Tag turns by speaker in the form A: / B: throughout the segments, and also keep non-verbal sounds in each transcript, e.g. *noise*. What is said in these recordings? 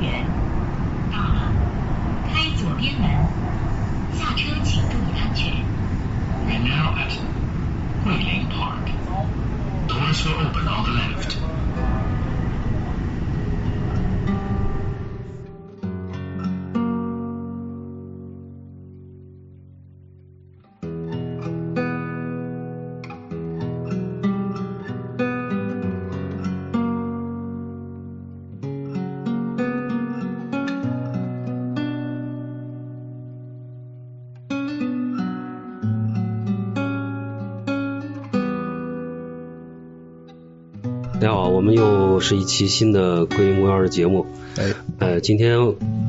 A: 园。到了，开左边门，下车请注意安全。
B: We now at Guilin Park. Doors will open on the left.
C: 大家好，我们又是一期新的《归零归二》的节目。
D: *laughs*
E: 哎，
C: 呃，今天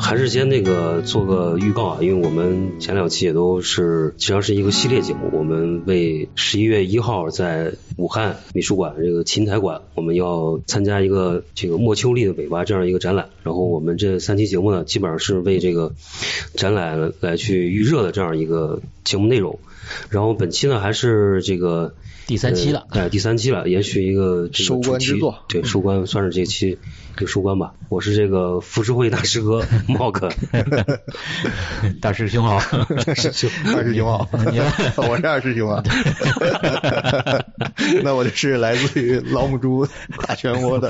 C: 还是先那个做个预告啊，因为我们前两期也都是实际上是一个系列节目，我们为十一月一号在武汉美术馆这个琴台馆，我们要参加一个这个莫秋丽的尾巴这样一个展览。然后我们这三期节目呢，基本上是为这个展览来去预热的这样一个节目内容。然后本期呢，还是这个
D: 第三期了
C: 呃哎、第三期了，也许一个这个
E: 收官
C: 主题
E: 之作
C: 对，收官算是这期一个收官吧。我是这个浮世绘大师哥 m o k
D: *laughs* 大师兄好，
E: 二师兄好，我是二师兄啊。 *laughs* 那我就是来自于老母猪大漩涡的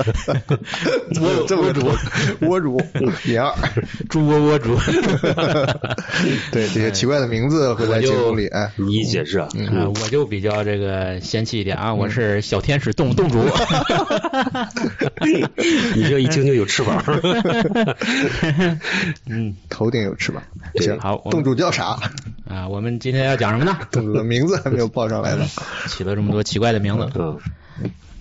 D: 窝
E: 这么个窝主银二。
D: 猪啊窝窝主。
E: 对这些奇怪的名字会 *laughs* 在节目里，哎，
C: 你一解释啊，
D: 啊，我就比较这个嫌弃一点啊，我是小天使洞洞主，
C: 你这一听就有翅
E: *laughs*
C: 膀。
E: 头顶有翅膀。
C: 对
E: 行，
D: 好我们
E: 洞主叫啥？
D: 啊，我们今天要讲什么呢？
E: 洞主的名字还没有报上来呢。
D: 起了这么多奇怪的名字，
C: 嗯，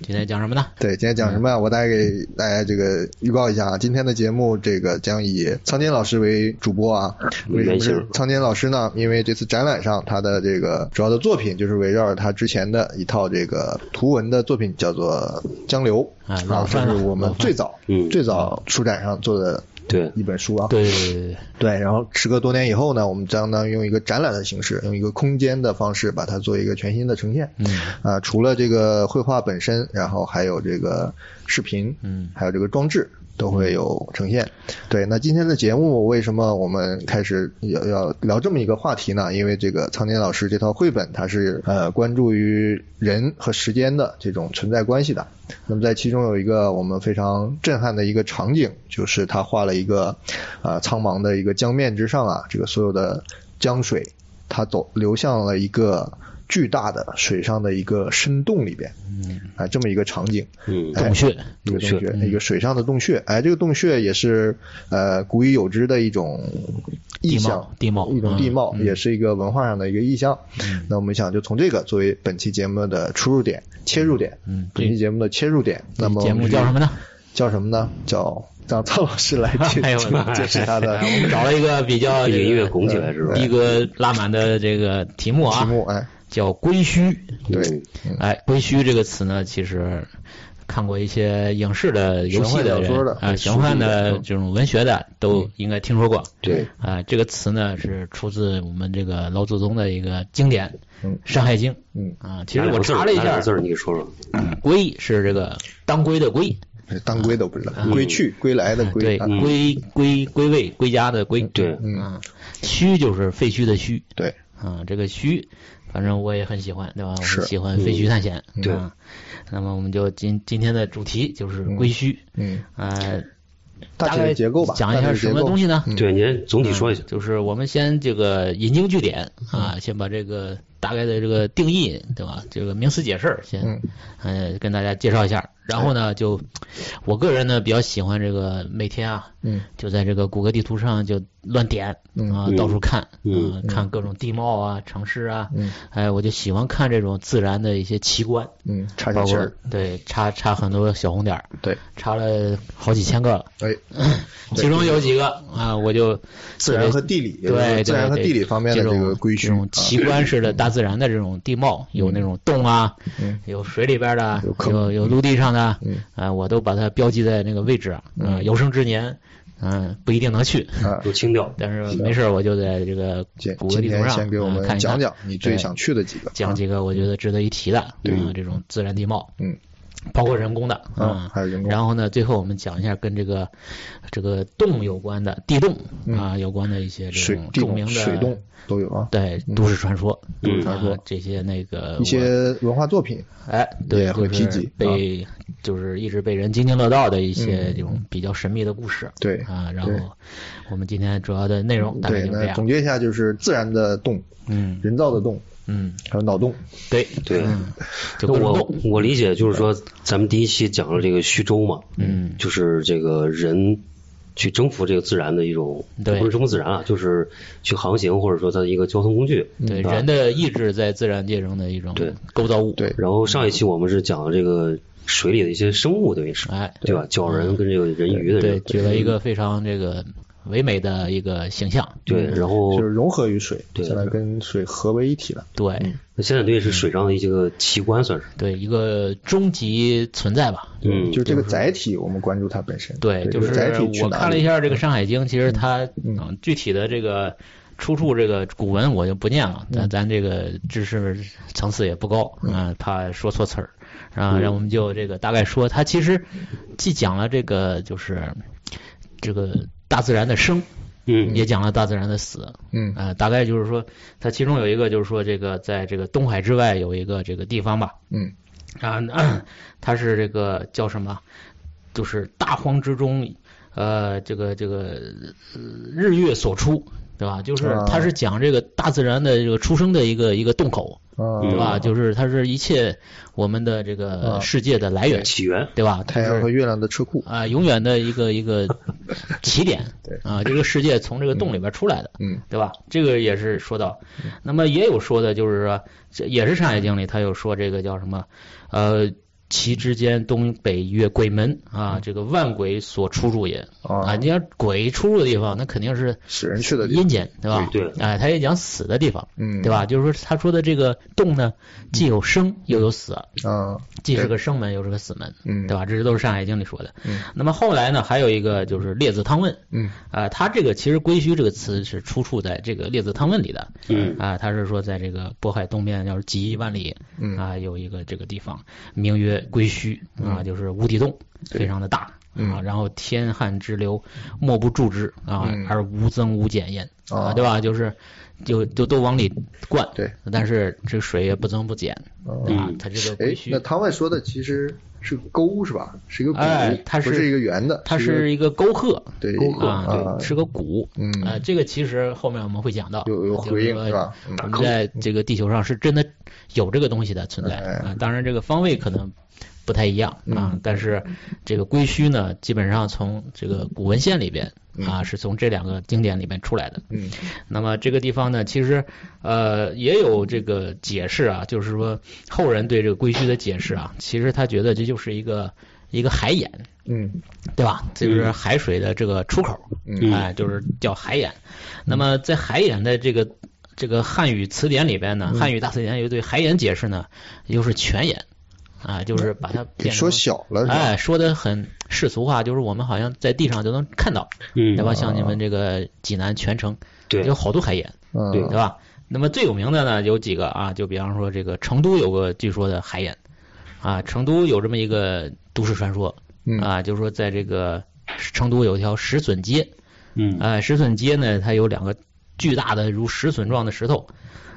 D: 今天讲什么呢？
E: *laughs* 对，今天讲什么呀？我大概给大家这个预告一下啊，今天的节目这个将以苍天老师为主播啊。
D: 嗯
E: 为什么
C: 没
E: 是
C: 事
E: 苍天老师呢？因为这次展览上他的这个主要的作品就是围绕着他之前的一套这个图文的作品，叫做《江流》
D: 啊老
E: 啊，
D: 范
E: 算
D: 了
E: 是我们最早
C: 嗯
E: 最早书展上做的
C: 对
E: 一本书啊。
D: 对对对对，
E: 对，然后时隔多年以后呢，我们将呢用一个展览的形式，用一个空间的方式，把它做一个全新的呈现。
D: 嗯，
E: 啊、除了这个绘画本身，然后还有这个视频，
D: 嗯
E: 还有这个装置都会有呈现。对，那今天的节目为什么我们开始要要聊这么一个话题呢？因为这个苍天老师这套绘本，它是呃关注于人和时间的这种存在关系的。那么在其中有一个我们非常震撼的一个场景，就是他画了一个呃苍茫的一个江面之上啊，这个所有的江水它走流向了一个巨大的水上的一个深洞里边，嗯，啊，这么一个场景，
C: 嗯
E: 哎
D: 洞穴，嗯
E: 一个洞
C: 洞穴
E: 穴，一个水上的洞穴，哎，这个洞穴也是呃古已有之的一种意象，
D: 地貌地貌
E: 一种地貌，
D: 嗯嗯嗯
E: 也是一个文化上的一个意象。那我们想就从这个作为本期节目的出入点、切入点，
D: 嗯对
E: 本期节目的切入点，那么
D: 节目叫什么
E: 呢？
D: 呢？
E: 叫什么呢？
D: *laughs*
E: 叫让苍老师来
D: 哎
E: 解
D: 呦我的妈
E: 解释他的
D: 哎我们找了一个比较
C: 这个
D: 这个
C: 音乐拱起来是吧？
D: 逼格拉满的这个题目啊，
E: 题目，哎，
D: 叫龟墟。
E: 对，
C: 嗯
E: 嗯
D: 哎，龟墟这个词呢，其实看过一些影视的、游戏
E: 玄幻小说的嗯
D: 人啊，玄幻的这种文学的都应该听说过。
C: 对，
D: 啊，这个词呢是出自我们这个老祖宗的一个经典
E: 嗯
D: 《山海经》。
E: 嗯
D: 啊，其实我查了一
C: 哪两
D: 下
C: 个字，儿，你给说说。
D: 龟是这个当归的归，
E: 哎当归都不知道，归去归来的归，
D: 嗯对，嗯
E: 啊
D: 归归归位归家的归。
C: 对
D: 嗯，墟就是废墟的墟。
E: 对，
D: 啊，这个墟，反正我也很喜欢，对吧？我
E: 是
D: 很喜欢废墟探险。
C: 嗯对
D: 啊那么我们就今今天的主题就是龟墟。
E: 嗯，
D: 呃，
E: 大体
D: 概
E: 的结构吧，
D: 讲一
E: 大体
D: 下
E: 的
D: 什
E: 结
D: 么
E: 构嗯
D: 东西呢？
C: 对，您总体说一下。嗯
D: 就是我们先这个引经据典啊，先把这个大概的这个定义，对吧？这个名词解释先，
C: 嗯
E: 嗯
D: 呃，跟大家介绍一下。然后呢，就我个人呢比较喜欢这个每天啊，
E: 嗯，
D: 就在这个谷歌地图上就乱点啊，到处看，
C: 嗯
D: 呃看各种地貌啊、城市啊，
E: 嗯，
D: 哎，我就喜欢看这种自然的一些奇观，
E: 嗯，插
D: 包
E: 小旗
D: 括
E: 儿，
D: 对插插很多小红点儿，
E: 对，
D: 插了好几千个了，
E: 哎，
D: 其中有几个啊，我就
E: 自然和地理，也就
D: 对
E: 是
D: 对
E: 自然和
D: 对
E: 地理方面的
D: 这
E: 个啊
D: 种
E: 规
D: 这
E: 矩
D: 种，奇观式的大自然的这种地貌，有那种洞啊，
E: 嗯
D: 有水里边的
E: 有，坑
D: 有有陆地上的
E: 嗯，
D: 啊，我都把它标记在那个位置啊。啊有生之年，嗯，不一定能去，
E: 啊
C: 都清掉。
D: 但是没事儿，我就在这个
E: 今
D: 谷歌
E: 今
D: 地图
E: 天
D: 上
E: 先给我
D: 啊
E: 们
D: 看一
E: 讲
D: 看
E: 讲你最
D: 对
E: 想去的几个，啊
D: 啊讲几个我觉得值得一提的，对这种自然地貌。
E: 嗯，
D: 包括人工的
E: 啊还有人工
D: 然后呢，最后我们讲一下跟这个这个洞有关的地洞啊有关的一些这
E: 嗯水
D: 种
E: 地
D: 著名
E: 洞、
D: 的
E: 水洞都有啊，
D: 对都市传说，
C: 嗯
D: 啊
C: 都市
E: 传说
D: 这些那个
E: 一些文化作品，
D: 我哎对
E: 也会
D: 就是
E: 提及啊
D: 被就是一直被人津津乐道的一些这种比较神秘的故事，
E: 嗯对
D: 啊，然
E: 对
D: 后我们今天主要的内容大概
E: 对，
D: 就这
E: 那
D: 样
E: 总，结一下就是自然的洞、
D: 嗯
E: 人造的洞，
D: 嗯，
E: 还有脑洞，
D: 对
C: 对
D: 嗯就
C: 那
D: 各种
C: 我
D: 洞，
C: 我理解就是说，咱们第一期讲了这个虚舟嘛，
D: 嗯
C: 就是这个人去征服这个自然的一种，
D: 对
C: 不是征服自然啊，就是去航行或者说它的一个交通工具，
D: 对
C: 吧
D: 人的意志在自然界中的一种
C: 对
D: 构造物，
E: 嗯啊对，
C: 然后上一期我们是讲这个水里的一些生物，等于是，
D: 哎
C: 对吧？角人跟这个人鱼的这
D: 对，
C: 个，
D: 举了一个非常这个唯美的一个形象。
C: 对，然后
E: 就是融合于水，
C: 对
E: 现在跟水合为一体了。
D: 对
C: 那现在对是水上的一些个奇观，算是
D: 对，一个终极存在吧。
C: 嗯
E: 就是这个载体，我们关注它本身。
D: 对，就
E: 这个载
D: 是
E: 体去
D: 我
E: 哪
D: 看了
E: 里嗯
D: 一下这个《山海经》，其实它嗯具体的这个出处这个古文我就不念
E: 嗯
D: 了，咱咱这个知识层次也不高啊，怕说错词儿
E: 嗯
D: 啊，然后我们就这个大概说，它其实既讲了这个就是这个大自然的生，
C: 嗯
D: 也讲了大自然的死，
E: 嗯
D: 呃，大概就是说，它其中有一个就是说，这个在这个东海之外有一个这个地方吧，
E: 嗯
D: 啊，它是这个叫什么？就是大荒之中，呃，这个这个呃日月所出，对吧？就是
E: 啊
D: 它是讲这个大自然的这个出生的一个一个洞口，
E: 啊，
D: 对吧？
C: 嗯
D: 就是它是一切我们的这
E: 啊
D: 个世界的来源，
C: 起源，
D: 对吧？
E: 太
D: 就是
E: 阳和月亮的车库。
D: 啊、永远的一个
E: *laughs*
D: 一个起点，
E: 对
D: 啊、这个世界从这个洞里边出来的，
E: 嗯
D: 对吧？这个也是说到，那么也有说的，就是说，这也是《山海经》里，他有说这个叫什么，呃，其之间东北越鬼门啊，这个万鬼所出入也啊，
E: 啊，
D: 你要鬼出入的地方，那肯定是
E: 使人去的地方。
D: 阴间，对吧？
C: 对对
D: 哎，他也讲死的地方，
E: 嗯，
D: 对？吧？就是说，他说的这个洞呢，既有生又有死，
E: 啊，
D: 既是个生门又是个死门，
E: 嗯
D: 对吧？这些都是《山海经》里说的。
E: 嗯
D: 那么后来呢，还有一个就是《列子汤问》，
E: 嗯
D: 啊、它这个其实“归墟”这个词是出处在这个《列子汤问》里的，
C: 嗯
D: 啊、它是说在这个渤海东面，要是几亿万里，
E: 嗯
D: 啊、有一个这个地方名曰归墟，啊、就是无底洞，非常的大。
E: 嗯
D: 啊，然后天旱之流，莫不注之啊，
E: 嗯
D: 而无增无减焉啊，
E: 哦
D: 对吧？就是，就就都往里灌，
E: 对，
D: 但是这水也不增不减，对吧
C: 嗯？
D: 它这个
E: 哎
D: 归，墟
E: 那汤外说的其实是个沟是吧？是一个谷
D: 哎，它
E: 不
D: 是
E: 是一个圆的，
D: 它
E: 一个
D: 是一个沟壑，
E: 对沟壑啊，
D: 啊是个谷，
E: 嗯
D: 呃，这个其实后面我们会讲到，
E: 有有
D: 就是
E: 回应
D: 说
E: 是吧嗯
D: 我们在这个地球上是真的有这个东西的存在
E: 哎嗯
D: 啊，当然这个方位可能不太一样啊，但是这个归墟呢，基本上从这个古文献里边啊，是从这两个经典里边出来的，
E: 嗯
D: 那么这个地方呢，其实呃也有这个解释啊，就是说后人对这个归墟的解释啊，其实他觉得这就是一个一个海眼，
E: 嗯
D: 对吧？这就是海水的这个出口，
E: 嗯
D: 哎，就是叫海眼。那么在海眼的这个这个汉语词典里边
E: 嗯
D: 呢，汉语大词典有对海眼解释呢，又是全眼，啊，就是把它
E: 给
D: 变成
E: 说小了是吧？
D: 哎，说的很世俗化，就是我们好像在地上就能看到，
C: 嗯
D: 对
E: 啊
D: 吧？像你们这个济南全城，
C: 对
D: 有好多海眼，
E: 嗯
C: 对
D: 对啊吧？那么最有名的呢有几个啊，就比方说这个成都有个据说的海眼，啊，成都有这么一个都市传说，
E: 嗯
D: 啊，就是说在这个成都有一条石笋街，
C: 嗯
D: 啊，石笋街呢它有两个巨大的如石笋状的石头，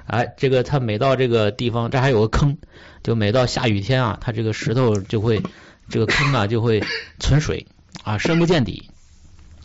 D: 哎，这个它每到这个地方，这还有个坑，就每到下雨天啊，它这个石头就会这个坑啊就会存水啊，深不见底，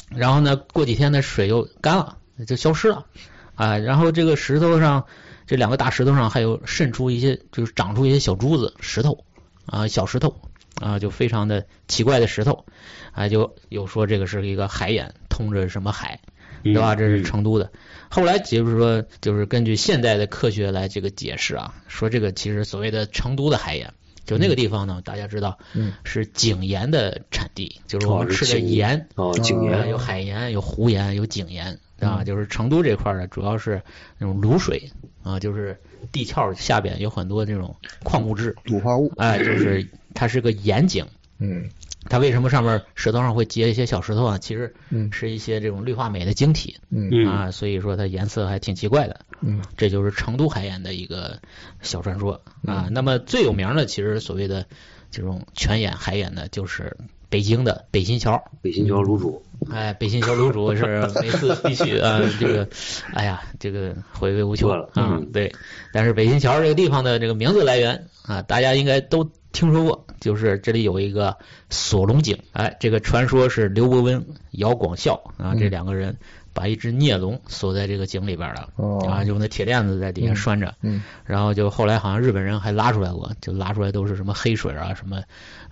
D: 然后呢，过几天呢水又干了，就消失了。啊，然后这个石头上，这两个大石头上还有渗出一些，就是长出一些小珠子、石头啊，小石头啊，就非常的奇怪的石头啊，就有说这个是一个海眼，通着什么海，对吧？
C: 嗯
D: 这是
C: 嗯
D: 成都的。后来就是说，就是根据现代的科学来这个解释啊，说这个其实所谓的成都的海眼。就
C: 嗯
D: 那个地方呢，大家知道
E: 嗯
D: 是井盐的产地，就是我
C: 哦
D: 们
C: 是
D: 吃的
C: 井
D: 盐，
C: 哦，嗯景
D: 啊，
C: 园
D: 有海盐，有湖盐，有井盐啊，就是成都这块儿呢，主要是那种卤水啊，就是地壳下边有很多这种矿物质，
E: 土化物，
D: 哎，就是它是个盐井。
E: 嗯
D: 它为什么上面石头上会结一些小石头啊？其实
E: 嗯
D: 是一些这种氯化镁的晶体
E: 嗯
C: 嗯
D: 啊，所以说它颜色还挺奇怪的。
E: 嗯
D: 这就是成都海盐的一个小传说啊。那么最有名的其实所谓的这种泉眼海眼的，就是北京的北新桥。
C: 北新桥卤煮，
D: 哎，北新桥卤煮
C: *laughs*
D: 是每次必须啊，这个，哎呀，这个回味无穷
C: 饿了
D: 啊
C: 嗯。
D: 对，但是北新桥这个地方的这个名字来源啊，大家应该都听说过，就是这里有一个锁龙井，哎，这个传说是刘伯温、姚广孝
C: 嗯
D: 啊这两个人把一只孽龙锁在这个井里边了，
E: 哦
D: 啊，用那铁链子在底下拴着，
E: 嗯
D: 然后就后来好像日本人还拉出来过，就拉出来都是什么黑水啊，什么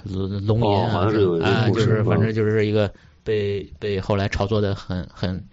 D: 龙龙吟
C: 哦
D: 啊，
C: 好像是有一个
D: 啊，
C: 故
D: 就
C: 事
D: 是反
C: 嗯
D: 正就是一个被被后来炒作的很很，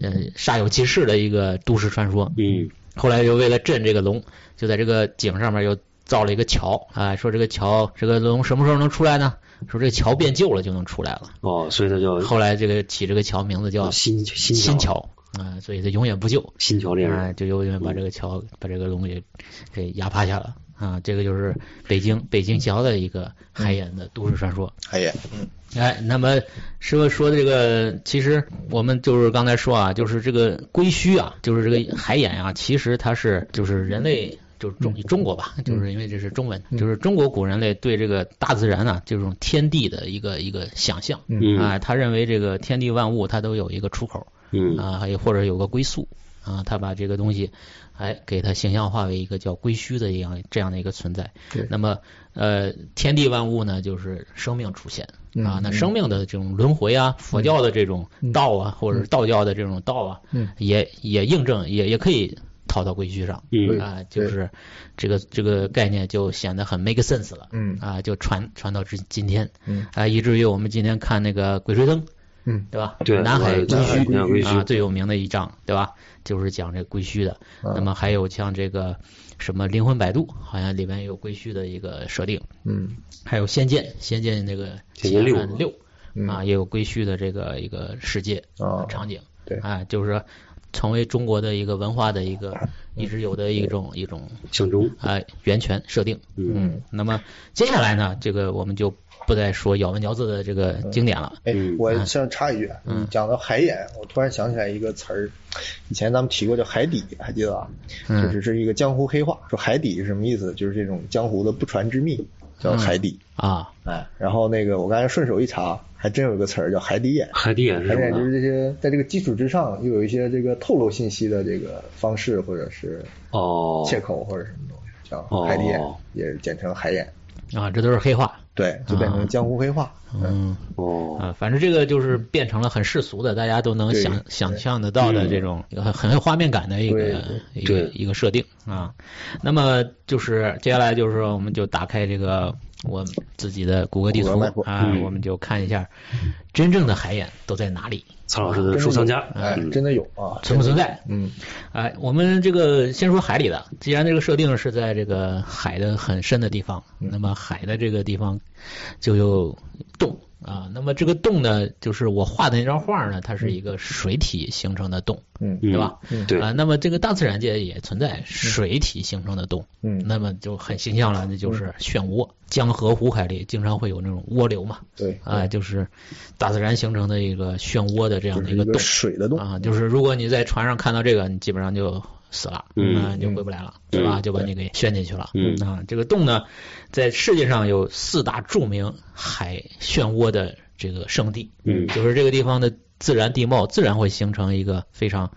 D: 呃，煞有其事的一个都市传说。
C: 嗯，
D: 后来就为了镇这个龙，就在这个井上面又造了一个桥啊，说这个桥这个龙什么时候能出来呢？说这个桥变旧了就能出来了。
C: 哦，所以它叫
D: 后来这个起这个桥名字叫
C: 新新
D: 新
C: 桥
D: 桥啊，所以它永远不旧。
C: 新桥恋
D: 啊，
C: 人，
D: 就有点把这个桥、把这个龙给给压趴下了啊！这个就是北京北京桥的一个海眼的都市传说。
E: 海眼，嗯
D: 哎，那么师傅说的这个，其实我们就是刚才说啊，就是这个龟墟啊，就是这个海眼啊，其实它是就是人类。就是中中国吧，就是因为这是中文，就是中国古人类对这个大自然啊，这种天地的一个一个想象，
C: 嗯
D: 啊，他认为这个天地万物它都有一个出口，
C: 嗯
D: 啊，还有或者有个归宿啊，他把这个东西，哎，给它形象化为一个叫归墟的一样这样的一个存在
E: 对。
D: 那么，呃，天地万物呢，就是生命出现啊
E: 嗯，
D: 那
E: 嗯
D: 生命的这种轮回啊，佛教的这种道啊，或者是道教的这种道啊，
E: 嗯
D: 也也印证，也也可以套到归墟上。
C: 嗯
E: 对
D: 啊，就是这个这个概念就显得很 make sense 了，
E: 嗯
D: 啊，就传传到今今天，
E: 嗯
D: 啊，以至于我们今天看那个《鬼吹灯》，
E: 嗯
D: 对吧？
C: 对
D: 南海
C: 我南海
D: 归
C: 南海归
D: 啊，
C: 墟
D: 最有名的一章，对吧？就是讲这归墟的。
C: 嗯
D: 那么还有像这个什么《灵魂摆渡》，好像里面有归墟的一个设定，
E: 嗯
D: 还有《仙剑》，《仙剑》那个
C: 仙剑六嗯
D: 六
E: 嗯
D: 啊，也有归墟的这个一个世界
E: 哦
D: 场景，
E: 对
D: 啊，就是成为中国的一个文化的一个一直有的一种一种
C: 象征，
D: 啊源泉设定。
C: 嗯，
D: 那么接下来呢，这个我们就不再说咬文嚼字的这个经典了。
E: 哎
C: 嗯，
E: 我想插一句啊，你讲到海眼，我突然想起来一个词儿，以前咱们提过叫海底，还记得吧？
D: 嗯
E: 就是这是一个江湖黑话，说海底是什么意思？就是这种江湖的不传之秘，
C: 嗯
E: 叫海底。
D: 啊，
E: 哎，然后那个我刚才顺手一查，还真有一个词儿叫海底眼。
C: 海底眼是
E: 海
C: 什
E: 底眼就
C: 么
E: 是
C: 呢？
E: 这些，在这个基础之上，又有一些这个透露信息的这个方式，或者是
C: 哦，
E: 切口或者什么东西，叫海底眼
C: 哦，
E: 也是简称海眼。
D: 啊，这都是黑话。
E: 对，就变成江湖黑话。嗯，
D: 嗯
C: 哦，
D: 啊，反正这个就是变成了很世俗的，大家都能
E: 对
D: 想想象得到的这种很很有画面感的一个一个
C: 对
D: 一个设定啊。那么就是接下来就是说我们就打开这个我自己的谷歌地
E: 谷歌
D: 图
E: map，
D: 啊，
C: 嗯
D: 我们就看一下真正的海眼都在哪里，
C: 曹老师
D: 呃
C: 的收藏家，
E: 哎，
C: 嗯
E: 真的有啊，
D: 存不存在？
E: 嗯
D: 哎，我们这个先说海里的，既然这个设定是在这个海的很深的地方，那么海的这个地方就有洞啊。那么这个洞呢，就是我画的那张画呢，它是一个水体形成的洞，
E: 嗯
C: 嗯
D: 对吧？
C: 对
D: 啊，那么这个大自然界也存在水体形成的洞，
E: 嗯
D: 那么就很形象了，那就是漩涡。江河湖海里经常会有那种涡流嘛，
E: 对，
D: 啊，就是大自然形成的一个漩涡的这样
E: 就
D: 的
E: 是
D: 一
E: 一
D: 个
E: 个
D: 洞。
E: 水的洞，
D: 啊，就是如果你在船上看到这个，你基本上就死了，
C: 嗯
D: 啊你就回不来了，对吧？就把你给宣进去了。
C: 嗯
D: 啊，这个洞呢，在世界上有四大著名海漩涡的这个圣地，
C: 嗯
D: 就是这个地方的自然地貌自然会形成一个非常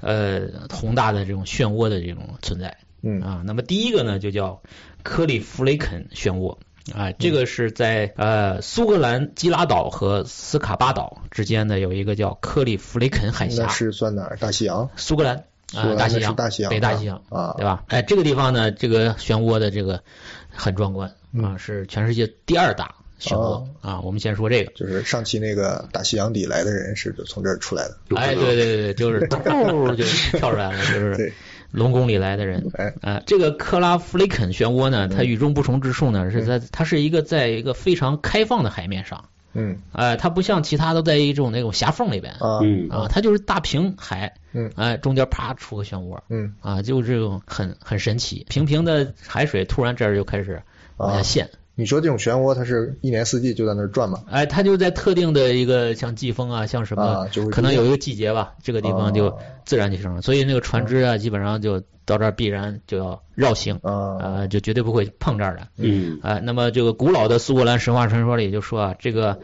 D: 呃宏大的这种漩涡的这种存在。
E: 嗯
D: 啊，那么第一个呢，就叫科里弗雷肯漩涡。
E: 嗯
D: 啊，这个是在呃苏格兰基拉岛和斯卡巴岛之间的有一个叫科里弗雷肯海峡
E: 那，是算哪儿？大西洋？
D: 苏格兰
E: 苏格
D: 啊、
E: 兰
D: 大西
E: 那
D: 洋
E: 是大西洋
D: 北大西洋
E: 啊
D: 对吧？哎，这个地方呢，这个漩涡的这个很壮观啊，是全世界第二大漩
E: 嗯
D: 涡
E: 哦
D: 啊。我们先说这个，
E: 就是上期那个打西洋底来的人是就从这儿出来的。
C: 有可
D: 哎，
C: 能
D: 对对
E: *laughs*
D: 对，对就是嘟就跳出来了，就是
E: 对
D: 龙宫里来的人。
E: 哎嗯
D: 啊，这个克拉弗雷肯漩涡呢，它与众不同之处呢，是在它是一个在一个非常开放的海面上，
E: 嗯
D: 呃，它不像其他都在一种那种狭缝里边
E: 啊
C: 嗯
D: 啊，它就是大平海，
E: 嗯
D: 哎、中间啪出个漩涡，
E: 嗯
D: 啊，就这种很很神奇，平平的海水突然这儿就开始往下陷。
E: 你说这种漩涡，它是一年四季就在那儿转嘛？
D: 哎，它就在特定的一个像季风啊，像什么，
E: 啊就会
D: 可能有一个季节吧，这个地方就
E: 啊
D: 自然就生了。所以那个船只啊，基本上就到这儿必然就要绕行，
E: 啊
D: *laughs* 呃，就绝对不会碰这儿的。
E: *laughs*
C: 嗯
D: 啊，那么这个古老的苏格兰神话传说里就说啊，这个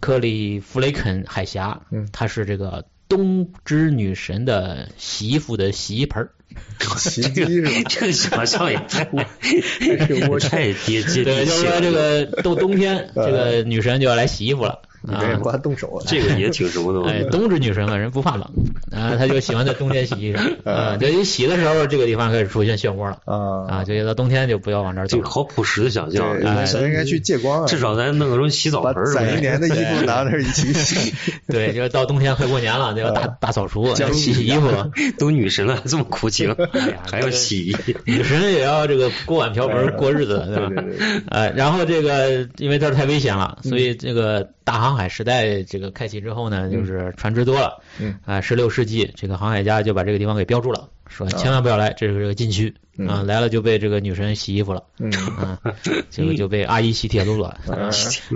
D: 克里夫雷肯海峡，
E: 嗯
D: 它是这个东之女神的洗衣服的洗衣盆儿。
E: 奇迹
D: *laughs*
E: 是吧？
D: 啊
C: 这个想象也太
E: 是我
C: 太接接
D: 对，
C: 地
D: 就是
C: 气了
D: 说，这 *laughs* 个到冬天，这个女神就要来洗衣服了。
E: 你这也
D: 啊，
E: 不动手啊？
C: 这个也挺什么的，
D: 哎，冬之女神嘛，人不怕冷，啊，她就喜欢在冬天洗衣裳。 *laughs* 啊，这一洗的时候，这个地方开始出现漩涡了。
E: 啊
D: 啊，就觉得冬天就不要往这儿
C: *laughs*
D: 走
C: 这
D: 了
C: 个。好朴实的想象
E: 对，，
D: 哎
E: 咱应该去借光啊，
C: 至少咱弄个什么洗澡
E: 把
C: 盆儿什么
E: 攒一
C: 的。
E: 年的衣服拿那儿一起洗。
D: *laughs* 对，就到冬天快过年 *laughs* 了，就要大大扫除，要洗洗衣服。
C: *laughs*
D: *laughs*
C: 都女神了，还这么苦情
D: 哎呀，
C: 还要洗衣，
D: 女神也要这个锅碗瓢盆过日子，对吧？
E: 对对对
D: 呃，然后这个因为这儿太危险了，所以这个大航海时代这个开启之后呢，就是船只多了。
E: 嗯。
D: 啊，十六世纪这个航海家就把这个地方给标注了，说千万不要来，这是个禁区啊，来了就被这个女神洗衣服了。
E: 嗯
D: 啊，这个就被阿姨洗铁路了，
C: *laughs*
D: 啊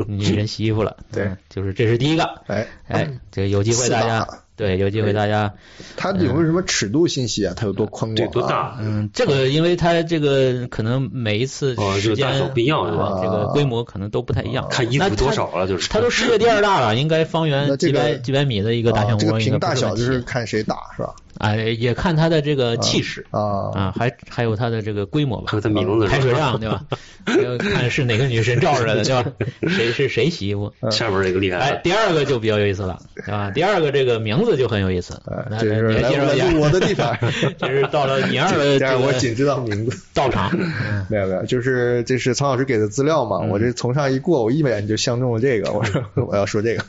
D: 女神洗衣服了。
E: 对
D: 嗯，就是这是第一个。
E: 哎，
D: 哎，这个有机会大
E: 四
D: 家
E: 大
D: 对有机会大家。
E: 它有没有什么尺度信息啊？它有多宽广？啊
C: 这多？大？
D: 嗯，这个因为它这个可能每一次
C: 哦
D: 时间、
C: 这个大小不一样是吧嗯
D: 啊这个规模可能都不太一样。
C: 看衣
D: 那
C: 服
D: 它
C: 多少了，就是
D: 它都世界第二大了，应该方
E: 那
D: 圆
E: 这
D: 几
E: 个
D: 百几百米的一个大漩
E: 啊这个
D: 涡，应该
E: 屏
D: 不
E: 大
D: 是
E: 小
D: 问
E: 就是
D: 题。
E: 看谁大是吧？
D: 哎，也看它的这个气势
E: 啊，
D: 啊，还还有它的这个规模吧
C: 还有，它名字
D: 排
C: 是
D: 水
C: 吧？
D: 量对
C: *laughs*
D: 吧？还有看是哪个女神罩着的对吧？谁是谁洗衣服？
E: 嗯
C: 下边这个厉害
D: 哎，
C: 了，
D: 第二个就比较有意思了，对吧？第二个这个名字就很有意思，
E: 哎
D: 来
E: 这是
D: 来
E: 来
D: 介绍一下
E: 来录我的地方
D: *laughs* 这是到了你二
E: *laughs*
D: 的
E: 但
D: 这
E: 是我
D: 个
E: 仅知道名字。
D: 到场，嗯
E: *laughs* 没有没有，就是这是曹老师给的资料嘛，我这从上一过，我一眼就相中了这个，我说 *laughs* 我要说这个，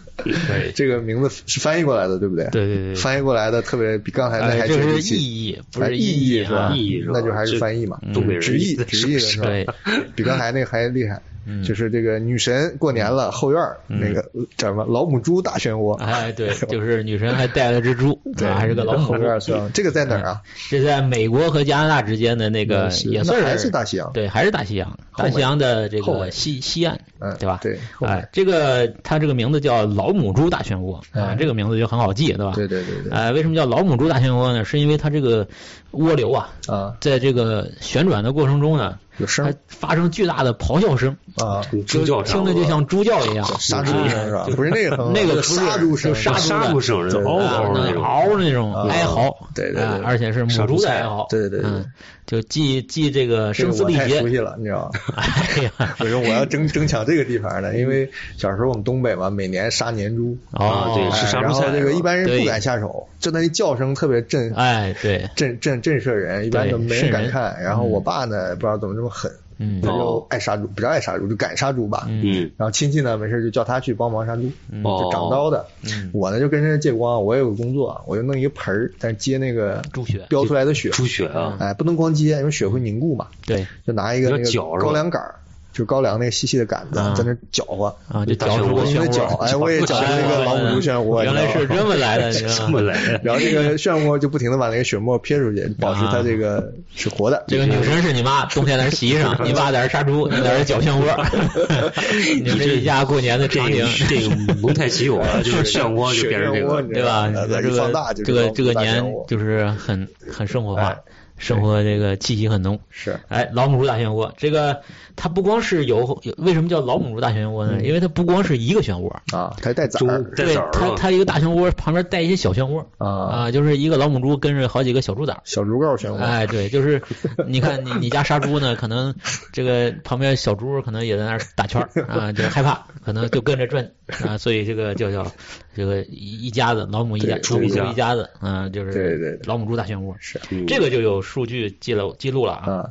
D: 对
E: 这个名字是翻译过来的，对不对？
D: 对对对
E: 翻译过来的特别比刚才那
D: 哎，
E: 还
D: 这
E: 接地
D: 是
E: 气，
D: 意义，不是
E: 哎意义
D: 啊
E: 是吧？
C: 意义是吧
E: 那就还是翻译嘛
C: 这，东北人
E: 直译
C: 意思
E: 直译的是吧？
D: 对，嗯
E: 比刚才那个还厉害。 *laughs* 就是这个女神过年了，后院儿那个叫什么老母猪大漩涡， *laughs*
D: 哎，对，就是女神还带了只猪，
E: 对，
D: 啊还是个
E: *laughs*
D: 老
E: 后
D: 母
E: 院。儿算这个在哪儿啊？
D: 这在美国和加拿大之间的那个
E: 嗯是
D: 也
E: 那
D: 算
E: 还是大西洋
D: 对，还是大西洋，
E: 后
D: 大
E: 面
D: 西洋的这
E: 后面
D: 个西西岸
E: 嗯，
D: 对吧？
E: 对后面
D: 哎，这个它这个名字叫老母猪大漩涡啊，这个名字就很好记，对吧？
E: 嗯对对对对
D: 哎，为什么叫老母猪大漩涡呢？是因为它这个涡流啊，
E: 啊，
D: 在这个旋转的过程中呢，
E: 有声
D: 它
E: 儿
D: 发生巨大的咆哮声，
E: 啊，
C: 猪叫
D: 听着就像猪叫一样，
E: 杀猪
D: 哎
E: 声是吧？不是那个很好
D: 那个不是
E: 杀猪声，
D: 就杀猪
C: 杀
D: 的
C: 不生人，嗷嗷的那
D: 那
C: 种，
D: 啊嗷那种哀嚎，
E: 啊对对对
D: 啊而且是母猪的哀嚎，
E: 对对对
D: 嗯，就既既这个
E: 这
D: 声
E: 个
D: 嘶
E: 我
D: 力
E: 太熟悉
D: 竭，
E: 了，你知道吗？
D: *laughs* 哎呀，
E: 所以说我要争争抢这个地盘的，因为小时候我们东北嘛，每年杀年猪，
D: 哦，
C: 对
E: 哎
C: 是杀猪
E: 然后
C: 菜
E: 这个一般人
D: 对
E: 不敢下手，就那一叫声特别震
D: 哎，对，
E: 震震震慑人，一般都没人敢看。然后我爸呢，不知道怎么这么狠，
D: 嗯
E: 他就
C: 哦
E: 爱杀猪，不是爱杀猪，就敢杀猪吧。
C: 嗯，
E: 然后亲戚呢，没事就叫他去帮忙杀猪，就
D: 嗯
C: 哦
E: 长刀的。我呢就跟着借光，我也有工作，我就弄一个盆儿，但是接那个
D: 猪血
E: 飙出来的血，
C: 猪血啊，
E: 哎，不能光接，因为血会凝固嘛。
D: 对
E: 就拿一个那
C: 你
E: 个
C: 说搅是吧
E: 高粱杆儿，就高粱那个细细的杆子，
D: 啊
E: 在那儿搅和。
D: 啊，就
C: 大
D: 嚼
C: 漩
D: 出个
C: 涡
D: 漩
E: 因为搅
D: 涡，
E: 哎我也搅出那个老母猪漩涡
D: 原来是
E: 你知道吗
D: 这么来的，你嗯知
C: *laughs* 这
D: 道
C: 么
D: 吗？
C: 来，
D: *laughs*
E: 然后这个漩涡就不停的把那个血沫撇出去，保持它这个是活
D: *laughs*
E: 的。
D: 这个女神是你妈，冬天在那儿洗衣裳，你爸在那儿杀猪，你在那儿搅漩 *laughs*
C: *laughs*
D: 涡，你们这一家过年的
C: 这
D: 场景
C: 个，这个蒙太奇有
E: *laughs*
C: 啊，就是漩涡就变成这个，
D: 对吧？你说
E: 这呃
D: 这
E: 放大
D: 个
E: 就
D: 这个这个
E: 老母猪大漩
D: 年
E: 涡
D: 就是很很生活
E: 哎
D: 化，生活这个气息很浓。
E: 是
D: 哎，老母猪大漩涡，这个它不光是有，有为什么叫老母猪大漩涡
E: 嗯
D: 呢？因为它不光是一个漩涡，
E: 啊，它带崽
C: 猪
E: 儿
C: 带
D: 对
C: 崽儿
D: 它它一个大漩涡旁边带一些小漩涡
E: 嗯啊，
D: 啊，就是一个老母猪跟着好几个小猪崽儿。
E: 小猪羔漩涡，
D: 哎，对，就是你看你你家杀猪呢，可能这个旁边小猪可能也在那儿打圈儿啊，就害怕，可能就跟着转啊，所以这个就叫这个一一家子老母一家
E: 对
D: 老母
C: 猪一
D: 猪
C: 家
D: 一家子，嗯，就
E: 对对
D: 是
E: 对
D: 老母猪大漩涡
E: 是
C: 嗯
D: 这个就有数据记录记录了啊，
E: 啊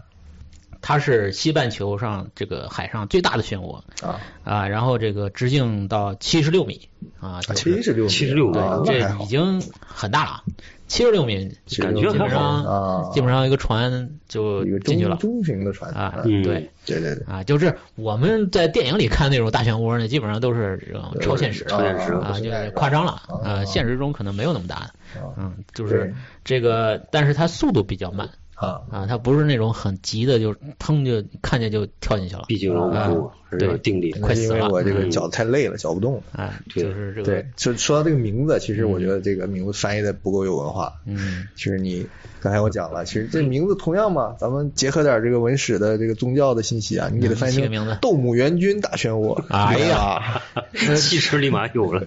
D: 它是西半球上这个海上最大的漩涡
E: 啊，
D: 啊，然后这个直径到七十六米啊，就是
E: 七十六
C: 76米
E: 啊，那
D: 这
E: 还
D: 已
E: 好
D: 基本上很大了，七十六米，
C: 感觉
D: 基
C: 还
D: 本
C: 好
D: 上、
E: 啊
D: 基本上一个船就
E: 一个
D: 进去
E: 中
D: 了
E: 中型的船
D: 啊，
E: 嗯
C: 嗯
D: 对。
E: 对对对，
D: 啊，就是我们在电影里看那种大漩涡呢，基本上都是这种超现实
E: 超
C: 现实
D: 啊，就是夸张了
E: 哦
D: 啊，现实中可能没有那么大，嗯，就是这个，但是它速度比较慢
E: 啊，
D: 啊，它不是那种很急的，就腾就看见就跳进去了。
C: 毕竟我
D: 啊
C: 我还是有
D: 对
C: 点定
D: *laughs*
C: 力的。
D: 快
E: 因
D: 死
E: 为
D: 了
E: 我这个
C: 嗯
E: 脚太累了，脚不动了。
D: 啊，
C: 对
D: 就是这个
E: 对，，就说到这个名字，其实我觉得这个名字翻译的不够有文化。
D: 嗯，
E: 其实你刚才我讲了，其实这名字同样嘛，咱们结合点这个文史的这个宗教的信息啊，你给它翻译
D: 嗯起个名字
E: 成“斗姆元军大漩涡”。
D: 哎
E: 呀，
C: 气势立马
E: *laughs*
C: 有了，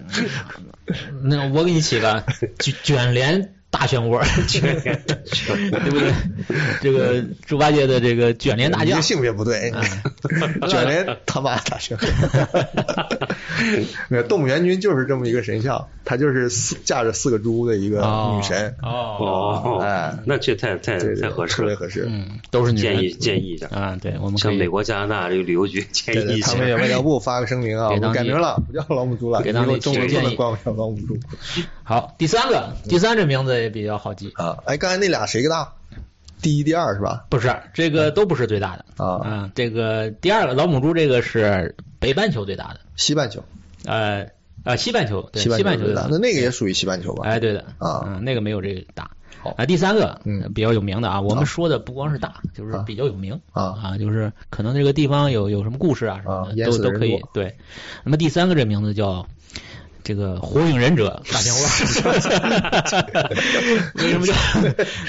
D: 那我给你起个 *laughs* 卷卷帘大漩涡， *laughs* 卷 *laughs* 对不对？这个猪八戒的这个卷帘大
E: 你
D: 将嗯
E: 这，性别不对， *laughs* 卷帘他妈大 *laughs* 漩涡。那动物元君就是这么一个神像，她就是四驾着四个猪的一个
D: 哦
E: 女神。
D: 哦，
C: 哦，
E: 哎
C: 那这太太
E: 对对
C: 嗯太合适
E: 特别
C: 了，
E: 合适。
D: 嗯，都是女人
C: 建议建议一下，
D: 啊，对，我们可
C: 向
D: 以
C: 美国、加拿大这个旅游局建
E: 对
C: 议
E: 对，
C: 一
E: 他
C: 下。
E: 们也外交部发个声明啊，
D: 给
E: 我们
D: 当
E: 改
D: 地
E: 名了，不叫老母猪了，
D: 给
E: 以
D: 当地
E: 后中文不
D: 提个建
E: 能
D: 议
E: 管我叫老母猪
D: 好。第三个，第三这名字也比较好记，
E: 啊。哎，刚才那俩谁更大？第一、第二是吧？
D: 不是这个都不是最大的
E: 啊
D: 啊，这个第二个老母猪这个是北半球最大的，
E: 西半球，
D: 呃呃西半球对
E: 西半
D: 半
E: 球
D: 球
E: 最
D: 最
E: 大
D: 大，
E: 那那个也属于西半球吧？
D: 哎，对的
E: 啊
D: 嗯那个没有这个大。
E: 好
D: 啊，第三个
E: 嗯
D: 比较有名的啊，我
E: 啊
D: 们说的不光是大，就是
E: 啊
D: 比较有名
E: 啊
D: 就是可能这个地方有有什么故事啊什
E: 啊
D: 么的，
E: 淹
D: 都
E: 死的
D: 都
E: 人
D: 可以
E: 多
D: 对。那么第三个这名字叫这个火影忍者大
E: *laughs*
D: 漩涡，为什么叫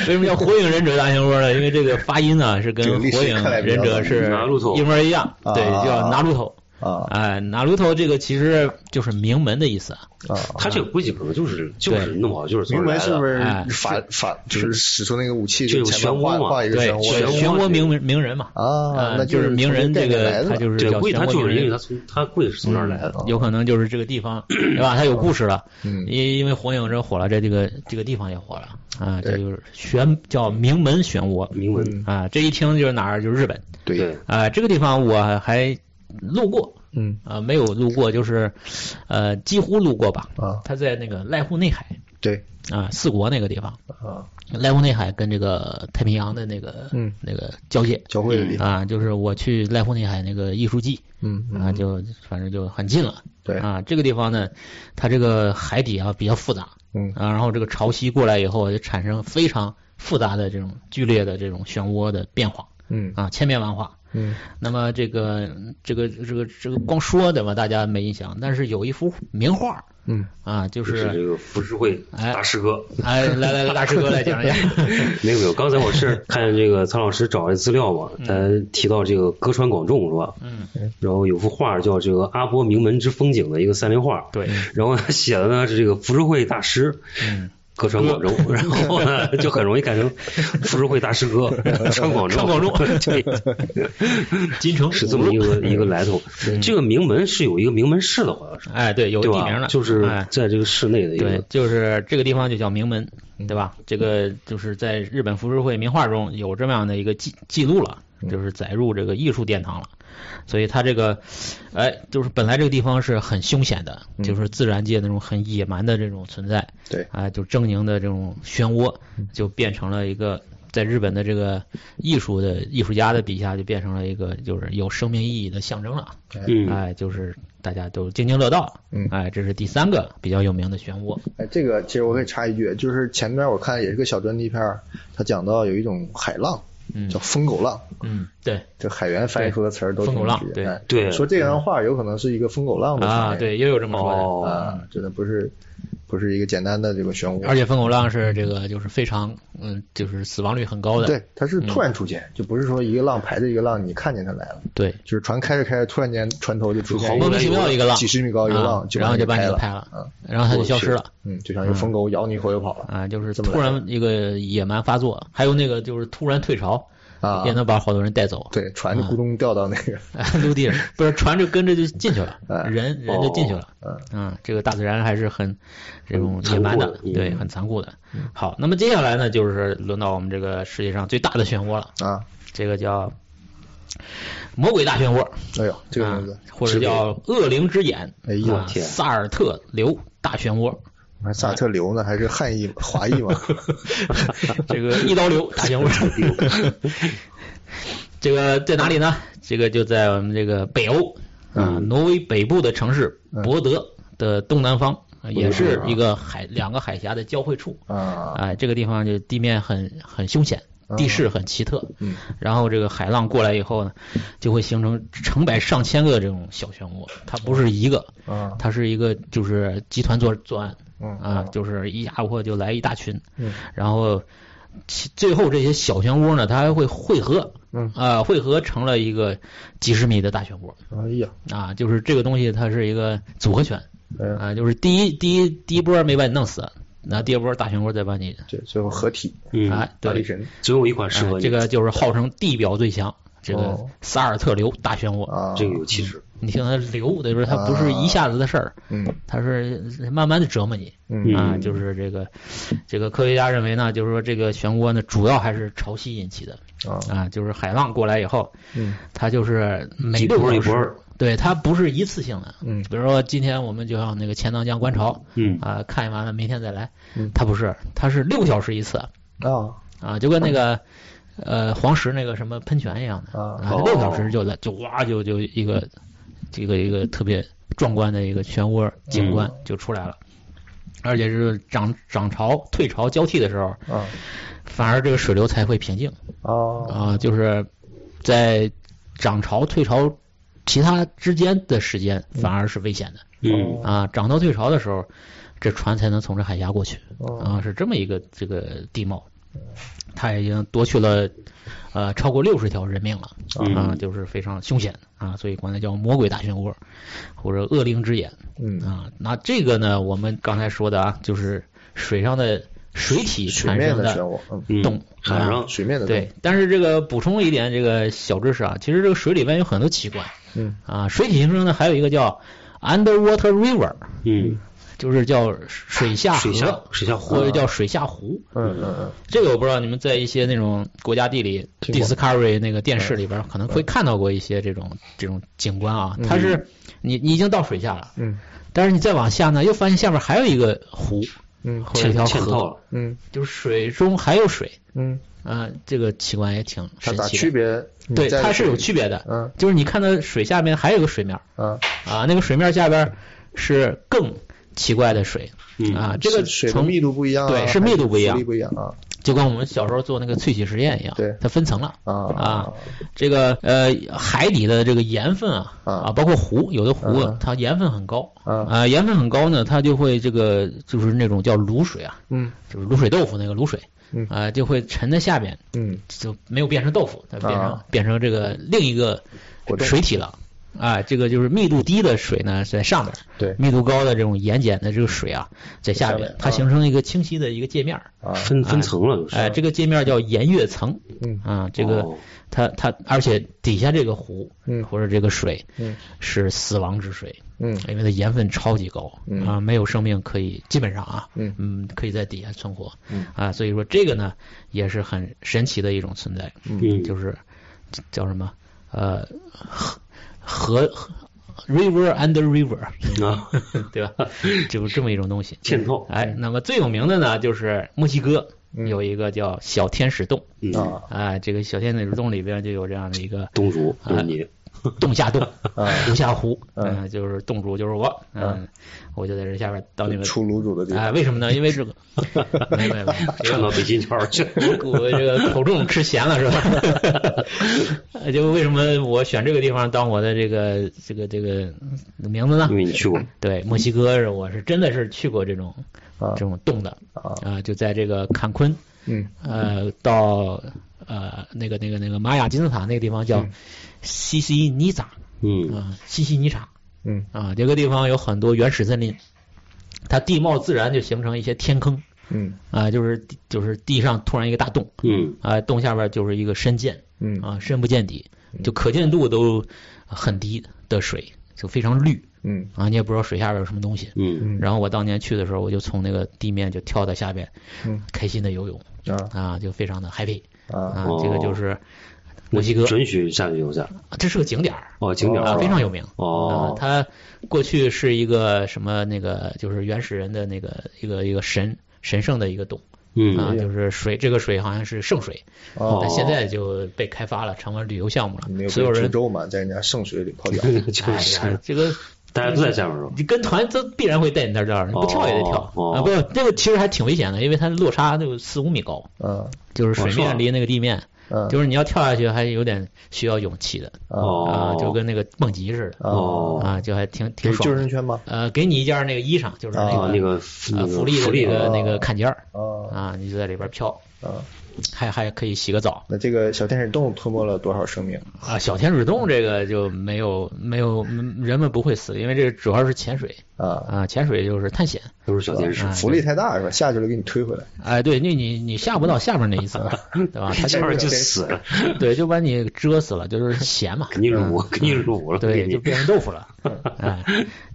D: 为什么叫火影忍者大漩涡呢？因为这个发音呢是
E: 这个
D: 跟
E: 历史
D: 火影
E: 看来比较
D: 忍者是
C: 拿路头
D: 一模一样，
E: 啊
D: 对，叫拿路头。
E: 啊
D: 哎，拿路头这个其实就是名门的意思啊。
E: 啊，
C: 他这个估计可能就是就是弄好就是
E: 名
C: 从
E: 门
C: 来
E: 是不
C: 的。
E: 是
D: 哎
E: 反反就是使出那个武器
C: 就
E: 就
C: 有
E: 前面
C: 漩涡
E: 画
C: 嘛
E: 画一个
D: 对，
E: 漩
D: 漩
E: 涡
D: 涡名名人嘛。
E: 啊
D: 呃
E: 那
D: 就是名
E: 从
D: 人
E: 这
D: 这
E: 概念来
D: 个
E: 的
D: 他
E: 嘛
D: 就是
C: 对，
D: 叫
C: 估计他
D: 漩涡
C: 就是
D: 鸣
C: 因为
D: 人
C: 他从他估计是从这儿来的。
D: 有可能就是这个地
E: *clears throat*
D: 方，对吧？他有故事了，
E: 嗯
D: 因因为火影这火了，这这个这个地方也火了啊，
E: 对
D: 这就是漩叫名门漩涡
C: 铭文，
E: 嗯
D: 啊，这一听就是哪儿，就是日本
E: 对
C: 对，
D: 啊，这个地方我还路过
E: 嗯
D: 啊，没有路过，就是呃几乎路过吧，
E: 啊
D: 他在那个濑户内海
E: 对
D: 啊四国那个地方，
E: 啊
D: 濑户内海跟这个太平洋的那个
E: 嗯
D: 那个交界
E: 交汇的地方
D: 啊，就是我去濑户内海那个艺术季。
E: 嗯嗯
D: 啊，就反正就很近了。
E: 对
D: 啊，这个地方呢，它这个海底啊比较复杂
E: 嗯
D: 啊，然后这个潮汐过来以后，就产生非常复杂的这种剧烈的这种漩涡的变化
E: 嗯
D: 啊，千变万化。
E: 嗯
D: 那么这个这个这个这个光说的嘛，大家没印象，但是有一幅名画
E: 嗯
D: 啊，就
C: 就是这
D: 是
C: 个浮世绘
D: 哎
C: 大师哥。
D: 哎，来来来，大师哥来讲一下。 *laughs*
C: 没有没有，刚才我是看这个曹老师找的资料嘛，他提到这个歌川广重是吧？
D: 嗯，
C: 然后有幅画叫这个《阿波名门之风景》的一个三联画，
D: 对，
C: 然后他写的呢是这个浮世绘大师。
D: 嗯，
C: 歌川广州，然后呢就很容易改成浮世绘大师
D: *laughs*
C: 哥川广州，
D: 川广
C: 对，
D: *laughs* 金城
C: 是这么一个一个来
D: *laughs*
C: 头。这个名门是有一个名门市的，好像是，
D: 哎，对，有
C: 对
D: 地
C: 吧
E: 啊
D: 名的，
C: 就是
D: 哎
C: 在这个市内的一
D: 对
C: 个，，嗯
D: 就是这个地方就叫名门，对吧？这个就是在日本浮世绘名画中有这么样的一个记记录了，
C: 嗯
D: 就是载入这个艺术殿堂了。所以它这个，哎，就是本来这个地方是很凶险的，
C: 嗯
D: 就是自然界那种很野蛮的这种存在，
E: 对
D: 哎，就狰狞的这种漩涡，
C: 嗯
D: 就变成了一个。在日本的这个艺术的艺术家的笔下，就变成了一个就是有生命意义的象征了。
C: 嗯，
D: 哎，就是大家都津津乐道。
E: 嗯
D: 哎，这是第三个比较有名的漩涡。
E: 哎，这个其实我可以插一句，就是前面我看也是个小专题片儿，它讲到有一种海浪
D: 嗯
E: 叫疯狗浪，
D: 嗯，对
E: 这海员翻译出的词儿都挺
D: 疯狗浪
E: 直
D: 对嗯
E: 哎
C: 对
E: 说这张画有可能是一个疯狗浪的
D: 啊，
E: 反应
D: 对，也有这么说
C: 哦，
E: 啊，真的不是不是一个简单的这个漩
D: 的。
E: 涡，
D: 而且风狗浪是这个就是非常嗯，就是死亡率很高的。嗯
E: 对，它是突然出现，就不是说一个浪排着一个浪，你看见它来了，
D: 对，
E: 就是船开着开着，突然间船头就出现一
D: 莫
E: 个
D: 名其妙一个浪，
E: 几十米高一个浪
D: 啊，
E: 就
D: 然后就把
E: 拍
D: 你
E: 了，
D: 拍
E: 嗯
D: 了，然后它就消失了。
E: 嗯，就像一个疯狗咬你一口就跑了
D: 啊，就是
E: 这么
D: 突然一个野蛮发作，还有那个就是突然退潮，
E: 啊
D: 也，能把好多人带走。
E: 对，船就咕咚掉到那个，
D: *laughs* 陆地上不是船就跟着就进去
E: *laughs*
D: 了，
E: 哎
D: 人人就进去了。
E: 哦
D: 嗯，这个大自然还是很这种野蛮的
C: 残酷，的
D: 对，
C: 嗯
D: 很残酷的。好，那么接下来呢，就是轮到我们这个世界上最大的漩涡了，
E: 啊，
D: 这个叫魔鬼大漩涡，
E: 哎呦，这个名字
D: 啊，或者叫恶灵之眼，
E: 哎呦
D: 啊
C: 天
D: 萨尔特流大漩涡，
E: *laughs* 还萨特流呢，还是汉译华裔
D: *laughs*
E: 嘛？
D: 这个一刀流大漩涡。 *laughs* 这个在哪里呢？这个就在我们这个北欧啊，
E: 嗯
D: 挪威北部的城市博德的东南方，啊也是一个海两个海峡的交汇处。
E: 啊，
D: 哎，这个地方就地面很很凶险，地势很奇特，
E: 嗯，
D: 然后这个海浪过来以后呢，就会形成成百上千个这种小漩涡，它不是一个，
E: 啊，
D: 它是一个就是集团作作案，
E: 嗯
D: 啊，就是一压迫就来一大群，
E: 嗯
D: 然后其最后这些小漩涡呢，它还会汇合，
E: 嗯
D: 啊，汇合成了一个几十米的大漩涡，
E: 哎呀，
D: 啊，就是这个东西它是一个组合拳，
E: 哎呀，
D: 啊，就是第一第一第一波没把你弄死，那第二波大漩涡再把你，
E: 这最后合体，
C: 嗯，
D: 啊，
E: 大力
D: 对，
E: 神
C: 总有一款适合
D: 啊
C: 你。
D: 这个就是号称地表最强，这个
E: 哦
D: 萨尔特流大漩涡。
E: 啊，
C: 这个有气势，
D: 你听它流，对不对？它不是一下子的事儿，
E: 嗯
D: 它是慢慢的折磨你
E: 嗯
D: 啊。
C: 嗯
D: 就是这个，这个科学家认为呢，就是说这个漩涡呢，主要还是潮汐引起的
E: 啊，
D: 啊，就是海浪过来以后，
E: 嗯
D: 它就是每
C: 一
D: 六
C: 波一
D: 小时
C: 波，
D: 对，它不是一次性的。
E: 嗯
D: 比如说今天我们就像那个钱塘江观潮，
C: 嗯
D: 啊，看完了明天再来
E: 嗯，
D: 它不是，它是六小时一次
E: 啊，
D: 啊，就跟那个呃黄石那个什么喷泉一样的
E: 啊
D: 啊，六小时就来就哇就就一个这个一个特别壮观的一个漩涡景观就出来了。而且是涨涨潮、退潮交替的时候，
E: 啊
D: 反而这个水流才会平静
E: 啊，
D: 啊、就是在涨潮、退潮其他之间的时间，反而是危险的。
C: 嗯
D: 啊，涨到退潮的时候，这船才能从这海峡过去
E: 哦
D: 啊，是这么一个这个地貌。它已经夺去了呃超过六十条人命了
E: 哦
D: 啊，
C: 嗯
D: 就是非常凶险啊，所以管它叫魔鬼大漩涡或者恶灵之眼
E: 嗯
D: 啊。那这个呢，我们刚才说的啊，就是水上的水体
E: 水
D: 产
E: 面
D: 生
E: 的漩
D: 的
E: 涡，嗯，
C: 嗯，
D: 动啊
C: 海上
E: 水面的动
D: 对。但是这个补充一点这个小知识啊，其实这个水里边有很多奇观
E: 嗯
D: 啊，水体形成呢还有一个叫 underwater river。
C: 嗯，
D: 就是叫水下河
C: 水下水下
D: 或
C: 湖
E: 啊
D: 者叫水下湖。
E: 嗯嗯嗯，
D: 这个我不知道你们在一些那种国家地理
E: 听过嗯
D: Discovery 那个电视里边可能会看到过一些这种这种景观啊，它是你你已经到水下了，
E: 嗯
D: 但是你再往下呢，又发现下面还有一个湖
E: 嗯
D: 或者一
C: 嵌
D: 条
C: 嵌套
D: 河，
C: 了，
E: 嗯
D: 就是水中还有水
E: 嗯，
D: 啊、这个奇观也挺
E: 它
D: 神
E: 咋
D: 奇
E: 区
D: 的。
E: 别？
D: 对，它是有区别的，
E: 嗯
D: 就是你看到水下面还有个水面儿
E: 啊
D: 啊，那个水面下边是更奇怪的水
C: 嗯
D: 啊，这个
E: 水的
D: 从
E: 密度不一样，啊
D: 对，是密度不一样
E: 浮力，不一样啊
D: 就跟我们小时候做那个萃取实验一样，
E: 对
D: 它分层了。
E: 啊
D: 啊，这个呃，海底的这个盐分啊
E: 啊
D: 啊，包括湖，有的湖
E: 啊
D: 它盐分很高
E: 啊
D: 啊，盐分很高呢，它就会这个就是那种叫卤水啊，
E: 嗯
D: 就是卤水豆腐那个卤水
E: 嗯
D: 啊，就会沉在下面，
E: 嗯
D: 就没有变成豆腐，它变成
E: 啊
D: 变成这个另一个
E: 果冻
D: 水体了。啊，这个就是密度低的水呢在上面，
E: 对
D: 密度高的这种盐碱的这个水啊在下
E: 下
D: 面
E: 面，
D: 它
E: 啊
D: 形成一个清晰的一个界面儿。
E: 啊
C: 分分层了，就是。
D: 哎，这个界面叫盐月层
E: 嗯
D: 啊，这个
C: 哦
D: 它它，而且底下这个湖
E: 嗯
D: 或者这个水
E: 嗯
D: 是死亡之水，
E: 嗯
D: 因为它盐分超级高
E: 嗯
D: 啊，没有生命可以基本上啊，
E: 嗯
D: 嗯，可以在底下存活
E: 嗯
D: 啊，所以说这个呢也是很神奇的一种存在，
C: 嗯，
D: 就是叫什么呃河河河 river under river， *laughs*
C: 啊，
D: 对
C: *laughs*
D: 吧？就是这么一种东西。
C: 嵌套，
D: 哎，那么最有名的呢，就是墨西哥
E: 嗯
D: 有一个叫小天使洞，
C: 嗯，
E: 啊
D: 啊，这个小天使洞里边就有这样的一
C: *laughs*
D: 个
C: 东主
D: 啊
C: 就是
D: 哎
C: 你，
D: 洞下洞，无下湖，
E: 嗯
D: 嗯，就是洞主就是我，嗯，我就在这下边当你们。
E: 出卤煮的地
D: 哎，
E: 方
D: 为什么呢？因为这个，没没没，
C: 串到北京
D: *laughs*
C: 圈儿去。
D: 我这个口重吃咸了是吧？ *laughs* 呃就为什么我选这个地方当我的这个这个这个名字呢
C: *laughs* 因？为你去过，
D: 对，墨西哥是我是真的是去过这种
E: 啊
D: 这种洞的
E: 啊
D: 啊，就在这个坎昆，
E: 嗯
D: 呃，到呃那个那个那个玛雅金字塔那个地方叫西西尼扎
C: 嗯
D: 啊，西西尼塔
E: 嗯
D: 啊，这个地方有很多原始森林，它地貌自然就形成一些天坑
E: 嗯
D: 啊，就是地就是地上突然一个大洞
C: 嗯
D: 啊，洞下边就是一个深涧
E: 嗯
D: 啊，深不见底，
C: 嗯
D: 就可见度都很低的水，就非常绿
E: 嗯
D: 啊，你也不知道水下边有什么东西。
C: 嗯
D: 然后我当年去的时候，我就从那个地面就跳到下边，
E: 嗯
D: 开心的游泳
E: 啊
D: 啊，就非常的 happy
E: 啊
D: 啊
C: 哦，
D: 这个就是墨西哥，
C: 准许下去游下，
D: 啊这是个景点儿
C: 哦，景点
D: 啊，
C: 儿
D: 非常有名。
C: 哦
D: 啊它过去是一个什么那个，就是原始人的那个一个一个神神圣的一个洞
C: *laughs*
D: 啊，
C: 嗯
D: 就是水，这个水好像是圣水，
E: 哦
D: 但现在就被开发了，成为旅游项目
E: 没有被
D: 了。所有
E: 滁
D: 人 *laughs*
E: 州嘛，在人家圣水里泡脚
C: 就是
D: 哎呀这个
C: *laughs* 大家都在下面是吧？
D: 你跟团都必然会带你到这儿，你不跳也得跳、
C: 哦哦
D: 啊！不，这个其实还挺危险的，因为它落差就四五米高，
E: 嗯
D: 就是水
C: 哦是吗
D: 面离那个地面，
E: 嗯，
D: 就是你要跳下去还有点需要勇气的
E: 哦
D: 啊，就跟那个蹦极似的
C: 哦
D: 啊，就还挺
E: 给
D: 挺
E: 救
D: 爽
E: 生
D: 的。
E: 圈吗？
D: 呃，给你一件那个衣裳，就是那
C: 啊
D: 个
C: 那个那
D: 呃
C: 个
D: 福利的
C: 福利
D: 那
C: 的
D: 个那
E: 哦
D: 个看尖儿
E: 哦
D: 啊，你就在里边飘，
E: 啊，
D: 还还可以洗个澡
E: 那这个小天使洞吞没了多少生命？
D: 啊。小天使洞这个就没有没有嗯人们不会死，因为这个主要是潜水
E: 啊，
D: 啊，潜水就是探险。
C: 都是小天使
D: 啊，
E: 浮力太大是吧？下去了给你推回来。
D: 哎，对，你你你下不到下面那一层，
E: *laughs*
D: 对吧？他
C: 下
D: 就
C: 面就死
D: *laughs*
C: 了，
D: 对，就把你遮死了，就是咸
E: *laughs*
D: 嘛，
C: 给你辱，给你辱了，给
D: 啊对，
C: 你
D: 就。变成豆腐了。哎，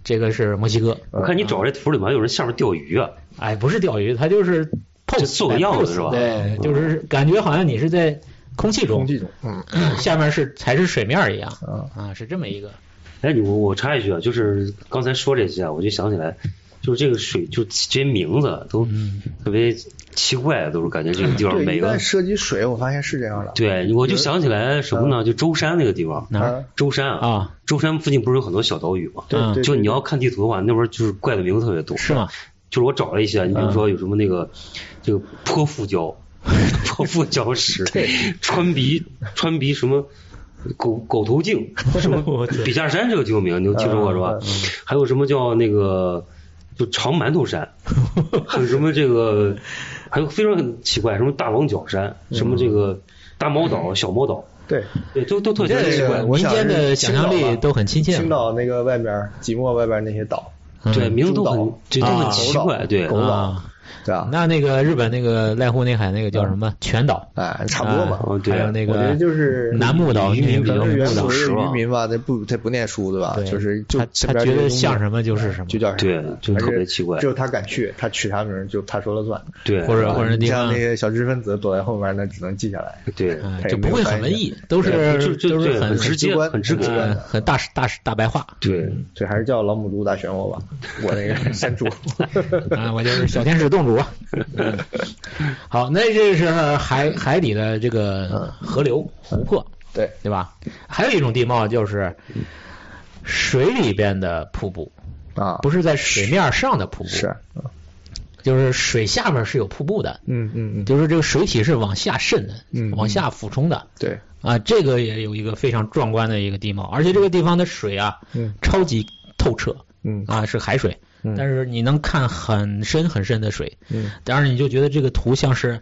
D: 这个是墨西哥，
C: 我看你找这图里面有人下面钓鱼啊，
D: 哎，不是钓鱼，它就是
C: 就
D: pose
C: 做个样子是吧
D: 对，就是感觉好像你是在空气中
E: 空，气中，嗯，
D: 下面是才是水面儿一样
E: 啊
D: 啊，是这么一个。
C: 哎，你我我插一句啊，就是刚才说这些啊，我就想起来，就是这个水，就这些名字都特别奇怪，啊都是感觉这个地方
E: 对，
C: 每
E: 一
C: 个
E: 旦涉及水，我发现是这样的。
C: 对，我就想起来什么呢？就舟山那个地方，
D: 哪儿
E: 啊
C: 舟山
D: 啊，
C: 舟山附近不是有很多小岛屿吗？
E: 对
D: 嗯
E: 对，
C: 就
E: 对
C: 你要看地图的话，那边就是怪的名字特别多。
D: 是吗？
C: 就是我找了一
D: 嗯
C: 些，你比如说有什么那个这个泼妇
D: *laughs*
C: 礁、泼妇礁石、川鼻川鼻什么。狗狗头颈，
D: *laughs*
C: 什么
D: 我天嗯
C: 笔架山这个地名，你有听说过是吧？还有什么叫那个就长馒头山，
D: *laughs*
C: 还有什么这个，还有非常很奇怪，什么大王角山，
D: 嗯
C: 什么这个大猫岛、小猫岛，
E: 对，
C: 对，都都特别
E: 这
C: 奇
E: 个
C: 怪。
E: 我
D: 民
E: 想
D: 间
E: 是
D: 的
E: 青
D: 想
E: 岛
D: 象
E: 吧
D: 力都很亲切
E: 青
D: 嘛。
E: 岛那个外边儿，即墨外边儿那些岛，
D: 嗯
C: 对，名字都
E: 猪
C: 很
E: 岛，
C: 这都
D: 啊
C: 很奇怪，对，
E: 狗岛
D: 啊，
E: 对吧？
D: 那那个日本那个濑户内海那个叫什么全岛？
E: 哎，差不多嘛。
D: 啊
C: 哦对
D: 还有那
E: 我觉得
D: 个
E: 就是
D: 南木岛，
C: 渔民比
D: 那
C: 较
D: 个
E: 可能
D: 原
E: 原属
D: 木岛
C: 朴
E: 于
C: 实
E: 渔
C: 吧
E: 民吧，他不他不念书对吧？
D: 对
E: 就是就
D: 他
E: 身
D: 他
E: 边
D: 觉
E: 这
D: 得
E: 东西
D: 像什么就是什么
E: 就，叫什
C: 对
E: 么
C: 就
E: 而
C: 特别
E: 且
C: 奇怪
E: 只有他敢去，他取啥名儿就他说了算。
C: 对，
D: 或者
E: 啊
D: 或者那
E: 你
D: 地
E: 像
D: 方
E: 那些小知识分子躲在后面，那只能记下来。
C: 对，
D: 哎
E: 他也
D: 就
E: 没
D: 不
E: 有
D: 会
E: 翻
D: 很
E: 译
D: 文艺，都
C: 对就是就
D: 都是
C: 对
D: 很
C: 很直接，
E: 观
C: 很直
E: 很直
C: 给
E: 观，
D: 呃很大大大白话。
C: 对。
E: 所以嗯还是叫老母猪大漩涡吧，我那个山
D: *laughs*
E: 猪。 *laughs*
D: 啊，我就是小天使洞主。嗯好，那这是海海底的这个河流、湖泊，
E: 嗯对，
D: 对吧？还有一种地貌就是水里边的瀑布，
E: 啊，
D: 不是在水面上的瀑布，
E: 是，啊
D: 就是水下面是有瀑布的，
E: 嗯嗯嗯，
D: 就是这个水体是往下渗的，
E: 嗯
D: 往下俯冲的。
E: 对，
D: 啊，这个也有一个非常壮观的一个地貌，而且这个地方的水啊，
E: 嗯
D: 超级透彻，
E: 嗯
D: 啊是海水，
E: 嗯
D: 但是你能看很深很深的水，
E: 嗯
D: 当然你就觉得这个图像是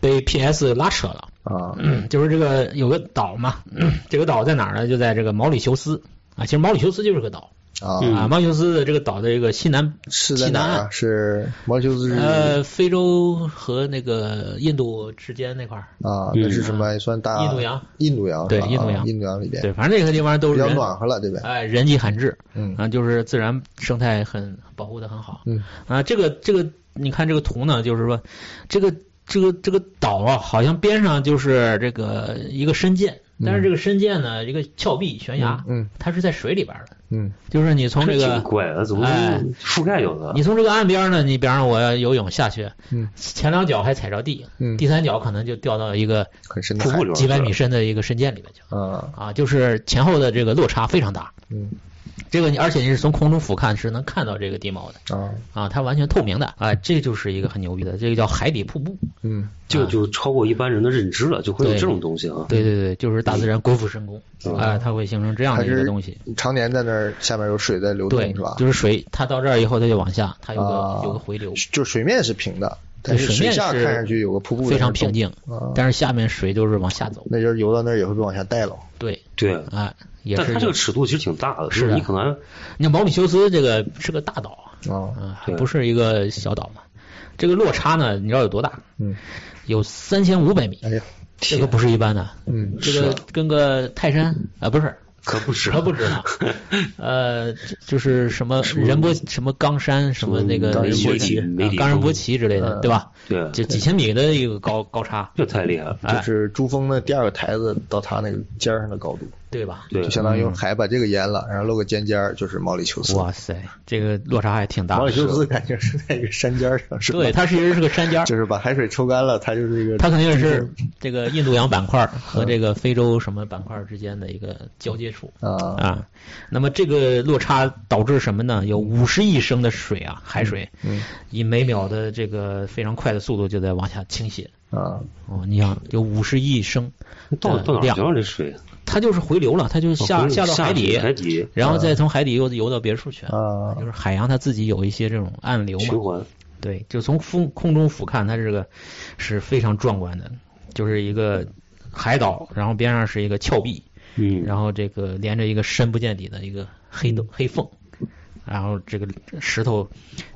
D: 被 PS 拉扯了，嗯
E: 啊，
D: 就是这个有个岛嘛，嗯这个岛在哪儿呢？就在这个毛里求斯啊，其实毛里求斯就是个岛
E: 啊，
C: 嗯
D: 啊，毛里求斯的这个岛的这个西南
E: 是在
D: 西
E: 哪
D: 南
E: 儿
D: 岸
E: 啊？，是毛里求斯是
D: 呃，非洲和那个印度之间那块儿，
E: 啊，那是什么？算大
D: 印度洋，
E: 印度洋
D: 嗯对
E: 是吧
D: 印度
E: 啊
D: 洋
E: 印度洋里边
D: 对，反正这个地方都
E: 比
D: 是
E: 较
D: 人
E: 暖和了这边。
D: 哎，人迹罕至，
E: 嗯
D: 啊，就是自然生态很保护的很好，
E: 嗯
D: 啊，这个这个，你看这个图呢，就是说，这个这个这个岛啊，好像边上就是这个一个深涧，但是这个深涧呢，一个峭壁悬崖，
E: 嗯嗯
D: 它是在水里边的，
E: 嗯
D: 就是你从这
C: 挺
D: 个。
C: 怪的，怎么
D: 哎
C: 覆盖有的？
D: 你从这个岸边呢，你比方说我要游泳下去，
E: 嗯
D: 前两脚还踩着地，
E: 嗯
D: 第，三脚可能就掉到一个
E: 很深的
C: 瀑布
E: 海
C: 里边
D: 几百米深的一个深涧里面去了
E: 啊，
D: 啊，就是前后的这个落差非常大。
E: 嗯
D: 这个你而且你是从空中俯瞰是能看到这个地貌的
E: 啊，
D: 啊，它完全透明的啊，这就是一个很牛逼的，这个叫海底瀑布。
E: 嗯
C: 这个就超过一般人的认知了，就会有这种东西啊。
D: 啊对对对，就是大自然鬼斧神工啊，它会形成这样
E: 还
D: 的
E: 嗯
D: 一
E: 是
D: 个东西。
E: 常年在那儿，下面有水在流动
D: 对
E: 是吧，？
D: 就是水，它到这儿以后它就往下，它有
E: 啊
D: 个有个回流，
E: 就水面是平的，但是
D: 对水面
E: 下看
D: 是
E: 上去有个瀑布在那儿动，
D: 非常平静
E: 啊，
D: 但是下面水就是往下走。
E: 那就是游到那儿也会被往下带了。
D: 对，
C: 对，
D: 啊，也
C: 但
D: 是
C: 它这个尺度其实挺大的，就是是
D: 的
C: 你可
D: *laughs*
C: 能
D: 你看毛里求斯这个是个大岛
E: 啊，
D: 啊，还
C: 对
D: 不是一个小岛嘛。这个落差呢，你知道有多大？
E: 嗯，
D: 有三千五百米，
E: 哎呀，
D: 这个不是一般的。
E: 嗯，
D: 这个跟个泰山啊，不是，
C: 可不止，
D: 可不止了。呃，就是什么仁波什么冈山什么那个
C: 冈仁波
D: 那
C: 齐
D: 个
C: 梅里
D: 冈仁
C: 峰
D: 波齐之类的，对吧？
C: 对
D: 就几千米的一个高高差。
C: *laughs* 这太厉害了。
D: 哎
E: 就是珠峰的第二个台子到它那个尖儿上的高度。
D: 对吧？
C: 对
E: 就相当于海把这个淹了，然后露个尖尖儿，就是毛里求斯。
D: 嗯哇塞，这个落差还挺大
E: 毛
D: 的
E: 里。求斯感觉是在一个山尖儿上，是吧？
D: 对，它其实是个山尖
E: *laughs*
D: 儿，
E: 就是把海水抽干了，它就是一个。
D: 它肯定是这个印度洋板块儿和
C: 嗯
D: 这个非洲什么板块儿之间的一个交界处
E: 啊
D: 啊。那么这个落差导致什么呢？有五十亿升的水啊，海水，
C: 嗯
E: 嗯
D: 以每秒的这个非常快的速度就在往下倾斜。
E: 啊，
D: 哦，你想有五十亿升
C: 到到
D: 的
C: 哪儿去
D: 量，
C: 了这水？
D: 它就是回流了，它就
C: 哦
D: 下
C: 回流
D: 到海底，
C: 下海底啊
D: 然后再从海底又游到别处去。
E: 啊
D: 就是海洋它自己有一些这种暗流
C: 循
D: 嘛，
C: 环。
D: 对，就从空空中俯瞰，它这个是非常壮观的，就是一个海岛，然后边上是一个峭壁，
C: 嗯，
D: 然后这个连着一个深不见底的一个黑洞黑缝，然后这个石头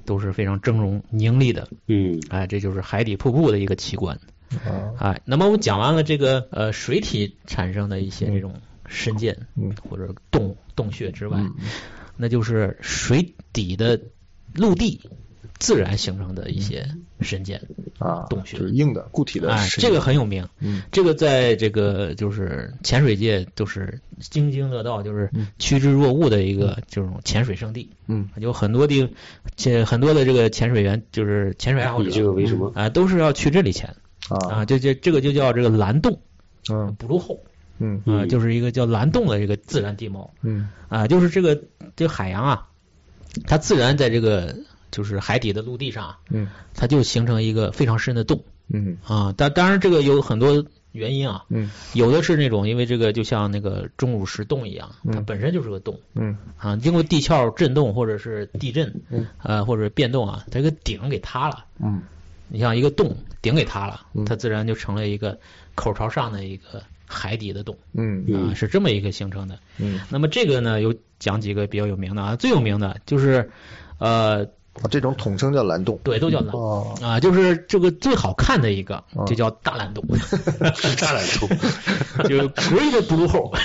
D: 都是非常峥嵘凝立的，
C: 嗯
D: 哎，这就是海底瀑布的一个奇观。
E: 啊
D: 哎，那么我们讲完了这个呃水体产生的一些这种深溅
E: 嗯
D: 或者洞洞穴之外，那就是水底的陆地自然形成的一些深溅。
E: 啊，
D: 洞穴
E: 就是硬的固体的
D: 哎，
E: 石头。
D: 这个很有名，
E: 嗯
D: 这个在这个就是潜水界都是津津乐道，就是趋之若鹜的一个这种潜水圣地。
E: 嗯，
D: 有很多地，这很多的这个潜水员就是潜水爱好
C: 以这
D: 者
C: 个为什么？
D: 啊，都是要去这里潜
E: 啊
D: 啊，这这这个就叫这个蓝洞
E: 嗯
D: （blue hole）。
E: 嗯
D: 啊、
C: 嗯
D: 就是一个叫蓝洞的一个自然地貌
E: 嗯
D: 啊、就是这个这个海洋啊，它自然在这个就是海底的陆地上啊，
E: 嗯
D: 它就形成一个非常深的洞
E: 嗯
D: 啊。当当然这个有很多原因啊，
E: 嗯
D: 有的是那种因为这个就像那个钟乳石洞一样，它
E: 嗯
D: 本身就是个洞
E: 嗯
D: 啊，经过地壳震动或者是地震，呃或者变动啊，它这个顶给塌了。
E: 嗯
D: 你像一个洞顶给塌了
E: 嗯，
D: 它自然就成了一个口朝上的一个海底的洞。
E: 嗯
D: 啊，
C: 嗯
D: 是这么一个形成的。
E: 嗯，
D: 那么这个呢，有讲几个比较有名的啊，最有名的就是，呃，
E: 啊这种统称叫蓝洞。
D: 对，都叫蓝
E: 哦
D: 啊，就是这个最好看的一个
E: 哦
D: 就叫大蓝洞， *laughs*
C: *laughs* 大懒虫。
D: 嗯就是 Great
E: *laughs*
D: Blue Hole。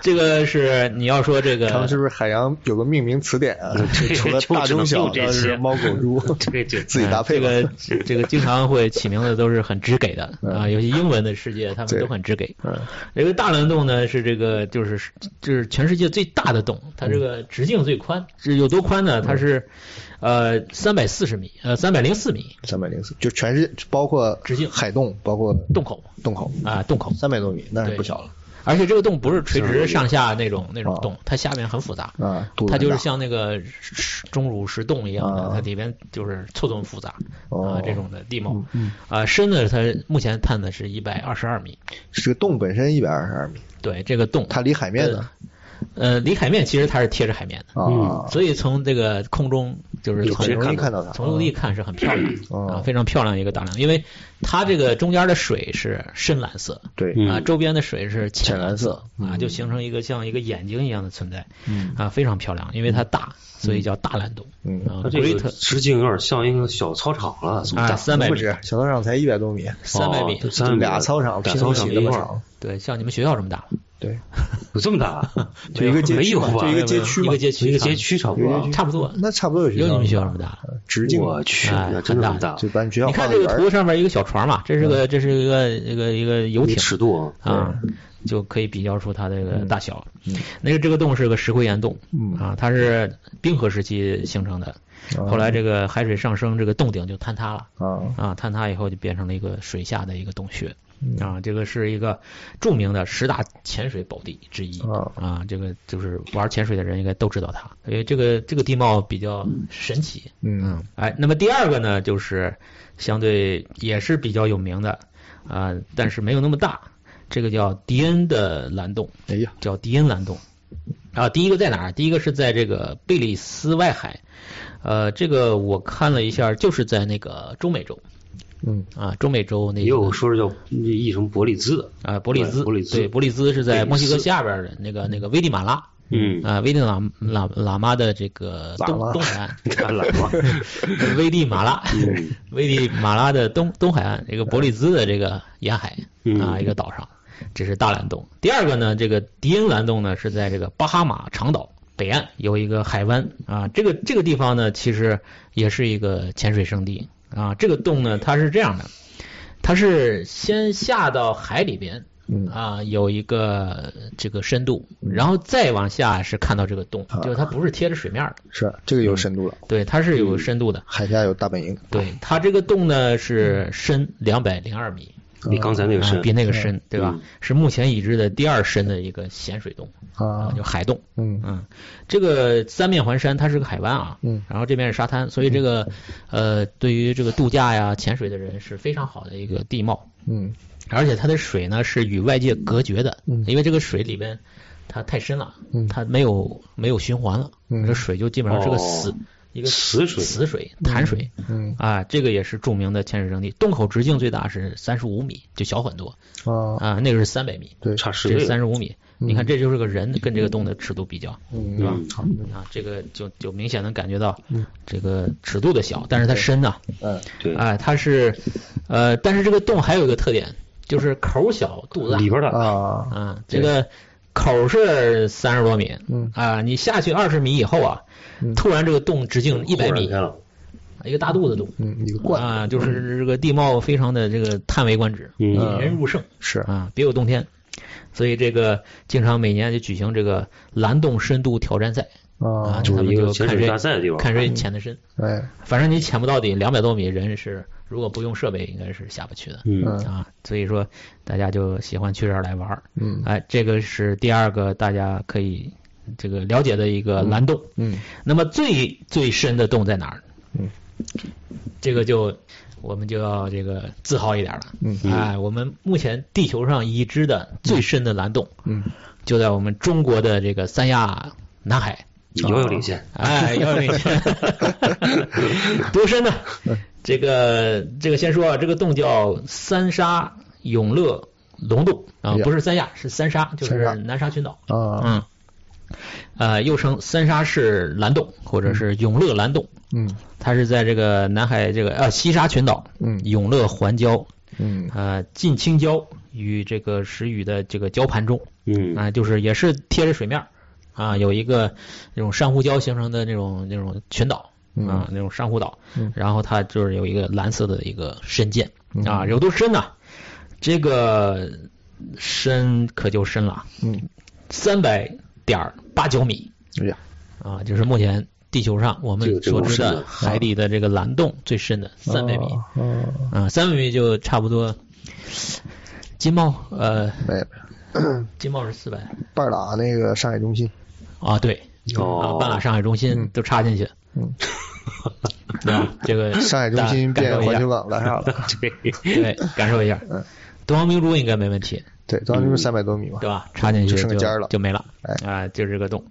D: 这个是你要说这
E: 他
D: 个
E: 们是不是海洋有个命名词典啊？就除了大中小，
C: 就只能用这些
E: 是猫狗猪，
D: *laughs*
C: 对对
E: 自己搭配吧。
D: 呃这个这个经常会起名字都是很直给的
E: *laughs*
D: 啊，尤其英文的世界，他们
E: 对
D: 都很直给。
E: 嗯
D: 这个大蓝洞呢是这个就是就是全世界最大的洞，它这个直径最宽，是有多宽呢？它是呃三百四十米，呃三百零四米
E: 三百零四，就全是包括
D: 直径
E: 海洞，包括
D: 洞口
E: 洞口，
D: 啊洞口，
E: 三百多米，那是
D: 对
E: 不小了
D: 而且这个洞不是垂直上下那种那种
E: 哦
D: 洞，它下面很复杂。
E: 啊。肚子
D: 它
E: 很
D: 就是
E: 大
D: 像那个石钟乳石洞一样的
E: 啊，
D: 它里边就是错综复杂啊
E: 哦嗯
D: 这种的地貌啊深的它目前探的是一百二十二米，
E: 这个洞本身一百二十二米，
D: 对这个洞
E: 它离海面呢
D: 呃离海面其实它是贴着海面的，
E: 啊，
D: 嗯所以从这个空中就是从
E: 很容易看到它啊
D: 从陆地看是很漂亮的
E: 哦
D: 啊，非常漂亮一个大浪，因为它这个中间的水是深蓝色
E: 对，
C: 嗯
D: 啊，周边的水是浅
E: 浅蓝嗯
D: 色啊，就形成一个像一个眼睛一样的存在啊，非常漂亮，因为它大，所以叫大蓝洞
E: 嗯
D: 啊
C: *laughs* 它这个哦
D: ，Great
C: 直径有点像一个小操场了，从
D: 啊，
C: 大
D: 三百
E: 不
D: 米，
E: 止，小操场才一百多米，
D: 三百米
C: 哦，三百米
E: 俩操场
C: 俩
E: 拼
C: 操
E: 一
C: 场
E: 起
C: 一
E: 那么
C: 块儿
E: 长，，
D: 对，像你们学校这么大了，
E: 对，
C: 有这么大？啊
D: *laughs*
E: 就一个街
C: 没
E: 区
C: 有
E: 嘛，
C: 吧？
E: 就一个街区
D: 一
E: 嘛
D: 个，街区，
C: 一个街区差不
E: 一个
C: 多
E: 街
C: 啊
E: 区。
D: 差不多，
E: 那差不多有学
D: 有
E: 校，
D: 你们学校这么大了。
E: 直径
C: 我去，
D: 哎
C: 那真的
D: 很
C: 很大，
E: 就把你学校
D: 你看
E: 画
D: 这
E: 个
D: 个
E: 圆
D: 图
E: 儿，嗯
D: 上面一个小船嘛，这是个这是一个一个一个游艇
C: 尺度啊。
D: 啊，就可以比较出它这个大小。那个这个洞是个石灰岩洞
E: 嗯哦
D: 啊，它是冰河时期形成的，后来这个海水上升，这个洞顶就坍塌了。
E: 啊，
D: 啊，坍塌以后就变成了一个水下的一个洞穴，
E: 嗯
D: 啊，这个是一个著名的十大潜水宝地之一
E: 啊
D: 啊，这个就是玩潜水的人应该都知道它，因为这个这个地貌比较神奇，
E: 嗯，
D: 哎，那么第二个呢，就是相对也是比较有名的啊、但是没有那么大，这个叫迪恩的蓝洞，
E: 哎呀，
D: 叫迪恩蓝洞。啊，第一个在哪儿？第一个是在这个贝里斯外海，呃，这个我看了一下，就是在那个中美洲
E: 嗯
D: 啊，中美洲那
C: 也有
D: 个
C: 说是叫译成伯利兹的，
D: 啊，伯利兹，
C: 伯利兹
D: 对，伯利兹是在墨西
C: 贝
D: 哥
C: 里斯
D: 下边的那个那个危地马拉
C: 嗯，
D: 啊，危地马拉喇嘛的这个东
E: 喇嘛
D: 东海岸， *laughs*
C: 太懒嗯了，
D: 危地马
C: *laughs*
D: 拉，危地马拉的东东海岸，这个伯利兹的这个沿海
C: 嗯
D: 啊，一个岛上，这是大蓝洞。第二个呢，这个迪恩蓝洞呢是在这个巴哈马长岛北岸有一个海湾啊，这个这个地方呢其实也是一个潜水圣地啊。这个洞呢它是这样的，它是先下到海里边
E: 嗯
D: 啊、有一个这个深度，然后再往下是看到这个洞，就是它不是贴着水面儿的，
E: 是这个有深度了。
D: 对，它是有深度的。
E: 海下有大本营，
D: 嗯对，它这个洞呢是深两百零二米，
C: 比刚才那个
D: 啊
C: 深，
D: 比那个深，对吧
C: 嗯？
D: 是目前已知的第二深的一个咸水洞
E: 啊
D: 就海洞。
E: 嗯
D: 嗯，这个三面环山，它是个海湾啊，
E: 嗯
D: 然后这边是沙滩，所以这个
C: 嗯
D: 呃，对于这个度假呀、潜水的人是非常好的一个地貌，
E: 嗯
D: 而且它的水呢是与外界隔绝的，
E: 嗯
D: 因为这个水里边它太深了，
E: 嗯
D: 它没有没有循环了，
E: 嗯
D: 这水就基本上是个死、
C: 哦
D: 一个
C: 死水
D: 死水、潭水，
E: 嗯
D: 啊，这个也是著名的潜水圣地，洞口直径最大是三十五米，就小很多
E: 啊，
D: 啊，那个是三百米，
E: 对，
C: 差十
D: 这
C: 倍
D: 是三
C: 了。
D: 十五米，你看这就是个人跟这个洞的尺度比较，
E: 嗯
D: 对吧？
C: 嗯
D: 好啊，这个就就明显能感觉到这个尺度的小，但是它深呐、
E: 嗯
C: 对，
D: 哎，它是呃，但是这个洞还有一个特点，就是口小肚子
C: 里边的
E: 啊
D: 大，啊，这个口是三十多米，
E: 嗯
D: 啊，你下去二十米以后啊，突然这个洞直径一百
C: 嗯
D: 米
C: 忽然，开了
D: 一个大肚子洞。
E: 嗯，一个罐
D: 啊，就是这个地貌非常的这个叹为观止，
C: 嗯
D: 引人入胜
E: 是
D: 啊，别有洞天。所以这个经常每年就举行这个蓝洞深度挑战赛啊，
E: 啊，
C: 就是
D: 他们
C: 哦一个
D: 就
C: 潜
D: 看
C: 水
D: 谁
C: 大赛的地方嗯
D: 看谁潜得深。
E: 哎，
D: 反正你潜不到底，两百多米人是如果不用设备应该是下不去的
C: 嗯，
E: 嗯
D: 啊。所以说大家就喜欢去这儿来玩儿。
E: 嗯
D: 哎，这个是第二个大家可以这个了解的一个蓝洞。
E: 嗯
D: 那么最最深的洞在哪儿？
E: 嗯，
D: 这个就我们就要这个自豪一点了。
E: 嗯
D: 哎，我们目前地球上已知的最深的蓝洞，
E: 嗯
D: 就在我们中国的这个三亚南海。
C: 遥遥领先。
D: 哎，要命！
E: *laughs*
D: 多深呢？这个这个先说啊，这个洞叫三沙永乐龙洞啊
E: 哎，呀
D: 不是三亚，是三沙，就
E: 三
D: 是
E: 沙
D: 南沙群岛。
E: 啊
D: 嗯，呃，又称三沙市蓝洞或者是永乐蓝洞，
E: 嗯
D: 它是在这个南海这个呃西沙群岛、
E: 嗯
D: 永乐环礁、
E: 嗯
D: 呃近青礁与这个石屿的这个礁盘中，
C: 嗯
D: 啊、就是也是贴着水面儿啊，有一个那种珊瑚礁形成的那种那种群岛
E: 嗯
D: 啊，那种珊瑚岛
E: 嗯，
D: 然后它就是有一个蓝色的一个深涧啊，有多深呢、这个深可就深了。
E: 嗯，
D: 三百点八九米
E: 哎呀，
D: 啊，就是目前地球上我
C: 这
D: 们
C: 个真够
D: 所知
C: 深
D: 的
C: 的
D: 海底的这个蓝洞最深的三百米
E: 哦，
D: 啊，三百米就差不多。金茂呃，
E: 没有
D: 金茂是四百
E: 半拉那个上海中心，
D: 啊，对啊，
C: 哦
D: 半拉上海中心都插进去， *laughs*
E: 嗯，
D: 对吧？这个
E: 上海中心
D: 大家
E: 变
D: 感受一
E: 环
D: 下
E: 球港了嗯啥了？
D: *laughs* 对，感受一下。东方明珠应该没问题，
E: 对，当时就是三百多米嘛嗯
D: 对，吧？插进去
E: 就剩个尖儿了
D: 就没了，
E: 哎嗯
D: 啊，就是这个洞，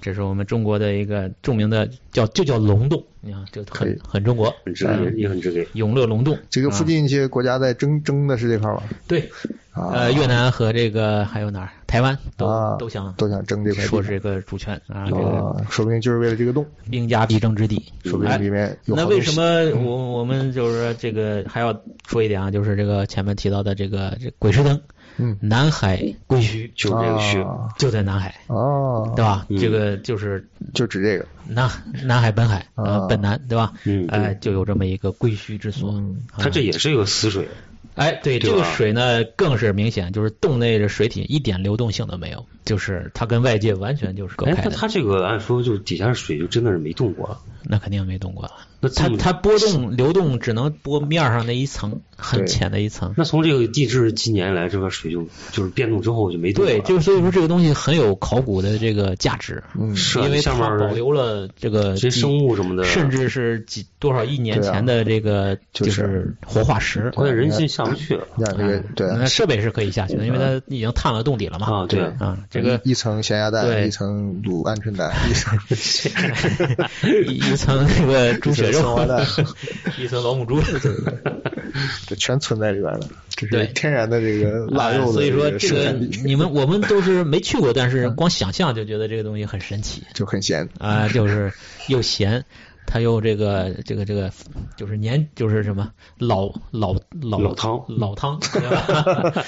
D: 这是我们中国的一个著名的叫就叫龙洞，你看就
E: 可
D: 很
E: 以
D: 很中国，
C: 很直给，也很直给。
D: 永乐龙洞，啊
E: 这个附近一些国家在争争的是这块儿吧？
D: 对，
E: 啊
D: 呃，越南和这个还有哪儿，台湾都、
E: 啊，
D: 都想
E: 都想争这块地
D: 说这个主权啊，这个
E: 啊，说不定就是为了这个洞，
D: 兵家必争之地，
C: 嗯
E: 说不定里面有好
D: 哎那
E: 东
D: 为
E: 西
D: 什么我我们就是说这个还要说一点啊？就是这个前面提到的这个这鬼石灯，
E: 嗯
D: 南海归墟
C: 就是这个虚，
E: 啊
D: 就在南海，
E: 啊
D: 对？吧？
C: 嗯
D: 这个就是
E: 就指这个，
D: 南南海本海
E: 啊
D: 呃本南对吧？
C: 嗯
D: 哎、
C: 对
D: 就有这么一个归墟之所。
E: 嗯
D: 啊
C: 它这也是一个死水，
D: 哎，对
C: 对啊
D: 这个
C: 吧
D: 水呢更是明显，就是洞内的水体一点流动性都没有，就是它跟外界完全就是隔
C: 哎，
D: 开
C: 那
D: 的，
C: 它这个按说就底下水就真的是没动过，
D: 那肯定没动过了。
C: 那
D: 它
C: 这么
D: 它波动流动只能波面儿上那一层很
E: 对
D: 浅的一层，
C: 那从这个地质近年来，这个水就就是变动之后就没动
D: 对，
C: 了
D: 就是所以说这个东西很有考古的这个价值，
E: 嗯
C: 是啊
D: 因为
C: 下
D: 它
C: 面儿
D: 保留了这个
C: 这些
D: 几
C: 生物什么的，
D: 甚至是几多少亿年
E: 对啊
D: 前的这个
E: 就
D: 就是是活化石。
C: 关键人心下不去了
D: 嗯
E: 让这个对啊
D: 那设备是可以下去的，因为它已经探了洞底了嘛
C: 啊，。对，
D: 啊，这个
E: 一一层咸鸭蛋，
D: 对
E: 一层卤鹌鹑蛋，一层
D: 一
E: *laughs*
D: 一层那个猪血
E: 一层
D: 肉
E: 松花蛋，
D: *laughs* 一层老母猪，
E: 这全存在里边了，这是
D: 对
E: 天然的这个 *laughs* 腊
D: 啊
E: 肉
D: 所
E: 的
D: 以说
E: 个
D: 这
E: 生
D: 个
E: 产嗯地，
D: 你们我们都是没去过，但是光想象就觉得这个东西很神奇。
E: 就很咸。
D: 啊，就是又咸，它又这个这个这个，就是年就是什么老老老
C: 老汤
D: 老汤，对吧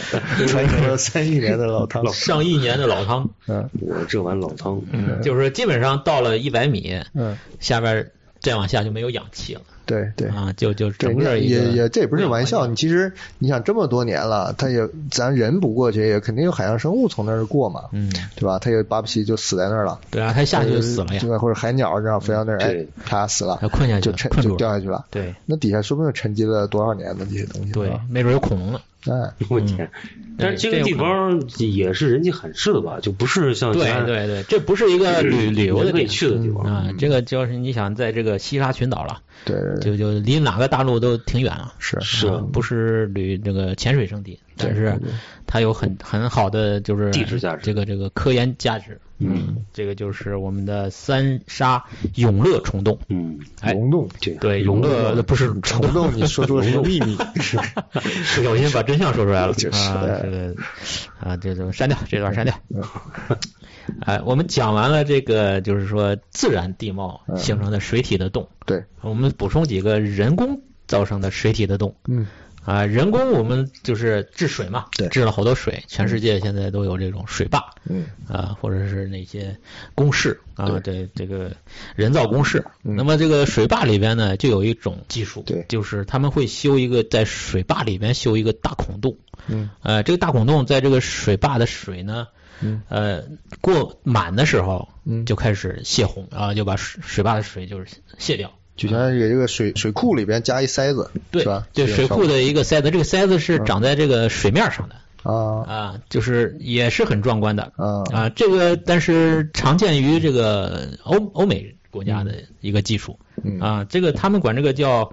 E: 传承了三亿年的老汤，
D: 上亿年的老汤，
E: 嗯
C: 我这碗老汤，
D: 嗯就是基本上到了一百米，
E: 嗯
D: 下边再往下就没有氧气了，
E: 对对
D: 啊，就就
E: 对，
D: 整个
E: 你
D: 一个
E: 也也这也不是玩
D: 环
E: 笑，
D: 境
E: 你其实你想这么多年了，它也咱人不过去，也肯定有海洋生物从那儿过嘛，
D: 嗯，
E: 对吧？它有巴布奇就死在那儿了，
D: 对啊，他下去就死了呀，
E: 呃对吧？或者海鸟这样飞到那儿，哎
C: 对，
E: 它死了
D: 他，困下去
E: 就
D: 了，
E: 沉
D: 困
E: 就
D: 住
E: 掉
D: 了，
E: 下去了。
D: 对
E: 那底下说不定沉积了多少年的这些东西。
D: 对
E: 是吧，
D: 没准有恐龙了。
E: 哎，
C: *laughs* 我天！
D: 嗯
C: 但是这个地方也是人迹罕至的哦吧，就不是像其他
D: 对对对，这不是一个旅旅游的
C: 人可
D: 地
C: 以
D: 方
C: 去的地方。
D: 啊，这个就是你想在这个西沙群岛了，
E: 对对对，
D: 就就离哪个大陆都挺远了。
E: 是
C: 是
D: 啊不是旅这个潜水圣地，但是它有很很好的就是
C: 地质价值
D: 这个这个科研价值。嗯，这个就是我们的三沙永乐虫洞。 *laughs*
C: 嗯，
D: 哎
E: 溶洞，
D: 对，永乐不 *laughs* 是
E: 虫洞，你说出了什么
D: *laughs*
E: 秘密？是
D: 不小心把真相说出来了，
E: 就是
D: 啊，这个啊，这就删掉这段删
C: *laughs*
D: 掉。
C: 嗯
D: *laughs* 哎，我们讲完了这个，就是说自然地貌
C: 嗯
D: 形成的水体的洞，
E: 对，
D: 我们补充几个人工造成的水体的洞。
E: 嗯，
D: 啊，人工我们就是治水嘛，
E: 对
D: 治了好多水，全世界现在都有这种水坝，
E: 嗯，
D: 啊，或者是那些工事啊，这这个人造工事。
E: 嗯
D: 那么这个水坝里边呢，就有一种技术，
E: 对
D: 就是他们会修一个在水坝里边修一个大孔洞，
E: 嗯，
D: 呃，这个大孔洞在这个水坝的水呢，
E: 嗯，
D: 呃，过满的时候，
E: 嗯
D: 就开始泄洪啊，就把水水坝的水就是泄掉。
E: 就相当于这个水水库里边加一塞子，
D: 对
E: 是吧？，
D: 对
E: 这个
D: 水库的一个塞子，这个塞子是
E: 嗯
D: 长在这个水面上的
E: 啊
D: 啊，就是也是很壮观的
E: 啊
D: 啊。这个但是常见于这个欧欧美国家的一个技术
E: 嗯
D: 啊，这个他们管这个叫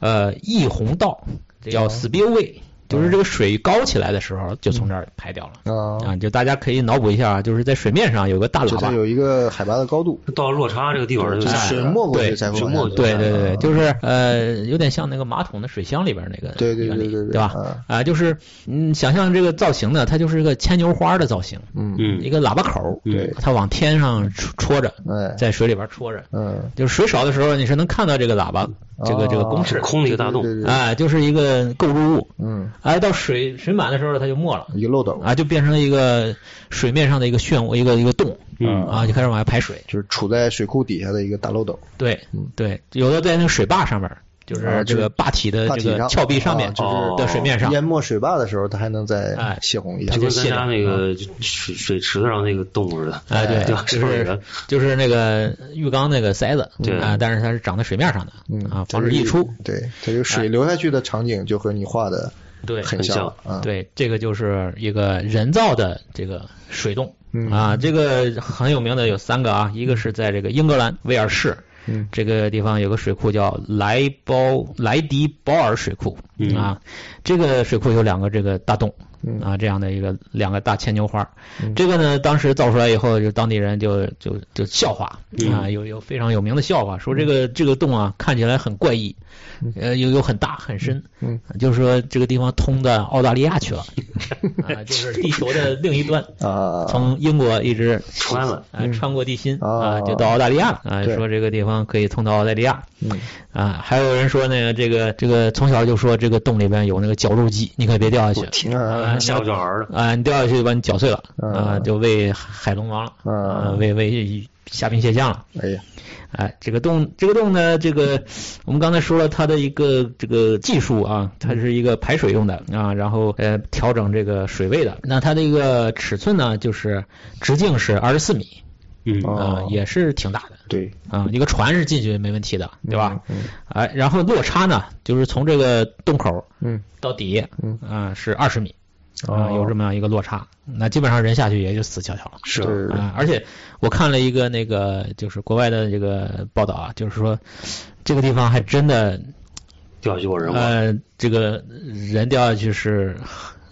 D: 呃溢洪道，叫 spillway，就是这个水高起来的时候
E: 嗯
D: 就从这儿排掉了。
E: 啊，
D: 啊，就大家可以脑补一下啊，就是在水面上有个大啊
E: 就
D: 喇
E: 它
D: 叭，
E: 有一个海拔的高度，
C: *laughs* 到落差这个地方
E: 就
D: 哎
C: 就是
E: 水没过去
D: 对
E: 才会
C: 水
E: 往下
C: 没过
E: 流
C: 去
D: 对对对，
E: 啊
D: 对就是呃，有点像那个马桶的水箱里边那个
E: 对对
D: 原理
E: 对对对
D: 对吧？
E: 嗯
D: 啊、就是嗯，想象这个造型呢，它就是一个牵牛花的造型，
E: 嗯
D: 一
C: 嗯，
D: 个喇叭口儿，
E: 对
D: 它往天上戳戳着，
E: 哎
D: 在水里边戳着，
E: 嗯，
D: 就是水少的时候，你是能看到这个喇叭这
E: 哦
D: 个这个公式
E: 是
D: 的，
C: 空了一个大洞
E: 啊对，对对，
D: 哎、就是一个构筑物，
E: 嗯，
D: 哎，到水水满的时候它就没了。
E: 一个漏斗，
D: 啊，就变成了一个水面上的一个漩涡，一个一个洞，
C: 嗯
D: 啊，就开始往下排水。
E: 就是处在水库底下的一个大漏斗，
D: 对
E: 嗯
D: 对，有的在那个水坝上面儿，就
E: 啊
D: 是
E: 就
D: 这
E: 是
D: 个坝体的
E: 坝
D: 这
E: 体
D: 个
E: 上
D: 峭壁上面
E: 啊就是
D: 的水面上，
E: 淹没水坝的时候，它还能再
D: 哎
E: 泄洪一下
C: 就，跟
D: 就
C: 咱
D: 卸
C: 家
D: 了
C: 那个水水池子上那个洞似的。*laughs*
D: 哎对
C: 吧，
D: 就
C: 上面
D: 是就是那个浴缸那个塞子，
C: 对
D: 啊，但是它是长在水面上的
E: 嗯，
D: 啊，
E: 它
D: 防止
E: 是
D: 溢出。哎
E: 对，它这个水流下去的场景就和你画的
D: 对
E: 很
C: 像
E: 啊，
D: 对，这个就是一个人造的这个水洞
E: 嗯
D: 啊，这个很有名的有三个啊，一个是在这个英格兰威尔士。
E: 嗯
D: 这个地方有个水库叫莱包莱迪保尔水库、
C: 嗯
D: 啊，这个水库有两个这个大洞
E: 嗯
D: 啊，这样的一个两个大牵牛花。
E: 嗯
D: 这个呢，当时造出来以后，就当地人就就就笑话
E: 嗯
D: 啊，有有非常有名的笑话，说这个这个洞啊看起来很怪异，呃，又又很大很深，
E: 嗯，
D: 就是说这个地方通到澳大利
E: *laughs*
D: 亚去了，啊，就是地球的另一端。
E: 啊，
D: 从英国一直
C: 穿了，
D: 啊，穿过地心
E: 啊
D: 啊，就到澳大利亚了啊。
E: 对
D: 说这个地方可以通到澳大利亚
E: 嗯
D: 啊。还有人说那个这个这个从小就说这个洞里边有那个绞肉机，你可别掉下哎去
E: 挺啊
C: 吓唬小孩儿的。
D: 啊！你掉下去就把你绞碎了啊，
E: 嗯
D: 就喂海龙王了啊，
E: 啊，
D: 喂喂虾兵蟹将了。
E: 哎呀，
D: 哎，这个洞，这个洞呢，这个我们刚才说了它的一个这个技术啊，它是一个排水用的啊，然后呃调整这个水位的。那它的一个尺寸呢，就是直径是二十四米
C: 嗯，
D: 啊、
E: 哦
D: 也是挺大的
E: 对，
D: 啊、一个船是进去没问题的，对吧？
E: 嗯
D: 哎，然后落差呢，就是从这个洞口
E: 嗯
D: 到底
E: 嗯
D: 啊、是二十米啊、
E: 哦
D: 有这么样一个落差，那基本上人下去也就死翘翘了。
C: 是
E: 对
D: 啊，而且我看了一个那个就是国外的这个报道啊，就是说这个地方还真的
C: 掉下去过人吗？
D: 呃，这个人掉下去是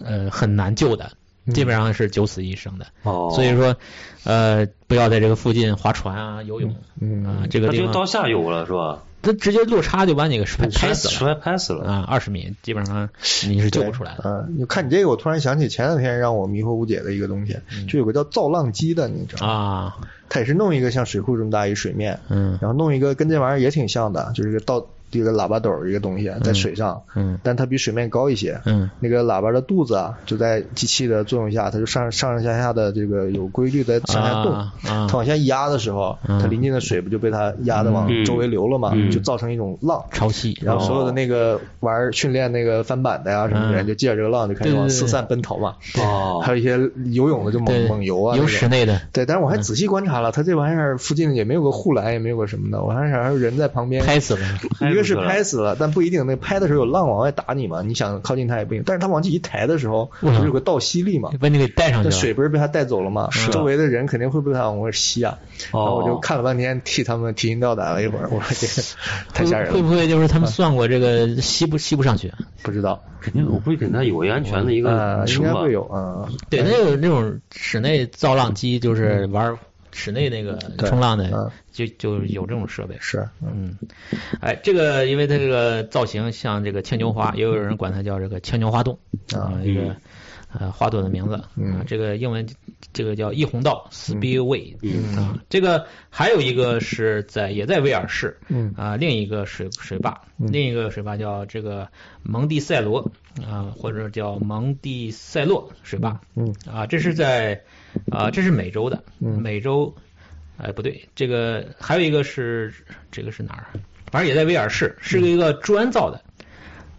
D: 呃很难救的，
E: 嗯
D: 基本上是九死一生的。
C: 哦，
D: 所以说呃，不要在这个附近划船啊、游泳啊、
E: 嗯
D: 这个
C: 他
D: 地
C: 就到
D: 方
C: 下游了是吧？嗯
D: 它直接落差就把你给摔拍死了
C: 摔拍死了。
D: 啊，二十米基本上你是救不出来的。
E: 嗯，你看你这个，我突然想起前两天让我迷惑误解的一个东西，
D: 嗯
E: 就有个叫造浪机的，你知道吗？
D: 啊，
E: 它也是弄一个像水库这么大一水面，
D: 嗯
E: 然后弄一个跟这玩意儿也挺像的，就是一个倒这个喇叭斗儿一个东西在水上，
D: 嗯
E: 但它比水面高一些，
D: 嗯
E: 那个喇叭的肚子啊，就在机器的作用下，它就上上上下下的这个有规律的上下动，
D: 啊啊
E: 它往下压的时候，
D: 嗯
E: 它临近的水不就被它压的往周围流了嘛，就造成一种浪。
D: 潮汐，
E: 然后所有的那个玩儿训练那个翻板的呀什么的人，
D: 嗯
E: 就借着这个浪就开始
D: 对对
E: 往
D: 对
E: 四散奔逃嘛。
C: 哦
E: 还有一些游泳的就
D: 对
E: 猛猛游啊，
D: 有
E: 那种
D: 室内的嗯
E: 对，但是我还仔细观察了，它这玩意儿附近也没有个护栏，也没有个什么的，我还想让人在旁边
D: 拍死了，
E: 一个是拍死了，但不一定。那拍的时候有浪往外打你嘛，你想靠近它也不行。但是它往起一抬的时候，不
D: 嗯
E: 是有个倒吸力嘛？
D: 把你给带上去
E: 那
D: 了。
E: 水不是被它带走了吗？周围的人肯定会被它往外吸啊。
C: 哦
E: 然后我就看了半天，替他们提心吊胆了一会儿。我说这个太吓人
D: 会不
E: 了，嗯
D: 会就是他们算过这个吸不吸不上去？啊
E: 不知道
C: 肯定我会给他有一安全的一
E: 呃
C: 个，
E: 应
C: 绳
E: 该
C: 吧
E: 会。有啊。
D: 对，那有那种室内造浪机，就是玩室内那个
E: 嗯对
D: 冲浪的
E: 嗯，
D: 就就有这种设备。
E: 是，嗯
D: 嗯，哎，这个因为它这个造型像这个牵牛花，也有人管它叫这个牵牛花洞
E: 啊
D: 一个呃花朵的名字啊
E: 嗯，
D: 这个英文这个叫一红道 Speedway
C: 嗯
D: 啊，这个还有一个是在也在威尔士，
E: 嗯
D: 啊，另一个水水坝，另一个水坝叫这个蒙蒂塞罗啊，或者叫蒙蒂塞洛水坝，
E: 嗯
D: 啊，这是在啊，这是美洲的，
E: 嗯
D: 美洲，哎，不对，这个还有一个是这个是哪儿？反正也在威尔士，
C: 嗯
D: 是一个砖造的，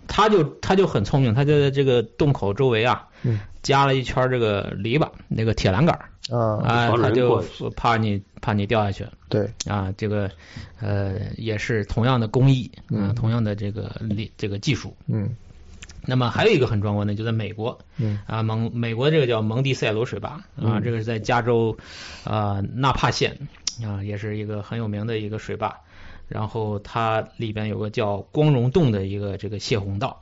D: 他就他就很聪明，他就在这个洞口周围啊
E: 嗯，
D: 加了一圈这个篱笆，那个铁栏杆儿，
E: 啊，
D: 啊，
C: 防止
D: 他
C: 人
D: 就
C: 过去
D: 怕你怕你掉下去
E: 对，
D: 啊，这个呃也是同样的工艺
C: 嗯
D: 啊，同样的这个理这个技术。
E: 嗯
D: 那么还有一个很壮观的，就在美国，
E: 嗯
D: 啊，蒙美国这个叫蒙蒂塞罗水坝啊，这个是在加州啊纳帕县啊，也是一个很有名的一个水坝。然后它里边有个叫光荣洞的一个这个泄洪道，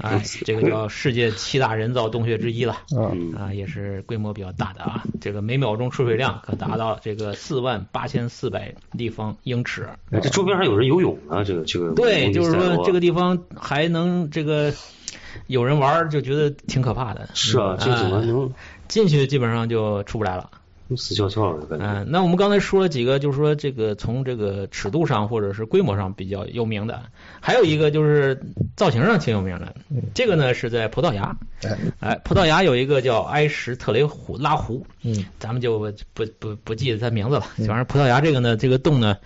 D: 啊，这个叫世界七大人造洞穴之一了。
E: 啊
C: 嗯
D: 啊，也是规模比较大的啊，这个每秒钟出水量可达到这个四万八千四百立方英尺。
C: 哎这周边还有人游泳呢，这个这个。
D: 对，就是说这个
C: 地
D: 地方还能这个有人玩儿，就觉得挺可怕的。
C: 是
E: 嗯
C: 啊，这怎么
E: 哎
C: 能
D: 进去基本上就出不来了。
C: 死翘翘的感
D: 嗯、
C: 觉？
D: 那我们刚才说了几个，就是说这个从这个尺度上或者是规模上比较有名的，还有一个就是造型上挺有名的。这个呢是在葡萄牙，
E: 哎
D: 哎，葡萄牙有一个叫埃什特雷湖拉湖，
E: 嗯，
D: 咱们就不不不记得它名字了。反正葡萄牙这个呢，这个洞呢，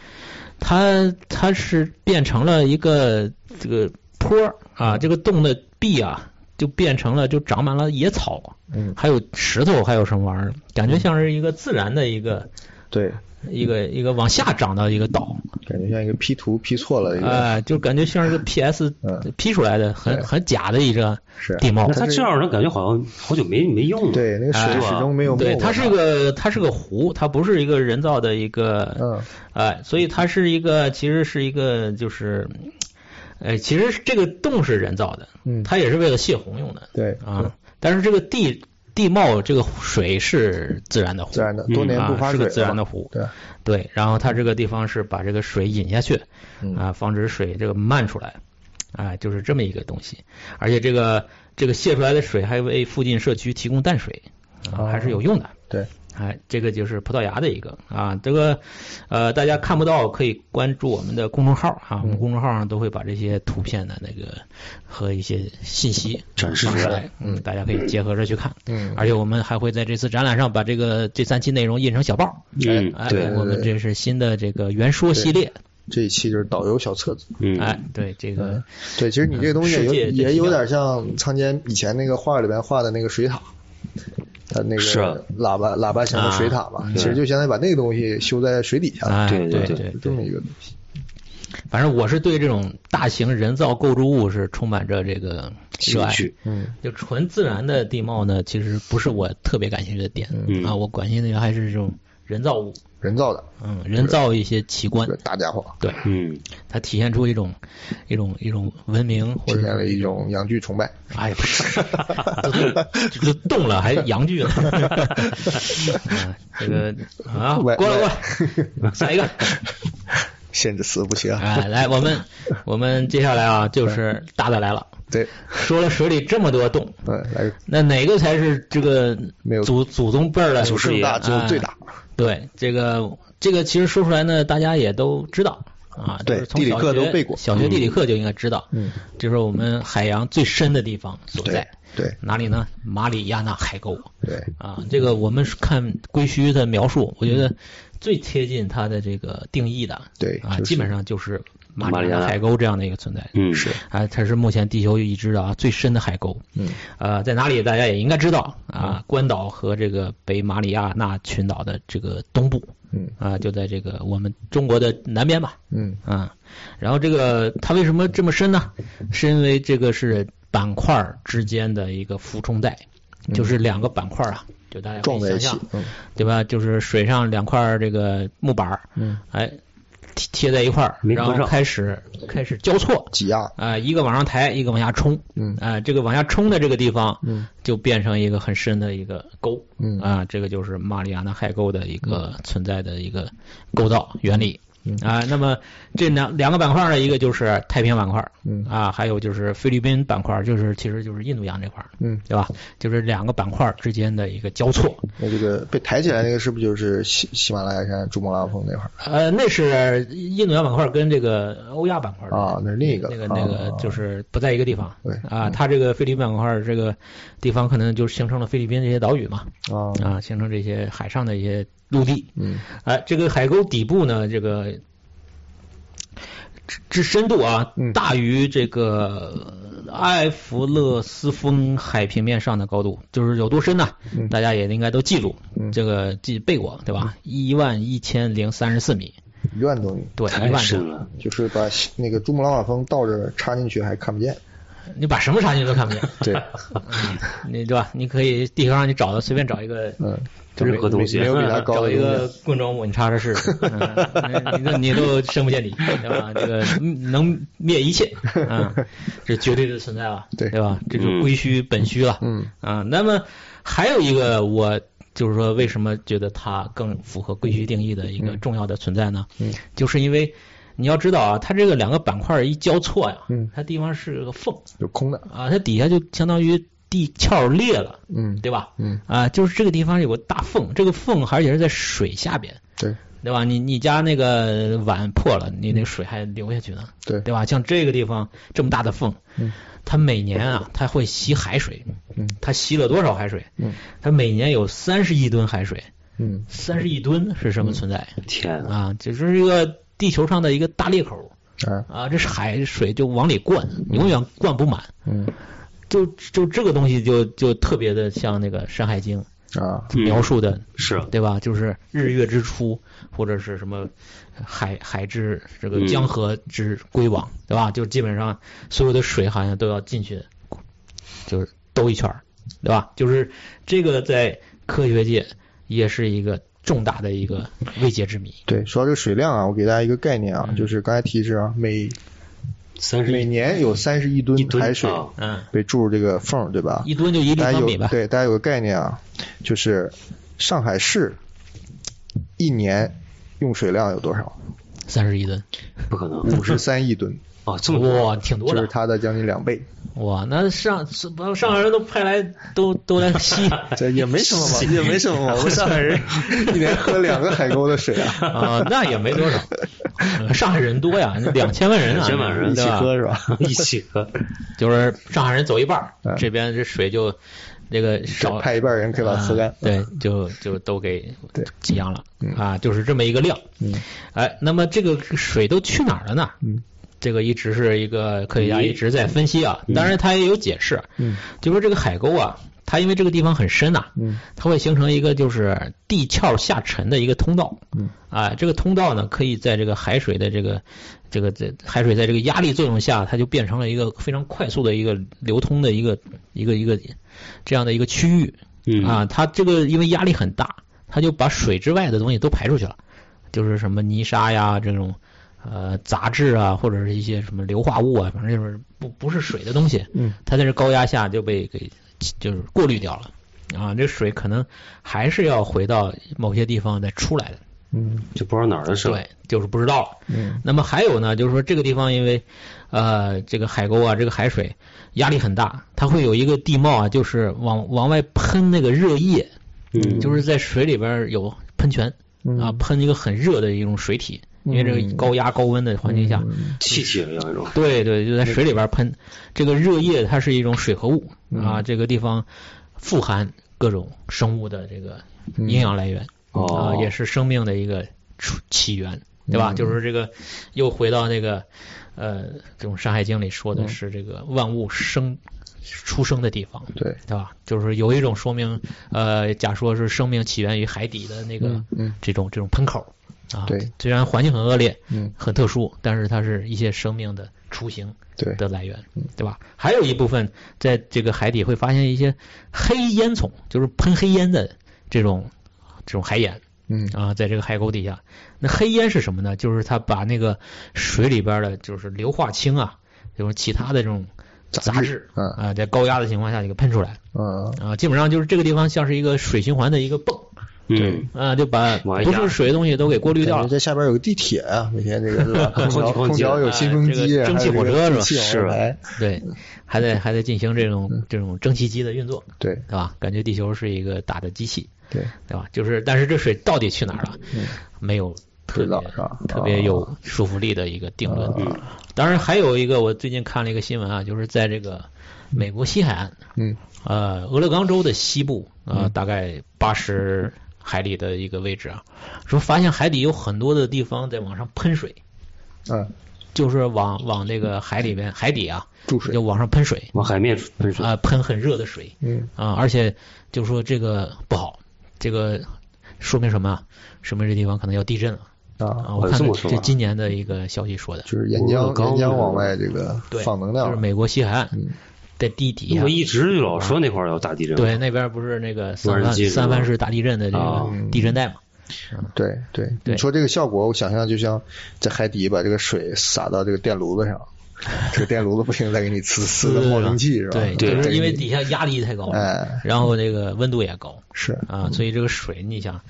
D: 它它是变成了一个这个坡儿啊，这个洞的壁啊，就变成了就长满了野草，
E: 嗯
D: 还有石头，还有什么玩意儿，感觉像是一个自然的一个
E: 对，
D: 一个一个往下长的一个岛，
E: 感觉像一个 P 图 P 错了一个，
D: 哎，就感觉像是个 PS
E: 嗯
D: P 出来的，很
E: 对
D: 很假的一个
E: 是
D: 地貌
C: 那。他这样人感觉好像好久没没用了。
E: 对，那个
D: 哎
E: 水始终没有没
D: 对，
E: 有
D: 它是个它是个湖，它不是一个人造的一个，
E: 嗯
D: 哎，所以它是一个其实是一个就是，哎，其实这个洞是人造的，
E: 嗯
D: 它也是为了泄洪用的，
E: 对
D: 啊，但是这个地地貌这个水是自然的湖，
E: 自然的，多年
D: 啊
E: 不发
D: 是
E: 水
D: 个
E: 了，
D: 自然的湖，
E: 对，
D: 对，然后它这个地方是把这个水引下去，
E: 嗯
D: 啊，防止水这个漫出来，啊，就是这么一个东西。而且这个这个泄出来的水还为附近社区提供淡水，
E: 哦
D: 啊、还是有用的。
E: 对，
D: 哎，这个就是葡萄牙的一个啊，这个呃，大家看不到可以关注我们的公众号啊，
C: 嗯
D: 我们公众号上都会把这些图片的那个和一些信息
C: 展示
D: 放
C: 出
D: 出
C: 来
D: 来，嗯，大家可以结合着去看，
E: 嗯
D: 而且我们还会在这次展览上把这个这三期内容印成小报儿，
C: 嗯
D: 哎，
C: 对
D: 我们这是新的这个原说系列，
E: 这一期就是导游小册子。嗯
C: 嗯，
D: 哎，对这个，
E: 对，其实你这个东西也有
D: 嗯世界
E: 也
D: 这
E: 有
D: 几
E: 点像仓间以前那个画里边画的那个水塔，它那
C: 是啊
E: 个喇叭喇叭型的水塔嘛，其实就相当于把那个东西修在水底下了，
D: 啊哎，
C: 对
D: 对
C: 对
D: 对
C: 对
D: 对，
E: 这么一个东西。
D: 反正我是对这种大型人造构筑物是充满着这个热
C: 兴
D: 爱。
C: 趣。
E: 嗯，
D: 就纯自然的地貌呢，其实不是我特别感兴趣的点、
C: 嗯
D: 啊，我关心的还是这种人造物，
E: 人造的
D: 嗯，人造一些奇观
E: 这，大家伙，
D: 对，
C: 嗯，
D: 它体现出一种一种一种文明或
E: 体
D: 者
E: 现了一种洋剧崇拜。
D: 哎，不是， *laughs* 都都动了 *laughs* 还阳具呢。啊，这个啊，过
E: 喂
D: 来过来，下一个。
E: *laughs* 限制词不行啊，
D: 哎，来，我们我们接下来啊，就是大的来了。
E: 对，
D: 说了水里这么多洞，
E: 对，来
D: 那哪个才是这个
E: 没有
D: 祖祖宗辈儿的
E: 祖
D: 事
E: 师
D: 业
E: 大
D: 啊
E: 就最大，
D: 对，这个这个其实说出来呢，大家也都知道啊，
E: 对
D: 就是从
E: 地理
D: 小
E: 课都
D: 学
E: 背过
D: 小学地理课就应该知道，
E: 嗯，
D: 就是我们海洋最深的地方所
E: 对
D: 在，
E: 对
D: 哪里呢？马里亚纳海沟
E: 对，
D: 啊，这个我们是看归墟的描述，我觉得最贴近它的这个定义的，
E: 嗯对
D: 啊，
E: 就是
D: 基本上就是马
C: 马里
D: 里
C: 亚
D: 亚
C: 纳
D: 纳海沟这样的一个存在，
C: 嗯
E: 是
D: 啊，它是目前地球已知的啊最深的海沟。
E: 嗯，
D: 呃，在哪里大家也应该知道啊，关岛和这个北马里亚纳群岛的这个东部。
E: 嗯
D: 啊，就在这个我们中国的南边吧。
E: 嗯
D: 啊，然后这个它为什么这么深呢？是因为这个是板块儿之间的一个俯冲带，就是两个板块儿啊，就大家
E: 嗯
D: 可
E: 撞
D: 以
E: 在一
D: 想
E: 起
D: 象，
E: 嗯
D: 对吧？就是水上两块儿这个木板儿，
E: 嗯，
D: 哎，贴贴在一块儿，
C: 没
D: 然
C: 合
D: 后
C: 上
D: 开始开始交错，
E: 挤压，
D: 啊、一个往上抬，一个往下冲，
E: 嗯
D: 啊、这个往下冲的这个地方，
E: 嗯，
D: 就变成一个很深的一个沟，
E: 嗯
D: 啊、这个就是马里亚纳海沟的一个存在的一个构造原理，嗯啊、那么这两两个板块呢，一个就是太平洋板块，
E: 嗯
D: 啊，还有就是菲律宾板块，就是其实就是印度洋这块儿，
E: 嗯
D: 对吧？就是两个板块之间的一个交错，
E: 那这个被抬起来那个是不是就是喜喜马拉雅山珠穆朗玛峰那块儿？
D: 呃，那是印度洋板块跟这个欧亚板块的
E: 啊那是另一个
D: 那个
E: 啊
D: 那个就是不在一个地方。
E: 对嗯
D: 啊，它这个菲律宾板块这个地方可能就形成了菲律宾这些岛屿嘛，
E: 啊
D: 啊，形成这些海上的一些陆地。
E: 嗯
D: 哎、这个海沟底部呢，这个之之深度啊
E: 嗯，
D: 大于这个埃弗勒斯峰海平面上的高度，就是有多深呢？
E: 嗯
D: 大家也应该都记住，这个记背过对吧？一万一千零三十四米，
E: 一万多米，
D: 对，一
C: 太
D: 万
C: 深
D: 多。
C: 了，
E: 就是把西那个珠穆朗玛峰倒着插进去还看不见。
D: 你把什么啥你都看不见，
E: 对，
D: *laughs* 你对吧？你可以地球上你找的随便找一个，
E: 嗯，
C: 任何东西
E: 没有比 *laughs* 它高
D: 找
E: 的
D: 一
E: 东西
D: 个 *laughs* 棍状物，你插着试试， *laughs* 嗯你都你都深不见底，对吧？这个嗯能灭 *laughs* 一切，啊，这绝对的存在了，
E: 对
D: 对吧？这就是归虚本虚了，
E: 嗯
D: 啊，那么还有一个我就是说，为什么觉得它更符合归虚定义的一个重要的存在呢？
E: 嗯，
D: 就是因为你要知道啊，它这个两个板块一交错呀，
E: 嗯
D: 它地方是个缝，
E: 就空的。
D: 啊，它底下就相当于地壳裂了，
E: 嗯，
D: 对吧？
E: 嗯，
D: 啊，就是这个地方有个大缝，这个缝而且是在水下边，
E: 对
D: 对吧？你你家那个碗破了，你那水还流下去呢，
E: 对
D: 对吧？像这个地方这么大的缝，
E: 嗯
D: 它每年啊，它会吸海水，
E: 嗯
D: 它吸了多少海水？
E: 嗯
D: 它每年有三十亿吨海水，
E: 嗯
D: 三十亿吨是什么存在、
C: 天啊，
D: 啊？这就是一个地球上的一个大裂口
E: 啊
D: 啊，这是海水就往里灌，永远灌不满。
E: 嗯
D: 就就这个东西就就特别的像那个《山海经
E: 啊》
D: 描述的，
C: 嗯是啊
D: 对吧？就是日月之初，或者是什么海海之这个
C: 嗯
D: 江河之归往，对吧？就基本上所有的水好像都要进去，就是兜一圈儿，对吧？就是这个在科学界也是一个重大的一个未解之谜。
E: 对，说到这个水量啊，我给大家一个概念啊，就是刚才提示啊，每
C: 三十
E: 每年有三十亿吨
C: 一吨
E: 海水
C: 啊
D: 嗯，
E: 被注入这个缝儿，对吧？
D: 一吨就一立
E: 大家
D: 方
E: 有
D: 米吧。
E: 对大家有个概念啊，就是上海市一年用水量有多少？
D: 三十一吨，
C: 不可能
E: 五十三亿吨，
C: 啊，这么多
D: 哇，挺多
E: 就
D: 的
E: 是。它的将近两倍。
D: 哇，那上把上海人都派来，都都来
C: *laughs*
D: 吸
E: 哎这也没什么
D: *laughs*
E: 嘛，也没什么嘛。我们上海人 *laughs* 一年喝两个海沟的水啊，
D: *laughs* 啊、那也没多少。上海人多呀，两千万人啊，
C: 2000万人
E: 一起
D: 对吧
E: 喝？是吧？
C: *laughs* 一起喝，
D: 就是上海人走一半儿
E: 嗯，
D: 这边这水就这个少
E: 派一半人可以把它喝干
D: 啊。对，就就都给
E: 对
D: 给殃了啊，就是这么一个量。
E: 嗯，
D: 哎，那么这个水都去哪儿了呢？
E: 嗯，
D: 这个一直是一个科学家一直在分析啊，当然他也有解释，
E: 嗯，
D: 就说这个海沟啊，它因为这个地方很深呐、
E: 嗯，
D: 它会形成一个就是地壳下沉的一个通道，
E: 嗯，
D: 啊，这个通道呢，可以在这个海水的这个这个这海水在这个压力作用下，它就变成了一个非常快速的一个流通的一个一个一个这样的一个区域，
C: 嗯
D: 啊，它这个因为压力很大，它就把水之外的东西都排出去了，就是什么泥沙呀这种呃杂质啊，或者是一些什么硫化物啊，反正就是不不是水的东西，
E: 嗯，
D: 它在这高压下就被给就是过滤掉了。啊，这水可能还是要回到某些地方再出来的，
E: 嗯
C: 就不知道哪儿的事儿
D: 对，就是不知道了。
E: 嗯
D: 那么还有呢，就是说这个地方因为，呃，这个海沟啊，这个海水压力很大，它会有一个地貌啊，就是往往外喷那个热液，
C: 嗯，
D: 就是在水里边有喷泉啊
E: 嗯
D: 啊，喷一个很热的一种水体，因为这
C: 嗯
D: 个高压高温的环境
E: 嗯
D: 下，
C: 气体一样那种。
E: 啊
D: 对对，就在水里边喷。这个热液它是一种水合物
C: 嗯
D: 啊，这个地方富含各种生物的这个
E: 嗯
D: 营养来源啊，
C: 嗯哦
D: 也是生命的一个出起源，
C: 嗯
D: 对吧？就是这个又回到那个呃，这种《山海经》里
C: 嗯
D: 说的是这个万物生出生的地方，
E: 对，
D: 对吧？就是有一种说明，呃，假说是生命起源于海底的那个、
E: 嗯
D: 这种这种喷口啊。
E: 对，
D: 虽然环境很恶劣，
E: 嗯，
D: 很特殊，但是它是一些生命的雏形
E: 对，嗯
D: 的来源，对吧？还有一部分在这个海底会发现一些黑烟囱，就是喷黑烟的这种这种海盐
E: 嗯
D: 啊，在这个海沟底下，那黑烟是什么呢？就是它把那个水里边的，就是硫化氢啊，这种其他的这种
E: 杂
D: 杂
E: 质
D: 质
E: 嗯
D: 啊，在高压的情况下就给喷出来。
E: 啊，
D: 啊，基本上就是这个地方像是一个水循环的一个泵
C: 嗯，
D: 啊，就把
C: 往
D: 不
C: 下
D: 是水的东西都给过滤掉
E: 感觉
D: 了。
E: 这下边有个地铁啊，每天这个是
D: *laughs*
E: 吧？空调
C: 空气
E: 空调有
D: 啊
E: 新风
D: 这个
E: 机，
D: 蒸
E: 还
D: 汽
E: 有
D: 火
E: 这
D: 车
E: 个
D: 是吧
E: 蒸汽往
C: 是
E: 上来，
D: 对，还得还得进行这种这种蒸汽机的运作，
E: 嗯对
D: 对吧？感觉地球是一个大的机器，
E: 对，
D: 对吧？就是，但是这水到底去哪儿了，没有
E: 嗯
D: 特
E: 知道
D: 别
E: 是吧哦嗯
D: 特别有说服力的一个定论。啊当然，还有一个我最近看了一个新闻啊，就是在这个美国西海岸，
E: 嗯
D: 呃，俄勒冈州的西部，呃，大概八十海里的一个位置啊，说发现海底有很多的地方在往上喷水，
E: 嗯，
D: 就是往往那个海里面海底啊，
E: 注水
D: 就往上喷水
C: 往海面喷水
D: 啊、，喷很热的水，
E: 嗯
D: 啊，而且就说这个不好，这个说明什么啊？说明这地方可能要地震了
E: 啊，
D: 啊！我看
C: 这么说
D: 这
C: 吧
D: 今年的一个消息说的，
E: 就是沿
C: 俄
E: 江
C: 勒冈
E: 沿江往
C: 是
E: 外这个
D: 对，
E: 放能
D: 就是
E: 量，
D: 美国西海岸在地底下
C: 我，一直就老说那块儿要大地震。
D: 对，那边不是那个三
C: 无人
D: 藩
C: 机是吧
D: 三藩市大地震的这
C: 啊
D: 个地震带嘛？
E: 对对，
D: 对
E: 你说这个效果，我想象就像在海底把这个水洒到这个电炉子上，这个电炉子不停地在给你呲呲的冒蒸汽是吧？
D: 啊对，
C: 对
D: 就是
E: 对
D: 因为底下压力太高了
E: 哎，
D: 然后这个温度也高
E: 是
D: 啊，所以这个水你想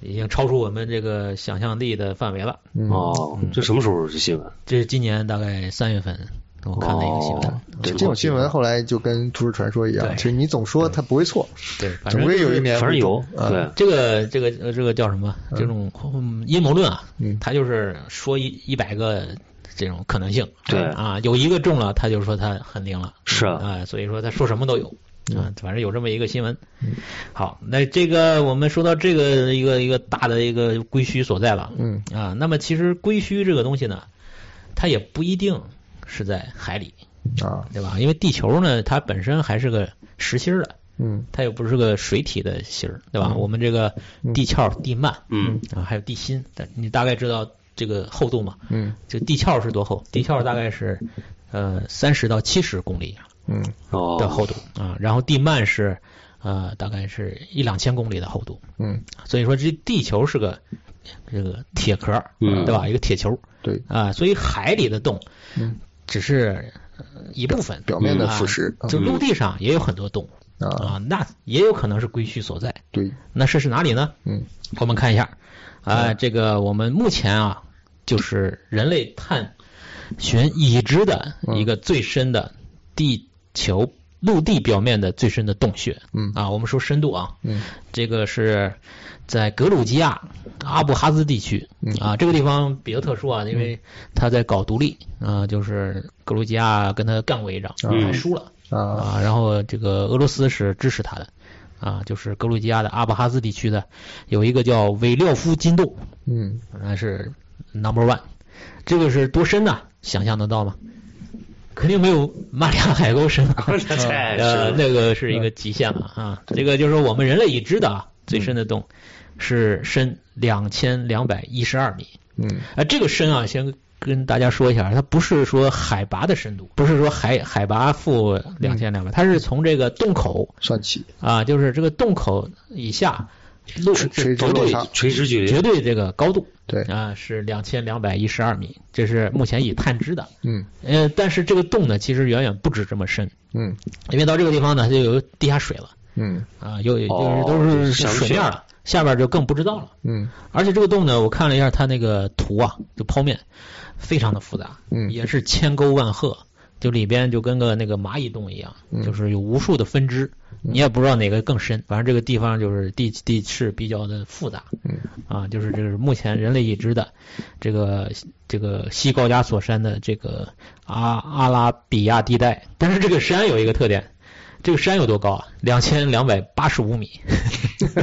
D: 已经超出我们这个想象力的范围了。
E: 嗯
C: 哦，
D: 嗯
C: 这什么时候是新闻？
D: 这是今年大概三月份我看的一个新闻。
C: 哦
E: 对，这种新闻后来就跟都市传说一样，
D: 对
E: 其实你总说它不会错，
D: 对，反
E: 总
D: 正
E: 归有一年嗯
C: 反正
E: 会
C: 有
E: 中，
C: 对，
D: 这个这个呃这个叫什么？这种嗯阴谋论啊，他就是说一一百个这种可能性，
C: 对
D: 啊，有一个中了，他就说他很灵了，
C: 是啊，
D: 啊，所以说他说什么都有。啊，反正有这么一个新闻。好，那这个我们说到这个一个一个大的一个归墟所在了。
E: 嗯
D: 啊，那么其实归墟这个东西呢，它也不一定是在海里，
E: 啊，
D: 对吧？因为地球呢，它本身还是个实心儿的，
E: 嗯
D: 它又不是个水体的芯儿，对吧？我们这个地壳、地幔，
C: 嗯，
D: 啊，还有地心，但你大概知道这个厚度吗？
E: 嗯
D: 这个地壳是多厚？地壳大概是呃三十到七十公里
E: 嗯
D: 的
C: 哦，*laughs*
D: 厚度啊，然后地幔是呃大概是一两千公里的厚度，
E: 嗯，
D: 所以说这地球是个这个铁壳儿，
C: 嗯
D: 对吧？一个铁球
E: 对，
D: 啊，所以海里的洞，只是呃一部分
E: 嗯表面的
D: 啊
E: 腐蚀
D: 就陆地上也有很多洞
E: 嗯啊，
D: 啊，那也有可能是归墟所在。
E: 对，
D: 那这是哪里呢？
E: 嗯
D: 我们看一下，啊、这个我们目前啊，就是人类探寻已知的一个最深的地球陆地表面的最深的洞穴。
E: 嗯
D: 啊，我们说深度啊，
E: 嗯
D: 这个是在格鲁吉亚阿布哈兹地区啊，这个地方比较特殊啊，因为他在搞独立啊，就是格鲁吉亚跟他干过一仗，还输了。
E: 啊
D: 啊，然后这个俄罗斯是支持他的，啊，就是格鲁吉亚的阿布哈兹地区的有一个叫韦廖夫金洞，
E: 嗯，
D: 那是 number one，这个是多深呐？想象得到吗？肯定没有马里亚海沟深啊，
E: 嗯
C: 太
D: 呃，
E: *laughs*
D: 那个是一个极限了啊。这个就是我们人类已知的啊，最深的洞是深两千两百一十二米，
E: 嗯
D: 啊，这个深啊，先跟大家说一下，它不是说海拔的深度，不是说海海拔负两千两百，它是从这个洞口
E: 算起，
D: 啊，就是这个洞口以下，路是
E: 垂直
D: 绝
E: 落
D: 对
E: 差
C: 垂直距
D: 绝
C: 离，
D: 对这个高度，
E: 对
D: 啊，是两千两百一十二米，这是目前已探知的。
E: 嗯
D: 呃，但是这个洞呢，其实远远不止这么深，
E: 嗯
D: 因为到这个地方呢，它就有地下水了
E: 嗯
D: 啊，有有就是
C: 哦
D: 都是
C: 想
D: 水
C: 起
D: 面
C: 来
D: 了，下边就更不知道了。
E: 嗯
D: 而且这个洞呢，我看了一下它那个图啊，就剖面，非常的复杂，
E: 嗯
D: 也是千沟万壑，就里边就跟个那个蚂蚁洞一样，
E: 嗯
D: 就是有无数的分支，你也不知道哪个更深。反正这个地方就是地地势比较的复杂，
E: 嗯
D: 啊，就是这是目前人类已知的这个这个西高加索山的这个阿阿拉比亚地带。但是这个山有一个特点。这个山有多高啊？两千两百八十五米， *laughs*
E: *laughs*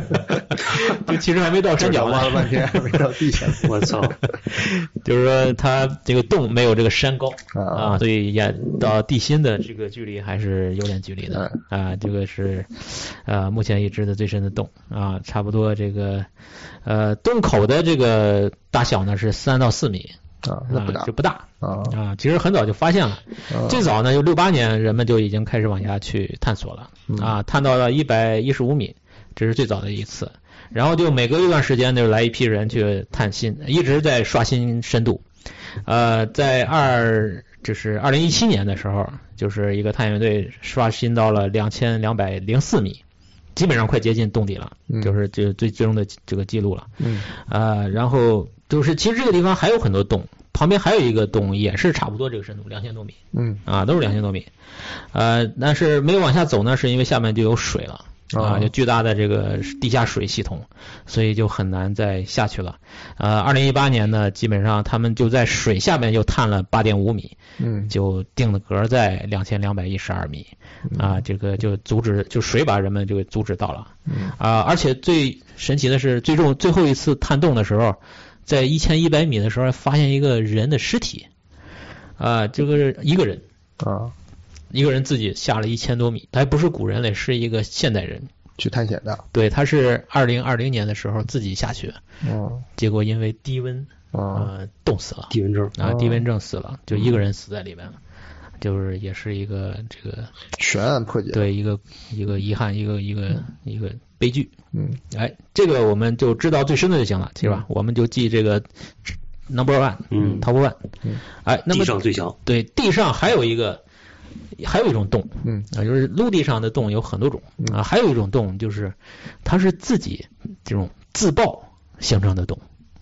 D: 就其实还没到山脚
E: 挖了半 *laughs* 天还没到地下。
C: 我
D: *laughs*
C: 操！
D: 就是说它这个洞没有这个山高
E: 啊
D: 啊，所以也到地心的这个距离还是有点距离的
E: 嗯
D: 啊。这个是呃目前已知的最深的洞啊，差不多这个呃洞口的这个大小呢是三到四米。
E: 啊，那不大
D: 啊就不大
E: 啊
D: 啊，其实很早就发现了，最早呢就六八年人们就已经开始往下去探索了啊，探到了一百一十五米，这是最早的一次，然后就每隔一段时间就来一批人去探新，一直在刷新深度，呃，在二就是二零一七年的时候，就是一个探险队刷新到了两千两百零四米。基本上快接近洞底了，就是这最最终的这个记录了。
E: 嗯，
D: 呃，然后就是其实这个地方还有很多洞，旁边还有一个洞也是差不多这个深度，两千多米
E: 嗯
D: 啊，都是两千多米。呃，但是没有往下走呢，是因为下面就有水了。
E: 哦
D: 啊，有巨大的这个地下水系统，所以就很难再下去了。呃，二零一八年呢，基本上他们就在水下面又探了八点五米，
E: 嗯
D: 就定的格在两千两百一十二米，啊，这个就阻止，就水把人们就给阻止到了，
E: 嗯
D: 啊，而且最神奇的是，最终最后一次探洞的时候，在一千一百米的时候还发现一个人的尸体，啊，这个是一个人，
E: 啊，
D: 一个人自己下了一千多米，他还不是古人类，是一个现代人，
E: 去探险的，
D: 对，他是二零二零年的时候自己下去，
E: 嗯
D: 结果因为低温，
E: 啊
D: 呃，冻死了。
C: 地缘症，
D: 啊，低温症死了，就一个人死在里边了，就是也是一啊个这个
E: 悬案破解，
D: 对一个一个遗憾，一个一个一个悲剧。
E: 嗯
D: 哎，这个我们就知道最深的就行了，对吧？我们就记这个 number one，
C: 嗯
D: ，top one。哎，那
C: 地
D: 么
C: 上最强，
D: 对地上还有一个，还有一种洞，
E: 嗯
D: 啊，就是陆地上的洞有很多种
C: 嗯
D: 啊，还有一种洞就是它是自己这种自爆形成的洞。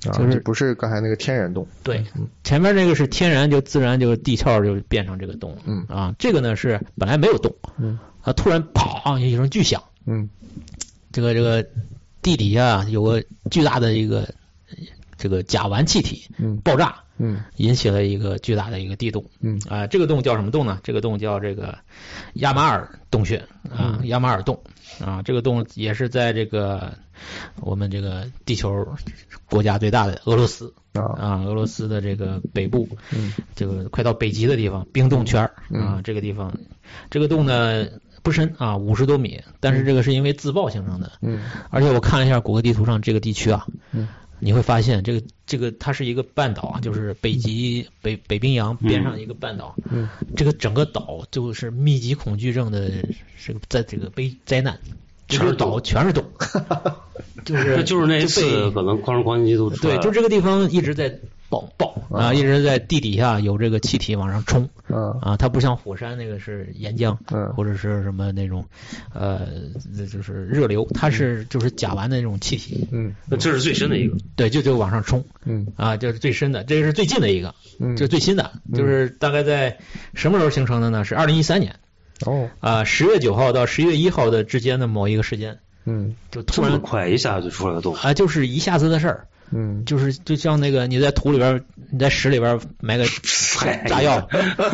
E: 啊，
D: 就是
E: 这不是刚才那个天然洞，
D: 对，
C: 嗯
D: 前面那个是天然就自然就地壳就变成这个洞了，
E: 嗯
D: 啊，这个呢是本来没有洞，
E: 嗯
D: 啊，突然砰一声巨响，
E: 嗯
D: 这个这个地底下有个巨大的一个这个甲烷气体
E: 嗯
D: 爆炸，
E: 嗯
D: 引起了一个巨大的一个地洞，
E: 嗯
D: 啊、这个洞叫什么洞呢？这个洞叫这个亚马尔洞穴啊，
E: 嗯
D: 亚马尔洞啊，这个洞也是在这个我们这个地球国家最大的俄罗斯
E: 啊
D: 啊，俄罗斯的这个北部，
E: 嗯
D: 这个快到北极的地方，冰冻圈儿啊，这个地方，这个洞呢不深啊，五十多米，但是这个是因为自爆形成的，
E: 嗯
D: 而且我看了一下谷歌地图上这个地区啊，
E: 嗯
D: 你会发现这个这个它是一个半岛啊，就是北极北北冰洋边上的一个半岛，
E: 嗯
D: 这个整个岛就是密集恐惧症的这个在这个悲灾难，这
C: 全
D: 个
C: 是洞
D: 岛全
C: *laughs*
D: 是洞， *laughs* 就是
C: 那就是那一次
D: 被
C: 可能矿石矿机都出来
D: 对，
C: 了
D: 就这个地方一直在爆爆啊，一直在地底下有这个气体往上冲
E: 啊
D: 啊，它不像火山那个是岩浆
E: 嗯，
D: 或者是什么那种呃，就是热流，它是就是甲烷的那种气体，
E: 嗯
C: 那这是最深的一个，
D: 对，就就往上冲
E: 嗯
D: 啊，就是最深的，这是最近的一个，
E: 嗯，
D: 就最新的，就是大概在什么时候形成的呢？是二零一三年
E: 哦
D: 啊，十月九号到十月一号的之间的某一个时间，
E: 嗯
D: 就
C: 这
D: 突
C: 么
D: 然
C: 快一下就出来了洞，
D: 啊，就是一下子的事儿。
E: 嗯
D: 就是就像那个你在土里边儿，你在屎里边儿埋个
E: *laughs*
D: 炸药，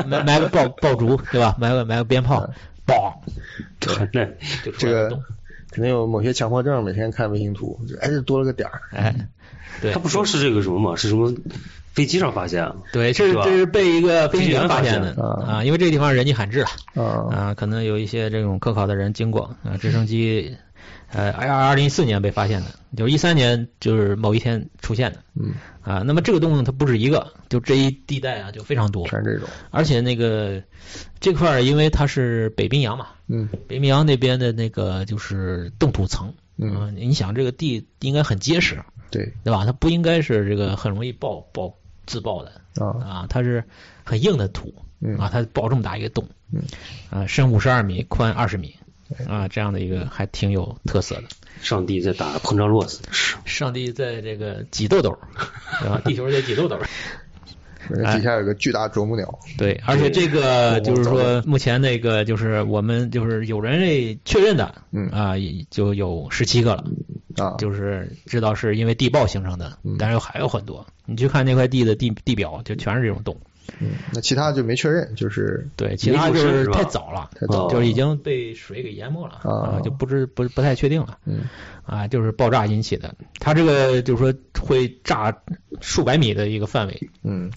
D: 埋埋个爆
C: *laughs*
D: 爆竹，对吧？埋个埋个鞭炮，嘣
E: 嗯
C: 那
D: 就出
E: 这
D: 来
E: 个
D: 了洞。
E: 可能有某些强迫症，每天看卫星图，哎，这多了个点儿，
D: 哎，对
C: 他不说是这个什么嘛，是什么飞机上发现啊？
D: 对，这是
C: 是吧
D: 这是被一个飞行员
C: 员
D: 发
C: 发
D: 现
C: 现
D: 的
C: 的
D: 啊，因为这个地方人迹罕至了
E: 啊
D: 啊，可能有一些这种科考的人经过啊，直升机。呃，二二零一四年被发现的，就是一三年就是某一天出现的
E: 嗯，
D: 啊。那么这个洞呢，它不止一个，就这一地带啊，就非常多。
E: 全是这种，
D: 而且那个这块儿，因为它是北冰洋嘛，
E: 嗯
D: 北冰洋那边的那个就是冻土层，
E: 嗯
D: 啊你想这个地应该很结实，
E: 对
D: 对吧？它不应该是这个很容易爆爆自爆的
E: 啊
D: 啊，它是很硬的土
E: 嗯
D: 啊，它爆这么大一个洞
E: 嗯，
D: 啊，深五十二米，宽二十米啊，这样的一个还挺有特色的。
C: 上帝在打膨胀洛斯，
D: 上帝在这个挤痘痘，啊，地球在挤痘痘。
E: 人底下有个巨大啄木鸟，
D: 对，而且这个就是说，目前那个就是我们就是有人类确认的，
E: 嗯
D: 啊，也就有十七个了，
E: 啊，
D: 就是知道是因为地暴形成的，但是还有很多。你去看那块地的地地表，就全是这种洞。
E: 嗯那其他就没确认，就是
D: 对，其他就
C: 没出
D: 是
C: 事是吧
D: 太早了，
E: 太早了
D: 就是已经被水给淹没了
E: 啊
D: 就不知不不太确定了。
E: 嗯
D: 啊，就是爆炸引起的。它这个就是说会炸数百米的一个范围，
E: 嗯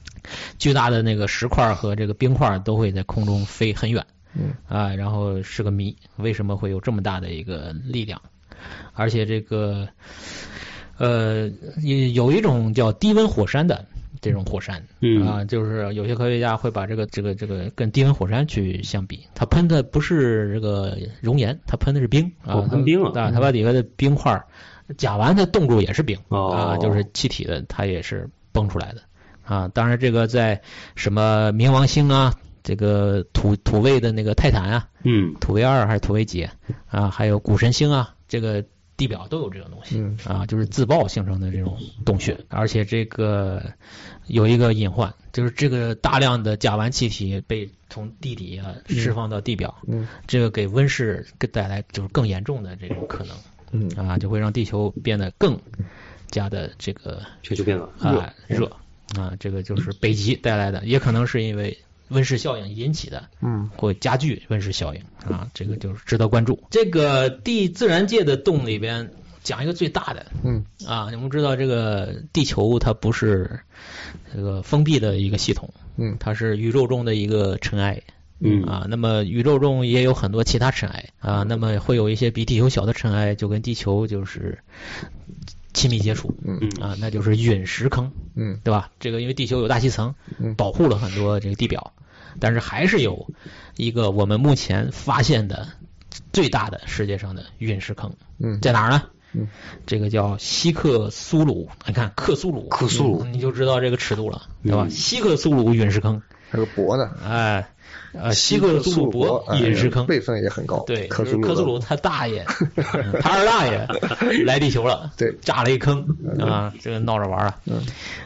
D: 巨大的那个石块儿和这个冰块儿都会在空中飞很远
E: 嗯
D: 啊，然后是个谜，为什么会有这么大的一个力量？而且这个呃，也有一种叫低温火山的这种火山，
C: 嗯
D: 啊，就是有些科学家会把这个这个这个跟低温火山去相比，它喷的不是这个熔岩，它喷的是冰啊，
C: 哦喷冰啊
D: 它啊，它把底下的冰块儿甲烷它冻住也是冰
C: 哦
D: 啊，就是气体的，它也是蹦出来的啊。当然，这个在什么冥王星啊，这个土土卫的那个泰坦啊，
C: 嗯，
D: 土卫二还是土卫几啊，还有古神星啊，这个地表都有这种东西。
E: 嗯
D: 啊，就是自爆形成的这种洞穴，而且这个有一个隐患，就是这个大量的甲烷气体被从地底下释放到地表，
E: 嗯
D: 这个给温室给带来就是更严重的这种可能
E: 嗯，
D: 啊，就会让地球变得更加的这个
C: 全球变哎暖，
D: 啊热
E: 嗯
D: 啊，这个就是北极带来的，也可能是因为温室效应引起的，
E: 嗯，
D: 会加剧温室效应啊，这个就是值得关注。这个地自然界的洞里边讲一个最大的，
E: 嗯
D: 啊，我们知道这个地球它不是这个封闭的一个系统，
E: 嗯
D: 它是宇宙中的一个尘埃。
C: 嗯
D: 啊，那么宇宙中也有很多其他尘埃啊，那么会有一些比地球小的尘埃就跟地球就是亲密接触，
E: 嗯
C: 嗯
D: 啊，那就是陨石坑，
E: 嗯
D: 对吧？这个因为地球有大气层
E: 嗯，
D: 保护了很多这个地表，但是还是有一个我们目前发现的最大的世界上的陨石坑，
E: 嗯
D: 在哪儿呢？
E: 嗯
D: 这个叫西克苏鲁，你看克苏鲁，
C: 克苏鲁
D: 嗯你就知道这个尺度了，对吧？
C: 嗯
D: 西克苏鲁陨石坑，
E: 还有博呢，
D: 哎，呃，西克苏鲁伯
E: 哎
D: 陨石坑，
E: 辈分也很高，
D: 对，
E: 克苏
D: 就是
E: 鲁
D: 克苏
E: 的
D: 鲁他大
E: *laughs*
D: 爷，嗯他二大爷来地球了，
E: 对
D: 炸了一坑啊，这个闹着玩儿啊
E: 嗯，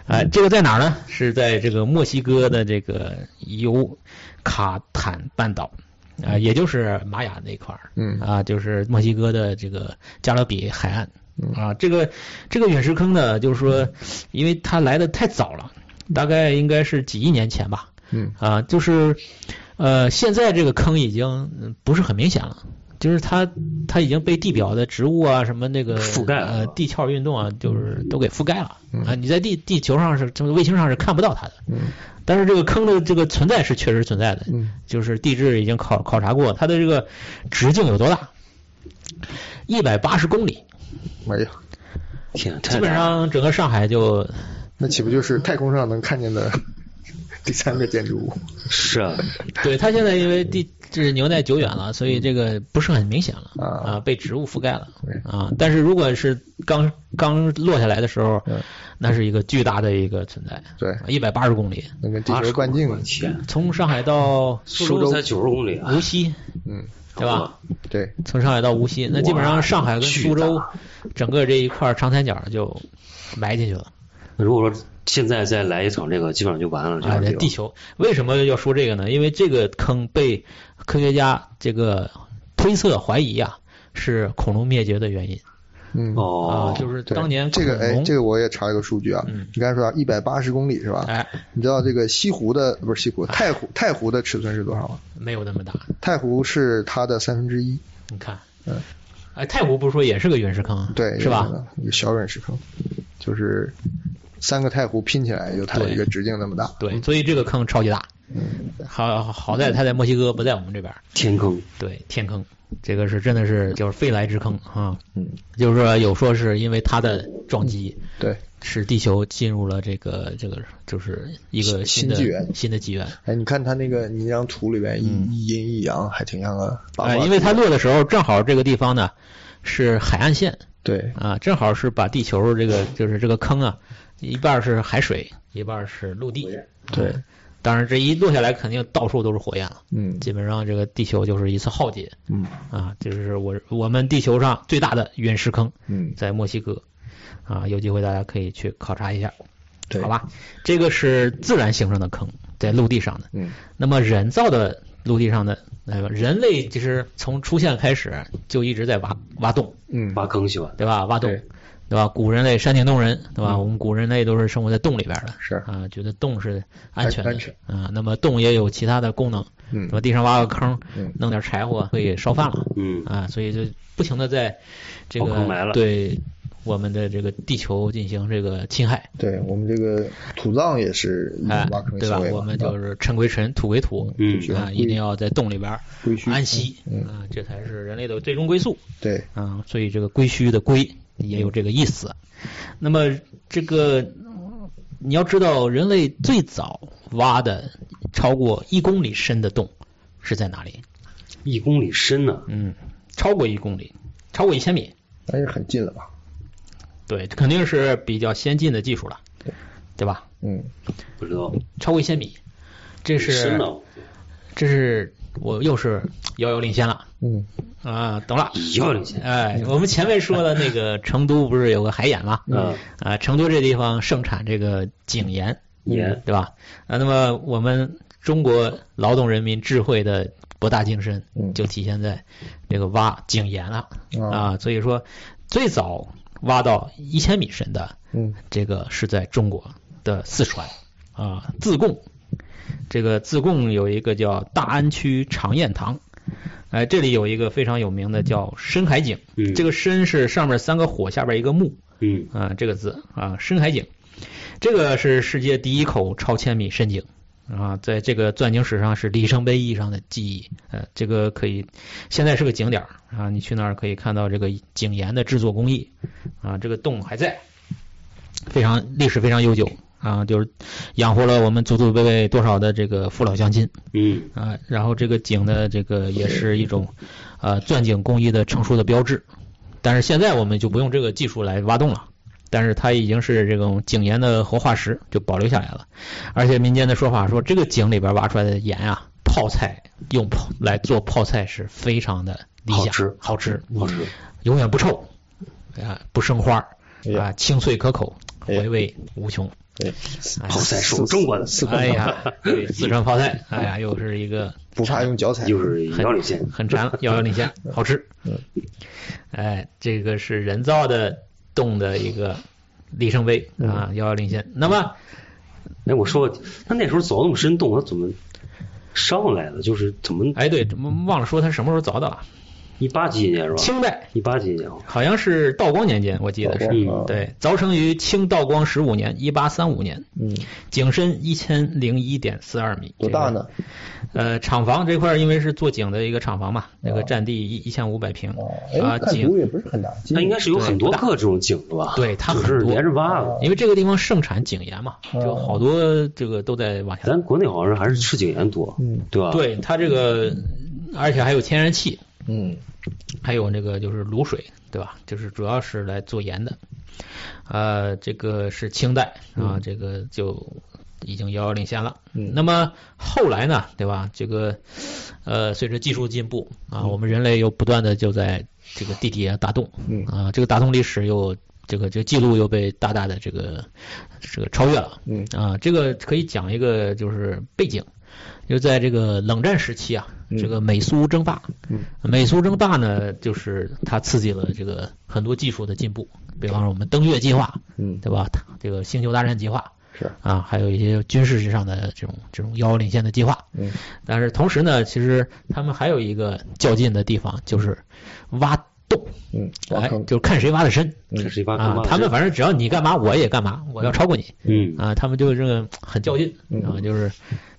D: 哎，这个在哪儿呢？是在这个墨西哥的这个尤卡坦半岛。啊，也就是玛雅那块儿，
E: 嗯
D: 啊，就是墨西哥的这个加勒比海岸，
E: 嗯
D: 啊，这个这个陨石坑呢，就是说，因为它来的太早了，大概应该是几亿年前吧，
E: 嗯
D: 啊，就是呃，现在这个坑已经嗯不是很明显了，就是它它已经被地表的植物啊什么那个
C: 覆盖了
D: 呃地壳运动啊，就是都给覆盖了、
E: 嗯
D: 啊。你在地地球上是这个卫星上是看不到它的，
E: 嗯
D: 但是这个坑的这个存在是确实存在的，
E: 嗯
D: 就是地质已经考考察过它的这个直径有多大，一百八十公里，
E: 没有，
C: 天，太
D: 基本上整个上海就
E: 那岂不就是太空上能看见的 *laughs* 第三个建筑物？
C: 是啊，
D: 对它现在因为地就是年代久远了，所以这个不是很明显了
E: 嗯啊
D: 被植物覆盖了啊。但是如果是刚刚落下来的时候
E: 嗯，
D: 那是一个巨大的一个存在，
E: 对
D: 一百八十公里，
E: 能跟
D: 啊
E: 地球灌
C: 我
E: 进
C: 的？天，
D: 从上海到
C: 苏州才九十公里啊
D: 无，锡，
E: 嗯，
D: 对吧？
E: 对，
D: 从上海到无锡，那基本上上海跟苏州
C: 哇巨
D: 整个这一块长三角就埋进去了。
C: 那如果说现在再来一场这个，基本上就完了。这
D: 啊，
C: 个
D: 在
C: 地
D: 地球为什么要说这个呢？因为这个坑被科学家这个推测怀疑啊，是恐龙灭绝的原因
E: 嗯。
C: 哦
D: 啊，，就是
E: 对
D: 当年
E: 这个
D: 恐
E: 哎，
D: 龙
E: 这个我也查了个数据啊，
D: 嗯
E: 你刚才说一百八十公里是吧？
D: 哎
E: 你知道这个西湖的不是西湖，太湖太湖的尺寸是多少吗？
D: 没有那么大，
E: 太湖是它的三分之一，
D: 你看
E: 嗯，
D: 哎，太湖不是说也是个陨石坑啊，
E: 对，
D: 是吧
E: 有？一个小陨石坑，就是三个太湖拼起来就它有
D: 对
E: 一个直径那么大。
D: 对，所以这个坑超级大，
E: 嗯，
D: 好好在它在墨西哥，不在我们这边儿，
C: 天坑，
D: 对，天坑，这个是真的是就是飞来之坑啊，
E: 嗯，
D: 就是说有说是因为它的撞击，
E: 对。
D: 使地球进入了这个这个就是一个
E: 新
D: 的
E: 纪元
D: 新的纪元。
E: 哎，你看它那个
D: 嗯
E: 你那张图里边一一阴一阳，还挺像个八卦
D: 啊，
E: 图。
D: 嗯因为它落的时候正好这个地方呢是海岸线
E: 对，
D: 啊，正好是把地球这个就是这个坑啊，一半儿是海水，一半儿是陆地。
E: 对
D: 啊当然这一落下来肯定到处都是火焰了，
E: 嗯
D: 基本上这个地球就是一次浩劫
E: 嗯
D: 啊，就是我我们地球上最大的陨石坑
E: 嗯
D: 在墨西哥啊，有机会大家可以去考察一下。
E: 对
D: 好吧？这个是自然形成的坑，在陆地上的。
E: 嗯，
D: 那么人造的陆地上的，那个人类其实从出现开始就一直在挖挖洞，
E: 嗯，
C: 挖坑喜欢。
D: 对吧？挖洞
E: 对，嗯
D: 对吧？古人类山顶洞人，对吧？我们古人类都是生活在洞里边的，
E: 是
D: 啊，觉得洞是安全的，
E: 安全
D: 啊。那么洞也有其他的功能，
E: 嗯
D: 对吧？地上挖个坑
E: 嗯，
D: 弄点柴火可以烧饭了，
C: 嗯
D: 啊，所以就不停的在这
C: 刨坑埋
D: 个
C: 了
D: 对我们的这个地球进行这个侵害。
E: 对我们这个土葬也是一
D: 哎
E: 种嗯挖，坑
D: 对
E: 行
D: 吧
E: 为？嘛
D: 我们
E: 啊
D: 就是尘归尘，土归土，
C: 嗯
D: 啊，一定要在洞里边儿
E: 归墟
D: 安息，
E: 嗯
D: 啊，这才是人类的最终归宿。
E: 对，
D: 啊，所以这个归墟的归也有这个意思。那么这个嗯你要知道，人类最早挖的超过一公里深的洞是在哪里？
C: 一公里深呢、
D: 嗯，超过一公里，超过一千米。
E: 但是很近了吧？
D: 对，肯定是比较先进的技术了，对吧？
E: 嗯，
C: 不知道。
D: 超过一千米，这
C: 深
D: 是
C: 了，
D: 这是我又是遥遥领先了
E: 嗯，
D: 啊！懂了。
C: 一样领先。
D: 哎，我们前面说的那个成都不是有个海眼吗？
C: 嗯
D: 啊，成都这地方盛产这个井盐，
C: 盐
D: 对吧？啊，那么我们中国劳动人民智慧的博大精深
E: 嗯，
D: 就体现在这个挖井盐了
E: 啊
D: 啊。所以说，最早挖到一千米深的，
E: 嗯，
D: 这个是在中国的四川啊，自贡。这个自贡有一个叫大安区长堰塘，哎，这里有一个非常有名的叫深海井，
C: 嗯
D: 这个深是上面三个火，下边一个木，
C: 嗯，
D: 啊，这个字啊，深海井，这个是世界第一口超千米深井啊，在这个钻井史上是里程碑意义上的记忆。呃，这个可以现在是个景点儿啊，你去那儿可以看到这个井盐的制作工艺啊，这个洞还在，非常历史非常悠久啊，就是养活了我们祖祖辈辈多少的这个父老乡亲。
C: 嗯，
D: 啊，然后这个井的这个也是一种呃钻井工艺的成熟的标志。但是现在我们就不用这个技术来挖洞了，但是它已经是这种井盐的活化石，就保留下来了。而且民间的说法说，这个井里边挖出来的盐啊，泡菜用泡来做泡菜是非常的理想，
C: 好吃
D: 好吃，
C: 好吃。
D: 永远不臭，啊，不生花儿
E: 哎呀
D: 啊，清脆可口，
E: 哎呀
D: 回味无穷。
E: 对，
D: 哎
C: 泡菜是我中国的，
D: 哎呀，对四川泡菜，哎呀，又是一个
E: 不怕用脚踩，
C: 又是一样领先。
D: 很馋，遥遥
E: *laughs*
D: 领先，好吃。
E: 嗯
D: 哎，这个是人造的洞的一个里程碑
E: 嗯
D: 啊，遥遥领先。那么
C: 哎，我说，他那时候凿那么深洞，他怎么上来的？就是怎么
D: 哎，对，忘忘了说他什么时候凿的了。
C: 一八几几年是吧？
D: 清代
C: 一八几几年啊？
D: 好像是道光年间，我记得
E: 好吧
D: 是。
E: 啊
D: 对，凿成于清道光十五年（一八三五年），
E: 嗯，
D: 井深一千零一点四二米，
E: 多大呢？？
D: 呃，厂房这块儿因为是做井的一个厂房嘛，那个占地一一千五百平
E: 啊哦，
D: 啊，
E: 哎，看
D: 井
E: 图也不是很大，
C: 他应该是有很多个这种井是吧？
D: 对它
C: 就
D: 很
C: 是
D: 多嗯
C: 连着挖的。
D: 因为这个地方盛产井盐嘛，
E: 哦
D: 就好多这个都在往下走。
C: 咱国内好像还是吃井盐多，
E: 嗯
C: 对吧？，
D: 对它这个，而且还有天然气，
E: 嗯，
D: 还有那个就是卤水，对吧？就是主要是来做盐的。呃，这个是清代啊，这个就已经遥遥领先了。
E: 嗯
D: 那么后来呢，对吧？这个呃，随着技术进步啊，我们人类又不断的就在这个地底下打洞，
E: 嗯
D: 啊，这个打洞历史又这个这个记录又被大大的这个这个超越了，
E: 嗯
D: 啊，这个可以讲一个就是背景，就在这个冷战时期啊，这个美苏争霸，
E: 嗯
D: 美苏争霸呢，就是它刺激了这个很多技术的进步，比方说我们登月计划，
E: 嗯
D: 对吧？这个星球大战计划，
E: 是，
D: 啊，还有一些军事上的这种这种遥遥领先的计划。
E: 嗯，
D: 但是同时呢，其实他们还有一个较劲的地方，就是挖洞，
E: 嗯，挖
D: 哎，
E: 坑，
D: 就是看谁挖的深
C: 这是一八
D: 啊。他们反正只要你干嘛，我也干嘛，我要超过你
C: 嗯
D: 啊。他们就这个很较劲
E: 嗯
D: 啊，就是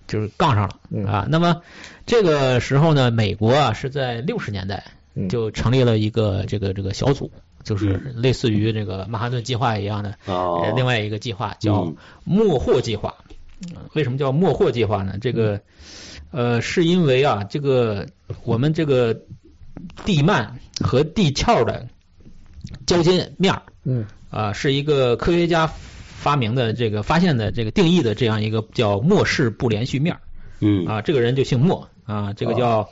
D: 就是杠上
E: 嗯
D: 了啊。那么这个时候呢，美国啊是在六十年代
E: 嗯
D: 就成立了一个这个这个小组，就是类似于这个曼哈顿计划一样的
C: 嗯哦
D: 呃另外一个计划叫
C: 嗯
D: 莫霍计划。呃为什么叫莫霍计划呢？这个，
C: 嗯
D: 呃，是因为啊，这个我们这个地幔和地壳的交接面儿
E: 嗯
D: 啊、是一个科学家发明的这个发现的这个定义的这样一个叫莫氏不连续面儿
C: 嗯
D: 啊，这个人就姓莫啊，这个叫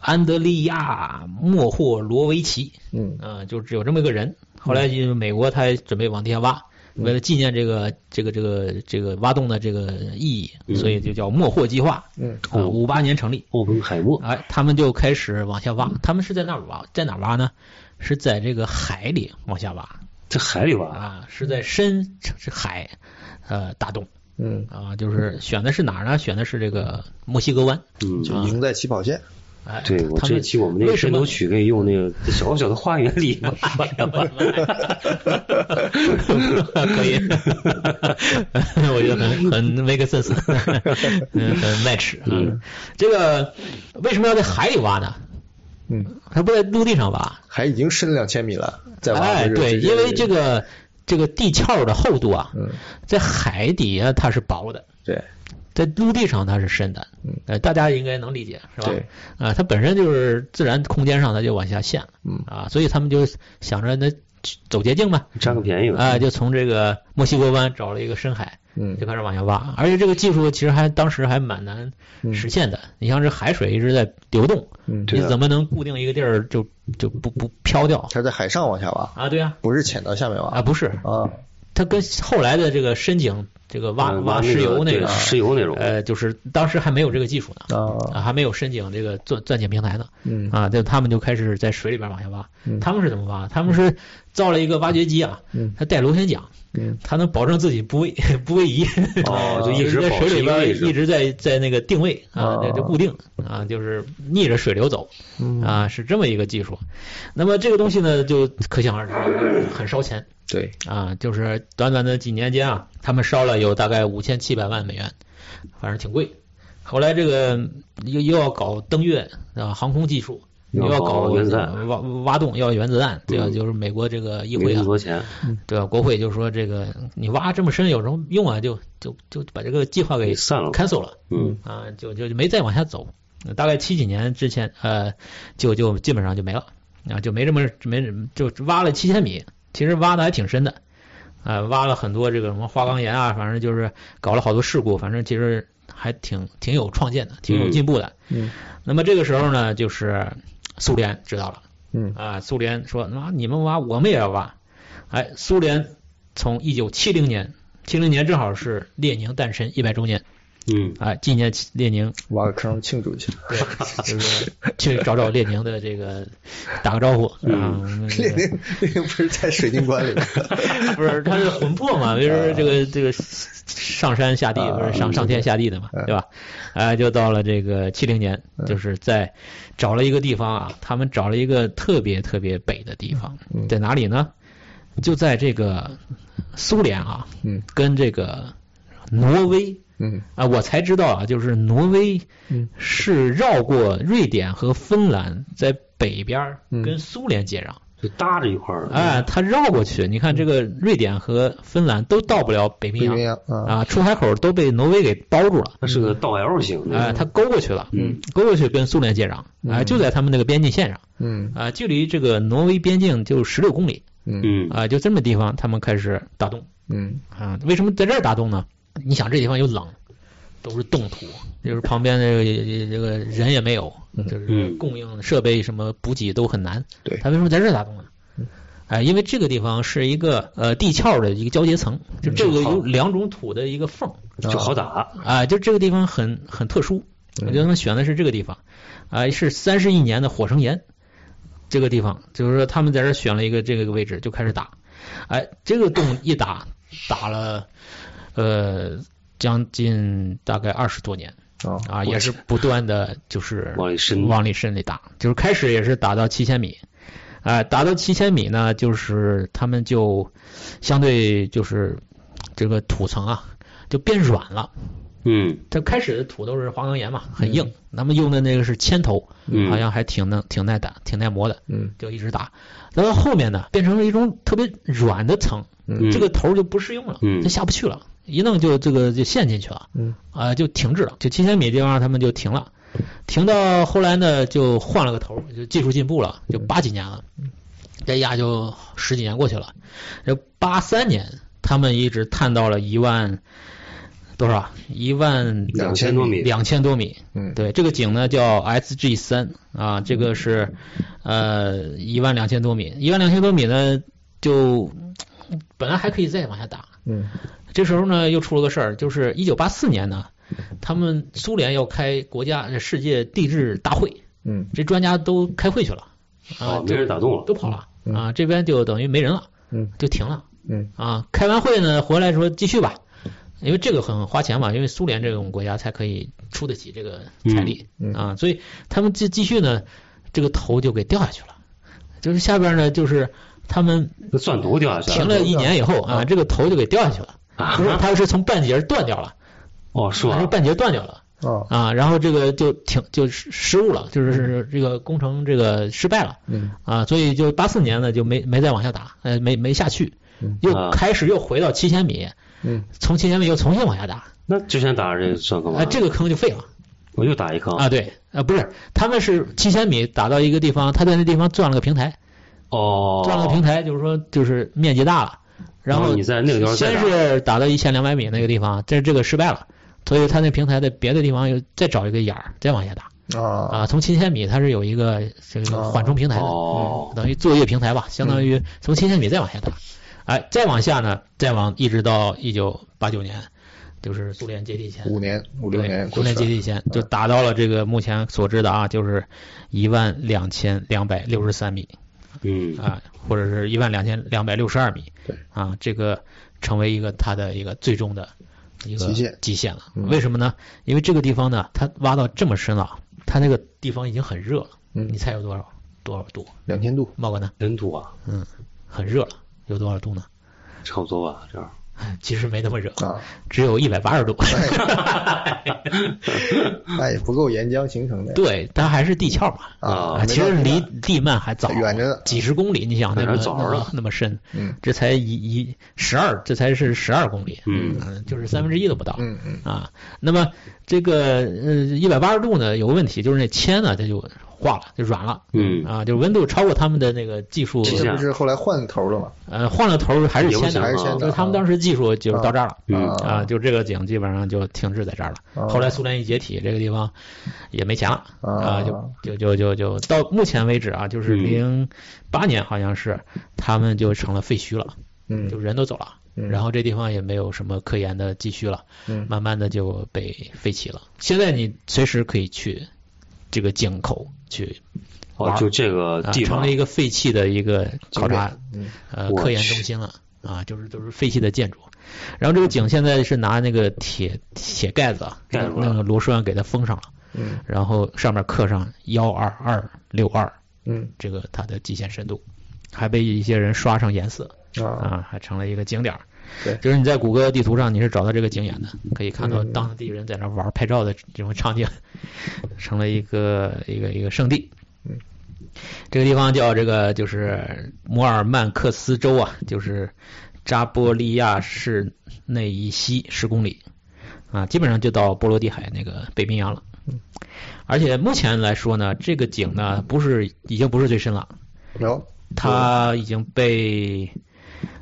D: 安德利亚·莫霍罗维奇。啊
E: 嗯
D: 嗯，就只有这么一个人。后来就是美国他也准备往地下挖，为了纪念这个这个这个这个挖洞的这个意义，所以就叫莫霍计划。啊
E: 嗯，
D: 五八年成立。
C: 奥本海默，
D: 哎，他们就开始往下挖。他们是在哪儿挖？在哪儿挖呢？是在这个海里往下挖
C: 在海里挖，
D: 啊，是在深这海呃大洞
E: 嗯，
D: 啊，就是选的是哪儿呢？选的是这个墨西哥湾。
C: 嗯，
E: 就赢在起跑线。
D: 哎，
C: 对我
D: 他
C: 这
D: 们
C: 期我们那
D: 为
C: 个
D: 什
C: 片
D: 么
C: 头曲可以用那个小小的花园里吧，
D: *laughs*
C: *laughs*
D: 可以， *laughs* 我觉得
C: *laughs*
D: 很很 make sense，嗯很 match 啊
C: 嗯。
D: 这个为什么要在海里挖呢？
E: 嗯，
D: 还不在陆地上挖？
E: 还已经深两千米了，再往
D: 哎，
E: 就是
D: 对，
E: 直接
D: 因为这个这个地壳的厚度啊，
E: 嗯
D: 在海底下它是薄的，
E: 对
D: 在陆地上它是深的
E: 嗯。
D: 呃，大家应该能理解是吧？
E: 对
D: 啊，它本身就是自然空间上它就往下陷了
E: 嗯
D: 啊，所以他们就想着那走捷径嘛，
C: 占个便宜吧。
D: 啊，就从这个墨西哥湾找了一个深海，
E: 嗯
D: 就开始往下挖。而且这个技术其实还当时还蛮难实现的。你像这海水一直在流动，
E: 嗯，
C: 嗯对
D: 你
C: 啊
D: 怎么能固定一个地儿就就不不飘掉
E: 它是在海上往下挖，
D: 啊？对啊，
E: 不是潜到下面挖
D: 啊不是，
E: 啊，
D: 它跟后来的这个深井这个挖
C: 呃
D: 挖
C: 那
D: 石油
C: 个
D: 那
C: 对
D: 个
C: 石油那种，
D: 呃，就是当时还没有这个技术呢，
E: 啊
D: 啊，还没有深井这个钻钻井平台呢，
E: 嗯
D: 啊，就他们就开始在水里边往下挖
E: 嗯。
D: 他们是怎么挖？他们是造了一个挖掘机啊
E: 嗯，
D: 它带螺旋桨，
E: 嗯
D: 它能保证自己不位 *laughs* 不位移，
C: 哦就一直
D: 在
C: 保
D: 呃水
C: 持
D: 里
C: 一个
D: 边
C: 位置
D: 一直在在那个定位啊
E: 哦，
D: 在这固定啊，就是逆着水流走
E: 嗯
D: 啊，是这么一个技术。那么这个东西呢，就可想而知，很烧钱
E: 对，
D: 啊，就是短短的几年间啊，他们烧了有大概五千七百万美元，反正挺贵。后来这个又又要搞登月啊，航空技术。又
C: 要
D: 要
C: 搞
D: 搞
C: 原子弹
D: 挖挖洞，要原子弹，对吧？
C: 嗯
D: 就是美国这个议
C: 没
D: 会
C: 那
D: 啊
C: 么，多钱，
D: 对吧？国会就说这个你挖这么深有什么用啊？就就就把这个计划给
C: 给散了
D: cancel 了
C: 嗯，
D: 啊，就就就没再往下走。大概七几年之前，呃，就就基本上就没了啊，就没这么没就挖了七千米，其实挖的还挺深的，啊，挖了很多这个什么花岗岩啊，反正就是搞了好多事故，反正其实还挺挺有创建的，挺有进步的。
E: 嗯
D: 那么这个时候呢，就是苏联知道了。
E: 嗯
D: 啊，苏联说那你们挖，我们也要挖。哎，苏联从一九七零年，七零年正好是列宁诞辰一百周年，
C: 嗯，
D: 啊，纪念列宁，
E: 挖个坑庆祝一下，
D: 对，就是 *laughs* 去找找列宁的这个打个招呼啊。
E: *laughs*
D: 我们 *laughs* 这
E: 列
D: 个
E: 宁列宁不是在水晶棺里
D: *laughs*
E: 吗，
D: 不是他是魂魄嘛，比如说这个这个上山下地，
E: 啊
D: 不是上上天下地的嘛，啊对吧？哎，就到了这个七零年，就是在找了一个地方啊，他们找了一个特别特别北的地方，在哪里呢？就在这个苏联啊，
E: 嗯
D: 跟这个挪威
E: 嗯
D: 啊，我才知道啊，就是挪威
E: 嗯
D: 是绕过瑞典和芬兰，在北边儿
E: 嗯
D: 跟苏联接壤。
C: 就搭着一块儿，
D: 哎，它绕过去，你看这个瑞典和芬兰都到不了北
E: 嗯
D: 冰
E: 北冰
D: 洋
E: 洋啊
D: 啊，出海口都被挪威给包住了。
C: 它是个倒 L 型
E: 嗯
C: 的，
D: 嗯哎，它勾过去了，勾过去跟苏联接壤，哎，就在他们那个边境线上，
E: 嗯
D: 啊，距离这个挪威边境就十六公里，
E: 嗯
C: 嗯，
D: 啊，就这么地方，他们开始打洞，
E: 嗯
D: 啊，为什么在这儿打洞呢？你想这地方又冷，都是冻土，就是旁边这个这个人也没有，就是
C: 嗯
D: 供应设备什么补给都很难。
E: 对
D: 他为什么在这儿打洞呢？哎，因为这个地方是一个呃地壳的一个交接层，就这个有两种土的一个缝
C: 就好打，
D: 啊，就这个地方很很特殊。我觉得他们选的是这个地方，啊，是三十亿年的火成岩这个地方，就是说他们在这儿选了一个这个位置就开始打，哎，这个洞一打打了呃将近大概二十多年
E: 啊
D: 啊，也是不断的就是
C: 往里伸
D: 往里深里打，就是开始也是打到七千米，啊、打到七千米呢，就是他们就相对就是这个土层啊就变软了。
C: 嗯
D: 它开始的土都是花岗岩嘛，很硬，咱们用的那个是铅头，
C: 嗯
D: 好像还挺能挺耐打、挺耐磨的，
E: 嗯
D: 就一直打。然后后面呢，变成了一种特别软的层，
C: 嗯
D: 这个头就不适用了，
C: 嗯
D: 它下不去了，一弄就这个就陷进去了，
E: 嗯
D: 啊、就停滞了，就七千米地方他们就停了，停到后来呢就换了个头，就技术进步了，就八几年了，这呀就十几年过去了，这八三年他们一直探到了一万多少啊？一万
C: 两千多米，
D: 两千多米，
E: 嗯
D: 对，这个井呢叫 SG 三啊，这个是呃一万两千多米，一万两千多米呢就本来还可以再往下打，
E: 嗯
D: 这时候呢，又出了个事儿，就是一九八四年呢，他们苏联要开国家呃世界地质大会，
E: 嗯
D: 这专家都开会去了，啊，
C: 哦，没人打动了。
D: 都跑了
E: 嗯
D: 啊，这边就等于没人了，
E: 嗯，
D: 就停了
E: 嗯
D: 啊。开完会呢，回来说继续吧，因为这个很花钱嘛，因为苏联这种国家才可以出得起这个财力
E: 嗯嗯
D: 啊，所以他们继继续呢，这个头就给掉下去了，就是下边呢就是他们
C: 那钻头掉下去
D: 停了一年以后啊，这个头就给掉下去了，
C: 啊
D: 不是，它是从半截儿断掉了，
C: 哦，是
D: 它
C: 吧？
D: 是半截儿断掉了。
E: 哦
D: 啊，然后这个就停就失失误了，就是这个工程这个失败了
E: 嗯
D: 啊，所以就八四年呢就没没再往下打，呃，没没下去
E: 嗯，
D: 又
C: 啊
D: 开始又回到七千米，
E: 嗯
D: 从七千米又重新往下打，
C: 那之前打这个算干嘛
D: 啊，？这个坑就废了
C: 我又打一坑
D: 啊，对，啊不是，他们是七千米打到一个地方，他在那地方钻了个平台，
C: 哦，
D: 钻了个平台就是说就是面积大了，然
C: 然
D: 后
C: 后你在那个地方再
D: 先
C: 打
D: 是打到一千两百米那个地方，但是这个失败了，所以他那平台在别的地方又再找一个眼儿再往下打。
E: 啊
D: 啊，从七千米它是有一个这个缓冲平台的，嗯
C: 哦，嗯
D: 等于作业平台吧，相当于从七千米再往下打，哎，再往下呢，再往一直到一九八九年，就是苏联解体前，
E: 五年五六
D: 对
E: 年过
D: 苏联
E: 去了嗯
D: 解体前就达到了这个目前所知的啊，就是一万两千两百六十三米
C: 嗯，
D: 啊，或者是一万两千两百六十二米，
E: 对
D: 啊，这个成为一个它的一个最终的一个
E: 极限
D: 极限了。
E: 嗯
D: 为什么呢？因为这个地方呢，它挖到这么深了，它那个地方已经很热了。
E: 嗯
D: 你猜有多少多少度？
E: 两千度
D: 茂哥呢？
C: 真多啊，
D: 嗯，很热了，有多少度呢？ *laughs*
C: 差不多吧，这样。
D: 哎其实没那么热，
E: 啊，
D: 只有一百八
E: *laughs*
D: 十度。 *laughs*
E: 那也不够沿江形成的
D: 对，它还是地壳嘛。
C: 啊
D: 其实离地幔还早，
E: 还远着呢
D: 几十公里，你想那
C: 还
D: 么
C: 早着
D: 那
C: 呢
D: 么那么深，
E: 嗯
D: 这才一一十二，这才是十二公里，
C: 嗯
D: 就是三分之一都不到，
E: 嗯嗯
D: 啊，那么这个呃一百八十度呢有个问题，就是那铅呢它就化了，就软了，
C: 嗯
D: 啊，就是温度超过他们的那个技术，
C: 极
E: 这
C: 限
E: 不是后来换头了吗？
D: 呃，换了头儿还是
C: 也不
D: 铅
C: 行
D: 的，啊
E: 还是铅
D: 就
E: 的
D: 是他
C: 啊
D: 们当时技术就是到这儿了。
C: 嗯
D: 啊，就这个井基本上就停滞在这儿
E: 啊
D: 了。后来苏联一解体，这个地方也没钱了
E: 啊
D: 啊，就就就就就到目前为止啊，就是
C: 嗯
D: 零八年好像是他们就成了废墟了，
E: 嗯
D: 就人都走了，
E: 嗯
D: 然后这地方也没有什么科研的继续了，
E: 嗯
D: 慢慢的就被废弃了。现在你随时可以去这个井口去玩
C: 哦，
D: 儿
C: 就这个
D: 啊，
C: 地
D: 成
C: 方
D: 了一个废弃的一个考察
E: 嗯
D: 呃
C: 我
D: 科研
C: 去
D: 中心了啊，就是都是废弃的建筑。然后这个井现在是拿那个铁铁盖子啊，
C: 盖
D: 那
C: 住
D: 那个螺栓给它封上了，
E: 嗯
D: 然后上面刻上幺二二六二
E: 嗯
D: 这个它的极限深度，还被一些人刷上颜色
E: 啊
D: 啊，还成了一个景点儿
E: 对。
D: 就是你在谷歌地图上你是找到这个景点的，可以看到当地人在那玩儿拍照的这种场景，成了一个一个一个圣地。
E: 嗯，
D: 这个地方叫这个就是摩尔曼克斯州啊，就是扎波利亚市内以西十公里啊，基本上就到波罗的海那个北冰洋了。
E: 嗯
D: 而且目前来说呢，这个井呢不是已经不是最深了，
E: 有
D: 它已经被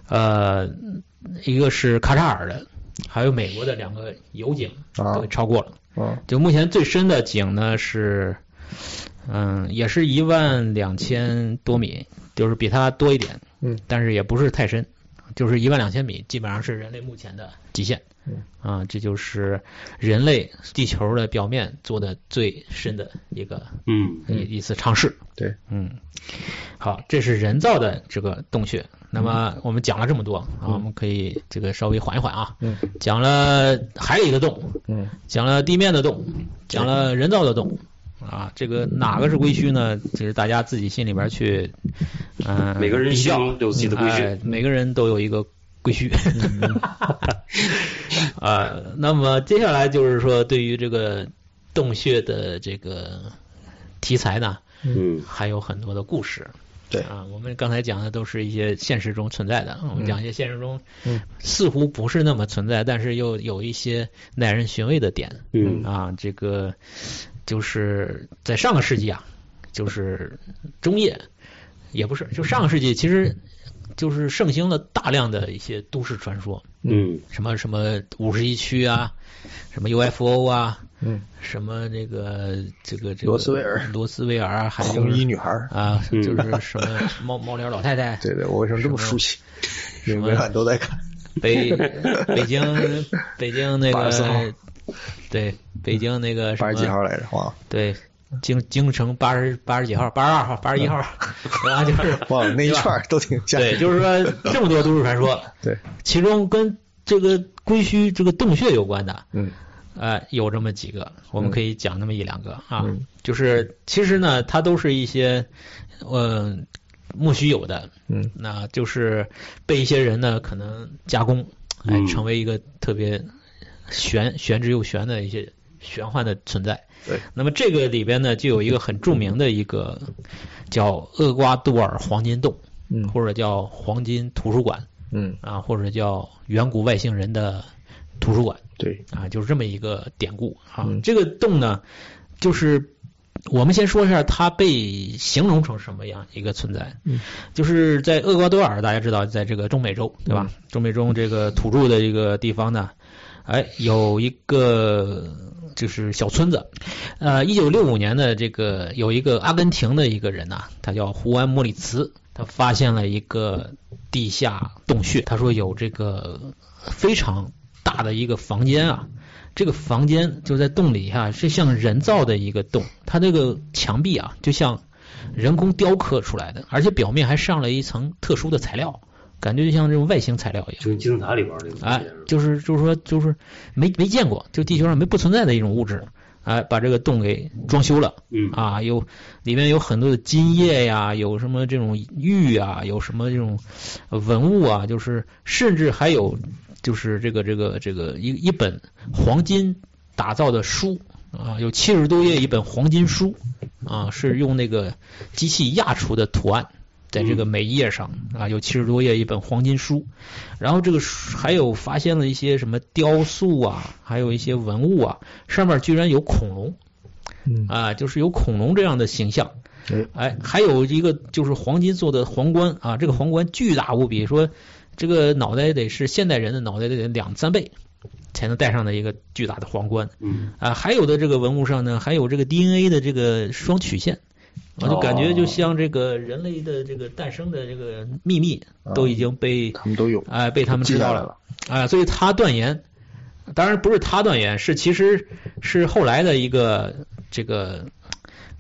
D: 呃一个是喀扎尔的，还有美国的两个油井
E: 啊
D: 都给超过了。
E: 啊
D: 就目前最深的井呢是，嗯，也是一万两千多米，就是比它多一点，
E: 嗯
D: 但是也不是太深，就是一万两千米，基本上是人类目前的极限
E: 嗯。
D: 啊，这就是人类地球的表面做的最深的一个
C: 嗯，
D: 一一次尝试。
E: 对，
D: 嗯，好，这是人造的这个洞穴。那么我们讲了这么多啊，我们可以这个稍微缓一缓啊。
E: 嗯
D: 讲了海里的洞，
E: 嗯
D: 讲了地面的洞，讲了人造的洞，啊，这个哪个是归墟呢？就是大家自己心里边去，嗯、
C: 每个人
D: 比较
C: 心中都有自己的归墟
D: 哎每个人都有一个归墟。 *laughs* 啊，那么接下来就是说，对于这个洞穴的这个题材呢，
C: 嗯，
D: 还有很多的故事。
E: 对
D: 啊，我们刚才讲的都是一些现实中存在的，我们讲一些现实中
E: 嗯
D: 似乎不是那么存在，但是又有一些耐人寻味的点。
C: 嗯
D: 啊，这个就是在上个世纪啊，就是中叶，也不是，就上个世纪，其实就是盛行了大量的一些都市传说，
C: 嗯
D: 什么什么五十一区啊，什么 UFO 啊，
E: 嗯，
D: 什么那个这个这个
E: 罗斯威尔
D: 罗斯威尔啊，还有
E: 红衣女孩儿，
D: 啊，
C: 嗯
D: 就是什么猫猫脸老太太， *laughs*
E: 对对，我为什么这么熟悉？
D: 什
E: 因
D: 么
E: 为每晚都在看。
D: 北北京北京那
E: 八十四号
D: 个对北京那个什
E: 八
D: 么
E: 十几号来着？哇，
D: 对。京京城八十八十几号，八十二号，八十一号， *laughs* 然后就是
E: 哇，嗯那一
D: 对吧
E: 串儿都挺吓人。
D: 对，就是说这么多都市传说，
E: 对，
D: 其中跟这个归墟这个洞穴有关的，
E: 嗯
D: 呃，有这么几个，我们可以讲那么一两个啊。
E: 嗯
D: 就是其实呢，它都是一些呃莫须有的，
E: 嗯
D: 那就是被一些人呢可能加工，哎，
C: 嗯
D: 成为一个特别玄玄之又玄的一些玄幻的存在。
E: 对，
D: 那么这个里边呢，就有一个很著名的一个叫厄瓜多尔黄金洞，
E: 嗯
D: 或者叫黄金图书馆
E: 嗯，
D: 啊，或者叫远古外星人的图书馆。
E: 对，
D: 啊，就是这么一个典故啊。
E: 嗯
D: 这个洞呢，就是我们先说一下它被形容成什么样一个存在。
E: 嗯，
D: 就是在厄瓜多尔，大家知道，在这个中美洲，对吧？
E: 嗯
D: 中美洲这个土著的这个地方呢，哎，有一个就是小村子。呃，一九六五年的这个有一个阿根廷的一个人呐、他叫胡安·莫里茨，他发现了一个地下洞穴，他说有这个非常大的一个房间啊，这个房间就在洞里哈、是像人造的一个洞，它这个墙壁啊，就像人工雕刻出来的，而且表面还上了一层特殊的材料，感觉就像这种外星材料一样。
C: 就跟金字塔里边那个。
D: 哎，就是就是说就是没没见过，就地球上没不存在的一种物质，哎，把这个洞给装修了。
C: 嗯，
D: 啊，有里面有很多的金叶呀，有什么这种玉啊，有什么这种呃文物啊，就是甚至还有就是这个这个这个一一本黄金打造的书啊，有七十多页一本黄金书啊，是用那个机器压出的图案。在这个每一页上啊，有七十多页一本黄金书，然后这个书还有发现了一些什么雕塑啊，还有一些文物啊，上面居然有恐龙，
E: 嗯
D: 啊，就是有恐龙这样的形象
E: 哎。
D: 哎，还有一个就是黄金做的皇冠啊，这个皇冠巨大无比，说这个脑袋得是现代人的脑袋得两三倍才能戴上的一个巨大的皇冠
C: 嗯，
D: 啊。还有的这个文物上呢，还有这个 DNA 的这个双曲线，我就感
E: 哦
D: 觉就像这个人类的这个诞生的这个秘密都已经被
E: 啊他们都有，
D: 哎被他们
E: 记
D: 知
E: 下
D: 道
E: 来
D: 了。
E: 了。
D: 啊、所以他断言，当然不是他断言，是其实是后来的一个这个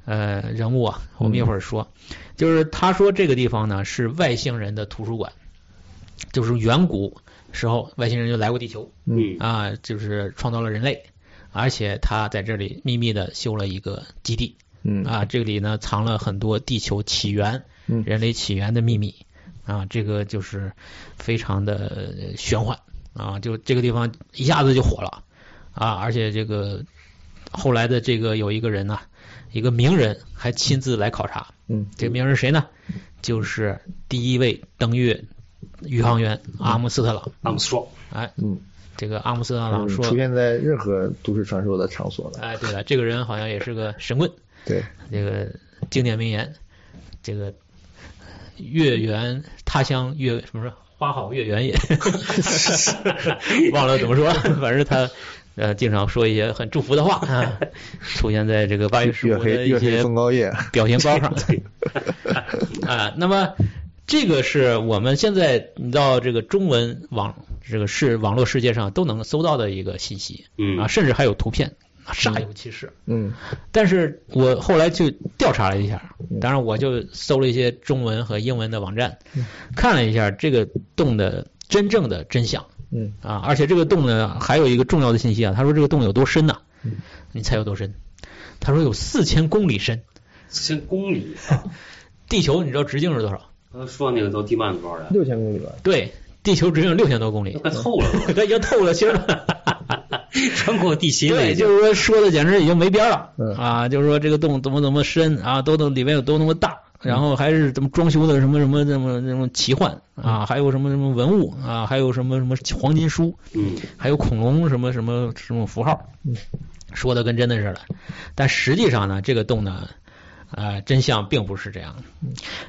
D: 呃人物啊，我们一会儿说，
E: 嗯
D: 就是他说这个地方呢是外星人的图书馆，就是远古时候外星人就来过地球
C: 嗯，
D: 啊，就是创造了人类，而且他在这里秘密的修了一个基地，
E: 嗯
D: 啊，这里呢藏了很多地球起源、
E: 嗯
D: 人类起源的秘密啊，这个就是非常的呃玄幻啊，就这个地方一下子就火了啊，而且这个后来的这个有一个人呢、一个名人还亲自来考察，
E: 嗯
D: 这个名人是谁呢？就是第一位登月宇航员阿姆斯特朗，
C: 阿姆斯壮，
D: 哎，
E: 嗯，
D: 这个阿姆斯特朗
E: 嗯
D: 啊说。
E: 出现在任何都市传说的场所了。
D: 哎，对了，这个人好像也是个神棍，
E: 对，
D: 这个经典名言，这个呃月圆他乡月什么说花好
E: *laughs*
D: 月圆也，忘了怎么说，反正他呃经常说一些很祝福的话啊，出现在这个八月十
E: 月
D: 五的
E: 黑
D: 一
E: 月
D: 些
E: 黑风高夜。
D: 表情
E: *laughs*
D: 包上啊。那么这个是我们现在你到这个中文网这个是网络世界上都能搜到的一个信息
C: 嗯
D: 啊，甚至还有图片，啊煞有其事。
E: 嗯
D: 但是我后来去调查了一下，当然我就搜了一些中文和英文的网站，看了一下这个洞的真正的真相
E: 嗯
D: 啊，而且这个洞呢还有一个重要的信息啊，他说这个洞有多深呢、
E: 嗯
D: 你猜有多深？他说有四千公里深，
C: 先公里啊，
D: 地球你知道直径是多少？
C: 他说那个到地幔子多少人？
E: 六千公里吧。
D: 对，地球直径六千多公
C: 都
D: 里，
C: 快透
D: *laughs*
C: 了，
D: 它已经透了心儿了。
C: *laughs* 穿过地心了
D: 对，
C: 已经
D: 就。是说说的简直已经没边儿了、
E: 嗯
D: 啊！就是说这个洞怎么怎么深啊，都都里面有多那么大，然后还是怎么装修的什么什么什么什么奇幻啊，还有什么什么文物啊，还有什么什么黄金书，
C: 嗯，
D: 还有恐龙什么什么什么符号
E: 嗯，
D: 说的跟真的似的。但实际上呢，这个洞呢，呃，真相并不是这样。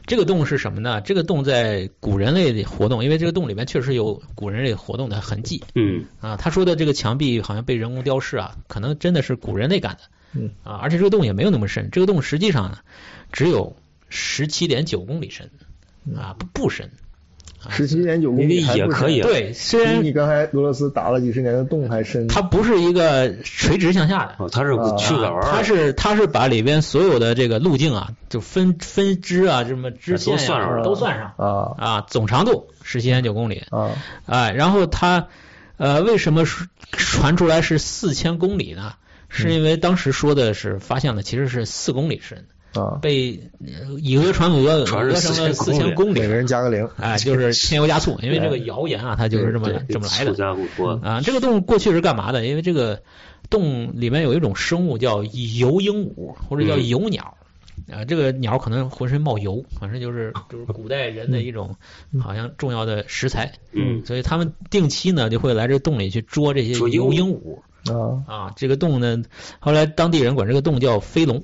D: 这个洞是什么呢？这个洞在古人类的活动，因为这个洞里面确实有古人类活动的痕迹。
C: 嗯，
D: 啊，他说的这个墙壁好像被人工雕饰啊，可能真的是古人类干的。
E: 嗯
D: 啊，而且这个洞也没有那么深，这个洞实际上呢，只有十七点九公里深，啊，不不深，
E: 十七点九公里还
C: 也
E: 不
C: 可以
E: 深
C: 啊
D: 对，虽
E: 比
D: 然
E: 你刚才俄罗斯打了几十年的洞还深。
D: 它不是一个垂直向下的，
C: 哦，他是
E: 啊
C: 去哪儿玩儿？
D: 它是它是把里边所有的这个路径啊，就分分支啊，什么支线
C: 都算上
D: 啊，
C: 了哦
D: 都算上
E: 啊
D: 啊，总长度十七点九公里，
E: 啊
D: 哎，然后它呃为什么说传出来是四千公里呢？是因为当时说的是发现了其实是四公里深，
E: 啊！
D: 被呃以讹传讹，
C: 传是
D: 讹成了四
C: 4000
D: 千公
E: 每个
D: 里。
E: 人加个零。
D: 哎，就是添油加醋，因为这个谣言啊，它就是这么这么来的
C: 醋。加不说
D: 啊，这个洞过去是干嘛的？因为这个洞里面有一种生物叫游鹦鹉，或者叫
C: 嗯
D: 游鸟。啊，这个鸟可能浑身冒油，反正就是就是古代人的一种好像重要的食材，
C: 嗯，
D: 所以他们定期呢就会来这个洞里去捉这些
C: 捉鹦鹉
D: 游鹦鹉
E: 啊
D: 啊。这个洞呢，后来当地人管这个洞叫飞龙，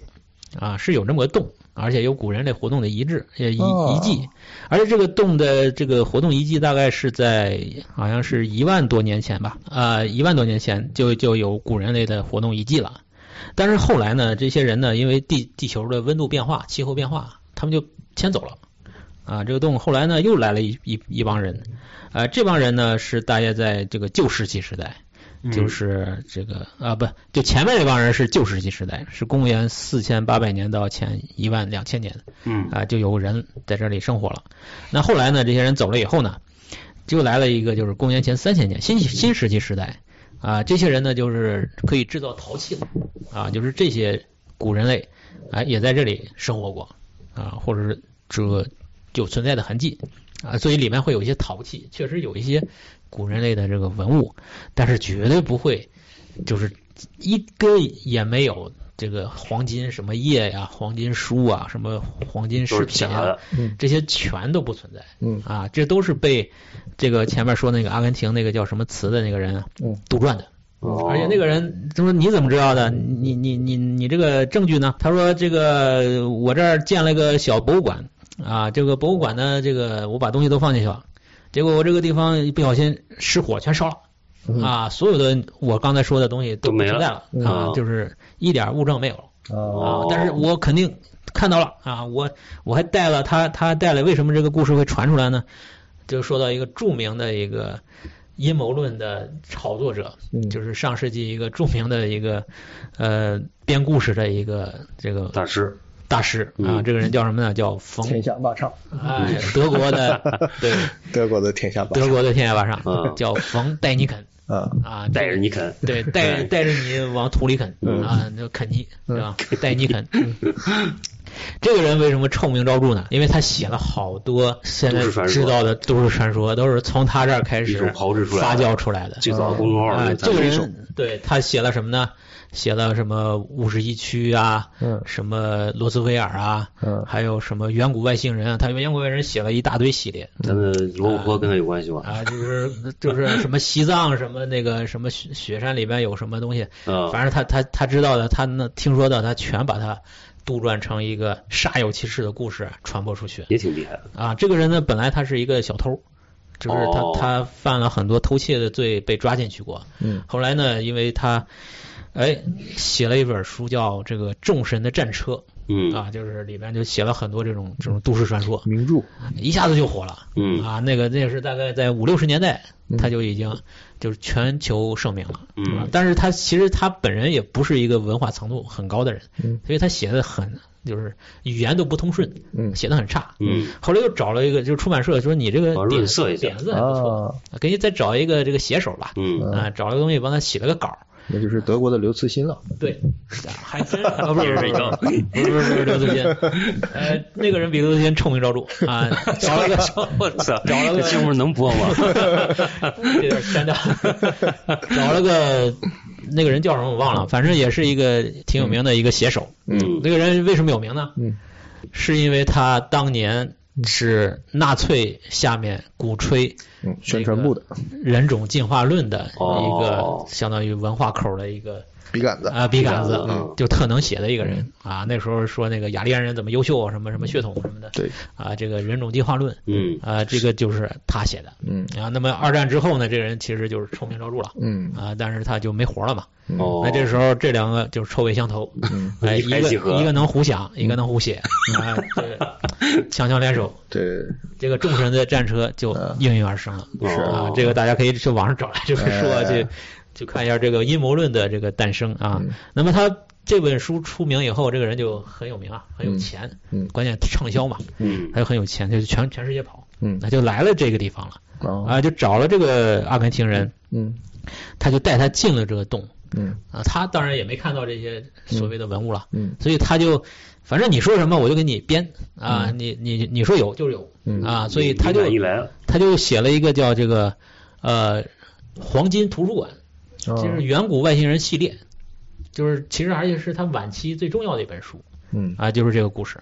D: 啊，是有这么个洞，而且有古人类活动的遗址呃遗
E: 哦
D: 遗迹，而且这个洞的这个活动遗迹大概是在好像是一万多年前吧，啊，一万多年前就就有古人类的活动遗迹了。但是后来呢，这些人呢，因为地地球的温度变化、气候变化，他们就迁走了。啊，这个洞后来呢，又来了一一一帮人，呃，这帮人呢是大约在这个旧石器时代，
C: 嗯
D: 嗯就是这个啊，不，就前面这帮人是旧石器时代，是公元四千八百年到前一万两千年
C: 嗯
D: 啊、就有人在这里生活了。那后来呢，这些人走了以后呢，就来了一个就是公元前三千年新新石器时代啊、这些人呢就是可以制造陶器了啊，就是这些古人类哎、也在这里生活过啊、或者是这个有存在的痕迹啊、所以里面会有一些陶器，确实有一些古人类的这个文物，但是绝对不会就是一根也没有。这个黄金什么叶呀、黄金书啊、什么黄金
C: 都
D: 饰
C: 是
D: 品
C: 假
D: 啊
C: 的，，
D: 这些全都不存在。
E: 嗯
D: 啊，这都是被这个前面说那个阿根廷那个叫什么词的那个人啊
E: 嗯
D: 杜撰的。
C: 哦
D: 而且那个人他说你怎么知道的？你你你你这个证据呢？他说这个我这儿建了个小博物馆啊，这个博物馆呢，这个我把东西都放进去了，结果我这个地方一不小心失火全烧
E: 嗯
D: 了啊，所有的我刚才说的东西
C: 嗯都
D: 不
C: 没
D: 存
C: 了
D: 在了
C: 嗯
D: 啊，就是一点物证没有了。
E: 啊
D: 啊
C: 哦，
D: 但是我肯定看到了啊，我我还带了他，他还带了为什么这个故事会传出来呢？就说到一个著名的一个阴谋论的炒作者，
E: 嗯
D: 就是上世纪一个著名的一个呃编故事的一个这个
C: 大师，
D: 大师啊，
C: 嗯
D: 这个人叫什么呢？叫冯
E: 天下霸唱，
D: 哎，德
C: *laughs*
D: 国的对
E: 德国的天下霸
D: 德国的天涯霸上
C: 嗯
D: 叫冯戴尼肯
E: 唱啊！
D: 啊，
C: 带着你啃，
D: 对，带带着你往土里啃
C: 嗯
D: 啊，就啃泥，对吧？带你啃。嗯这个人为什么臭名昭著呢？因为他写了好多现在
C: 都市传说
D: 知道的都市传说，都是从他这儿开
C: 一
D: 始
C: 手炮制出来
D: 发
C: 的
D: 酵出来的。
C: 最早的公众号
D: 啊，
C: 那
D: 这
C: 咱
D: 个
C: 们一手
D: 人对他写了什么呢？写了什么五十一区啊，
E: 嗯
D: 什么罗斯威尔啊，
E: 嗯
D: 还有什么远古外星人啊？他远古外星人写了一大堆系列，
C: 咱们罗布泊跟他有关系吧？
D: 啊，就是就是什么西藏什么那个什么雪雪山里边有什么东西，
C: 啊
D: 反正他他他知道的，他那听说的，他全把它杜撰成一个煞有其事的故事传播出去
C: 也挺厉害的，
D: 啊。这个人呢，本来他是一个小偷，就是他、
C: 哦
D: 他犯了很多偷窃的罪，被抓进去过。
E: 嗯
D: 后来呢，因为他哎写了一本书叫《这个众神的战车》
C: 嗯
D: 啊，就是里边就写了很多这种这种都市传说。
E: 名著
D: 一下子就火了。
C: 嗯
D: 啊，那个那个是大概在五六十年代，
E: 嗯
D: 他就已经就是全球盛名了。
C: 嗯
D: 啊但是他其实他本人也不是一个文化程度很高的人，
E: 嗯
D: 所以他写的很就是语言都不通顺，
E: 嗯
D: 写的很差。
C: 嗯，
D: 后来又找了一个，就是出版社说你这个
C: 啊
D: 点
C: 润
D: 子
C: 色一下
D: 点子还不错，
E: 啊，
D: 给你再找一个这个写手吧。
C: *laughs* 嗯，
D: 啊，找了个东西帮他写了个稿儿。
E: 那就是德国的刘慈欣了。
D: 对，还真是
C: *laughs*
D: 啊，不是不是 *laughs* 不是不是不是刘慈欣，呃，那个人比刘慈欣臭名昭著
C: *laughs*
D: 啊，找了个找了个 *laughs*
C: 操，
D: 找了
C: 这
D: 个
C: 节目能播
D: *laughs*
C: 吗？
D: 这段删掉， *laughs* 找了个那个人叫什么我忘了，反正也是一个挺有名的一个写手。
C: 嗯
D: 那个人为什么有名呢？
E: 嗯，
D: 是因为他当年是纳粹下面鼓吹
E: 嗯，宣传部的
D: 人种进化论的一个
C: 哦
D: 相当于文化口的一个
E: 笔杆子
D: 啊，笔杆子
C: 嗯
D: 就特能写的一个人啊。那时候说那个雅利安人怎么优秀，啊什么什么血统什么的，
E: 对
D: 啊，这个人种进化论，
C: 嗯
D: 啊，这个就是他写的。
E: 嗯
D: 啊，那么二战之后呢，这个人其实就是臭名昭著了。
E: 嗯
D: 啊，但是他就没活了嘛。
C: 哦，
D: 那这时候这两个就是臭味相投， *laughs* 哎，
C: 一
D: 一
C: 拍
D: 个
C: 即合
D: 一个能胡想，一个能胡写，啊，这强强联手，
E: 对，
D: 这个众神的战车就应运而生了。
C: 是
D: 啊，这个大家可以去网上找来这本书啊，
E: 哎
D: 去去看一下这个阴谋论的这个诞生啊。那么他这本书出名以后，这个人就很有名啊，很有钱，
E: 嗯
D: 关键畅销嘛，
C: 嗯
D: 他就很有钱，就全全世界跑，
E: 嗯
D: 那就来了这个地方了
E: 哦
D: 啊，就找了这个阿根廷人，
E: 嗯
D: 他就带他进了这个洞。
E: 嗯
D: 啊，他当然也没看到这些所谓的文物了，
E: 嗯
D: 所以他就反正你说什么我就给你编啊，你你你说有就是有、
E: 嗯
D: 啊，所以他就
C: 一来了，
D: 他就写了一个叫这个呃黄金图书馆，
E: 哦
D: 就是远古外星人系列，就是其实而且是他晚期最重要的一本书
E: 嗯
D: 啊，就是这个故事，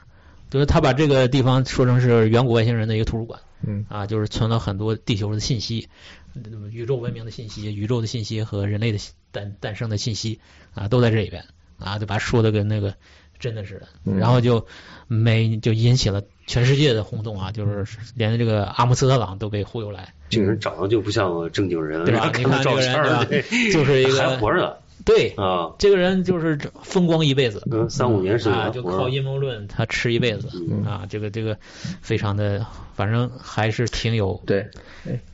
D: 就是他把这个地方说成是远古外星人的一个图书馆。
E: 嗯
D: 啊，就是存了很多地球的信息、嗯宇宙文明的信息、宇宙的信息和人类的信诞诞生的信息啊，都在这里边啊，就把它说的跟那个真的似的。
C: 嗯
D: 然后就每就引起了全世界的轰动啊，就是连这个阿姆斯特朗都给忽悠来，
C: 这个人长得就不像个正经人，
D: 嗯对吧？
C: 看
D: 你看这
C: 照
D: 个
C: 片
D: 人
C: 儿，
D: 对吧？ *laughs* 就是一
C: 还活
D: 个
C: 着呢
D: 对，
C: 啊，
D: 这个人就是风光一辈子。
C: 嗯，三五年时间
D: 啊，
C: 还
D: 就
C: 活嗯
D: 靠
C: 着，哦
D: 阴谋论他吃一辈子、啊，这个这个非常的，反正还是挺有
E: 对，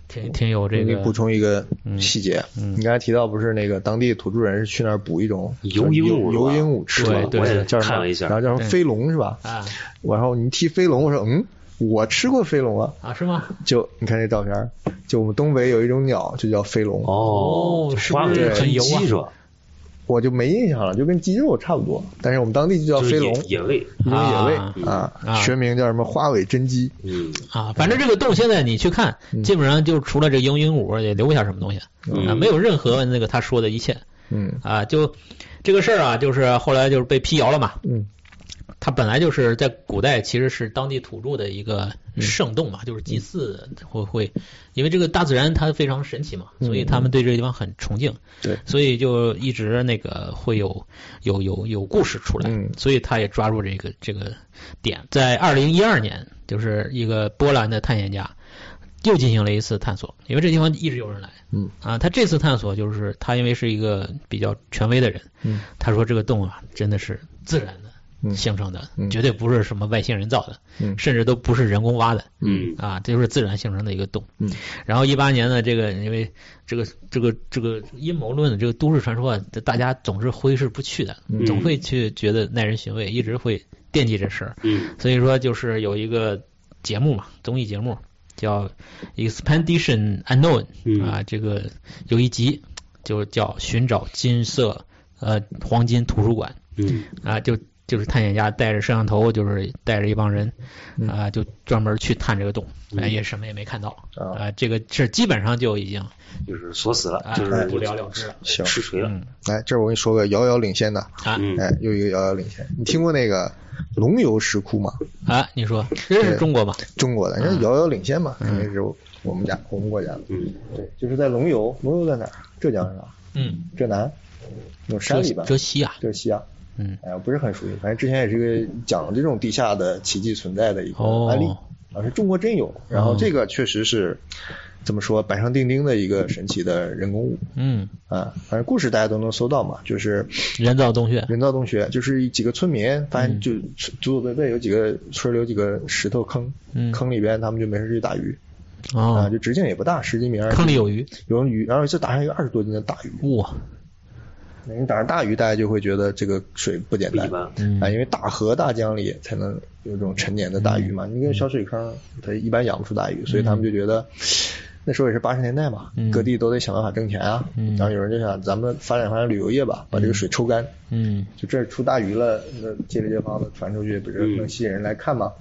D: 挺挺有这
E: 我给
D: 个
E: 你补充一个
C: 嗯
E: 细节，你刚才提到不是那个当地土著人是去那儿捕一种
C: 游鹦鹉是吧
E: 游鹦鹉吃
D: 对
E: 嘛
D: 对
E: 我也
D: 对
E: 叫什么
C: 看了一下
E: 然后叫什么飞龙是吧？
D: 啊
E: 然后你提飞龙，我说嗯，我吃过飞龙啊。
D: 啊，是吗？
E: 就你看这照片儿，就我们东北有一种鸟就叫飞龙，
C: 哦
D: 哦，是
C: 花
D: 不是
C: 纹
D: 很油啊
C: 鸡是吧？
E: 我就没印象了，就跟鸡肉差不多，但是我们当地就叫
C: 就是
E: 飞龙，
C: 野野味，
E: 一种野味
D: 啊
E: 啊
D: 啊，
E: 学名叫什么花尾真鸡，
C: 嗯，
D: 啊，反正这个洞现在你去看，基本上就除了这个英鹦鹉也留不下什么东西啊，
C: 嗯
D: 没有任何那个他说的一切
E: 嗯
D: 啊，就这个事儿啊，就是后来就是被辟谣了嘛。
E: 嗯
D: 它本来就是在古代其实是当地土著的一个
E: 嗯
D: 圣洞嘛，就是祭祀会会，因为这个大自然它非常神奇嘛，所以他们对这个地方很崇敬，
E: 嗯对，
D: 所以就一直那个会有有有有故事出来
E: 嗯，
D: 所以他也抓住这个这个点，在二零一二年，就是一个波兰的探险家又进行了一次探索，因为这地方一直有人来，
E: 嗯
D: 啊，他这次探索就是他因为是一个比较权威的人，
E: 嗯
D: 他说这个洞啊真的是自然的。
E: 嗯
D: 形成的，
E: 嗯
D: 绝对不是什么外星人造的，
E: 嗯
D: 甚至都不是人工挖的，
C: 嗯
D: 啊，这就是自然形成的一个洞。
E: 嗯，
D: 然后一八年呢，这个因为这个这个这个阴谋论的这个都市传说啊，大家总是挥之不去的，
C: 嗯
E: 嗯
D: 总会去觉得耐人寻味，一直会惦记这事儿。
C: 嗯
D: 所以说，就是有一个节目嘛，综艺节目叫《Expedition Unknown》
C: 嗯
D: 啊，这个有一集就叫《寻找金色呃黄金图书馆》。
C: 嗯，
D: 啊，就就是探险家带着摄像头，就是带着一帮人
C: 嗯
D: 啊，就专门去探这个洞，哎，也什么也没看到
E: 啊
D: 啊。这个事儿基本上就已经
C: 就是锁死了
D: 啊，
C: 就是
D: 不了了之了
E: 行
C: 吃锤了，
D: 嗯
E: 来这儿我跟你说个遥遥领先的，
D: 啊
C: 嗯
E: 哎，又一个遥遥领先，你听过那个龙游石窟吗？
D: 啊！你说这是中国吗？
E: 中国的，
C: 啊
E: 人家遥遥领先嘛，肯定是我们家我们国家的，
C: 嗯，
E: 对，就是在龙游，龙游在哪儿？浙江是吧？
D: 嗯，
E: 浙南，有山
D: 浙
E: 里吧？
D: 浙西啊，
E: 就是西安。
D: 嗯，
E: 哎，我不是很熟悉，反正之前也是一个讲这种地下的奇迹存在的一个
D: 哦嗯
E: 案例，啊，是中国真有。然后这个确实是怎么说，板上钉钉的一个神奇的人工物
D: 嗯，
E: 啊，反正故事大家都能搜到嘛，就是
D: 人造洞穴，
E: 人造洞穴，就是几个村民发
D: 嗯
E: 现就祖祖辈辈有几个村里有几个石头坑，
D: 嗯
E: 坑里边他们就没事去打鱼啊，
D: 哦
E: 就，直径也不大，十几米，
D: 坑里有鱼，
E: 有鱼，然后就打上一个二十多斤的大鱼，
D: 哇，
E: 那你打上大鱼，大家就会觉得这个水不简单
C: 不一般
D: 嗯
E: 啊，因为大河大江里才能有这种陈年的大鱼
D: 嗯
E: 嘛。你跟小水坑，它一般养不出大鱼，所以他们就觉得那时候也是八十年代嘛，
D: 嗯
E: 各地都得想办法挣钱啊。
D: 嗯
E: 然后有人就想，咱们发展发展旅游业吧，把这个水抽干，
D: 嗯，
E: 就这儿出大鱼了，那街里街坊的传出去，不是
C: 嗯
E: 能吸引人来看吗？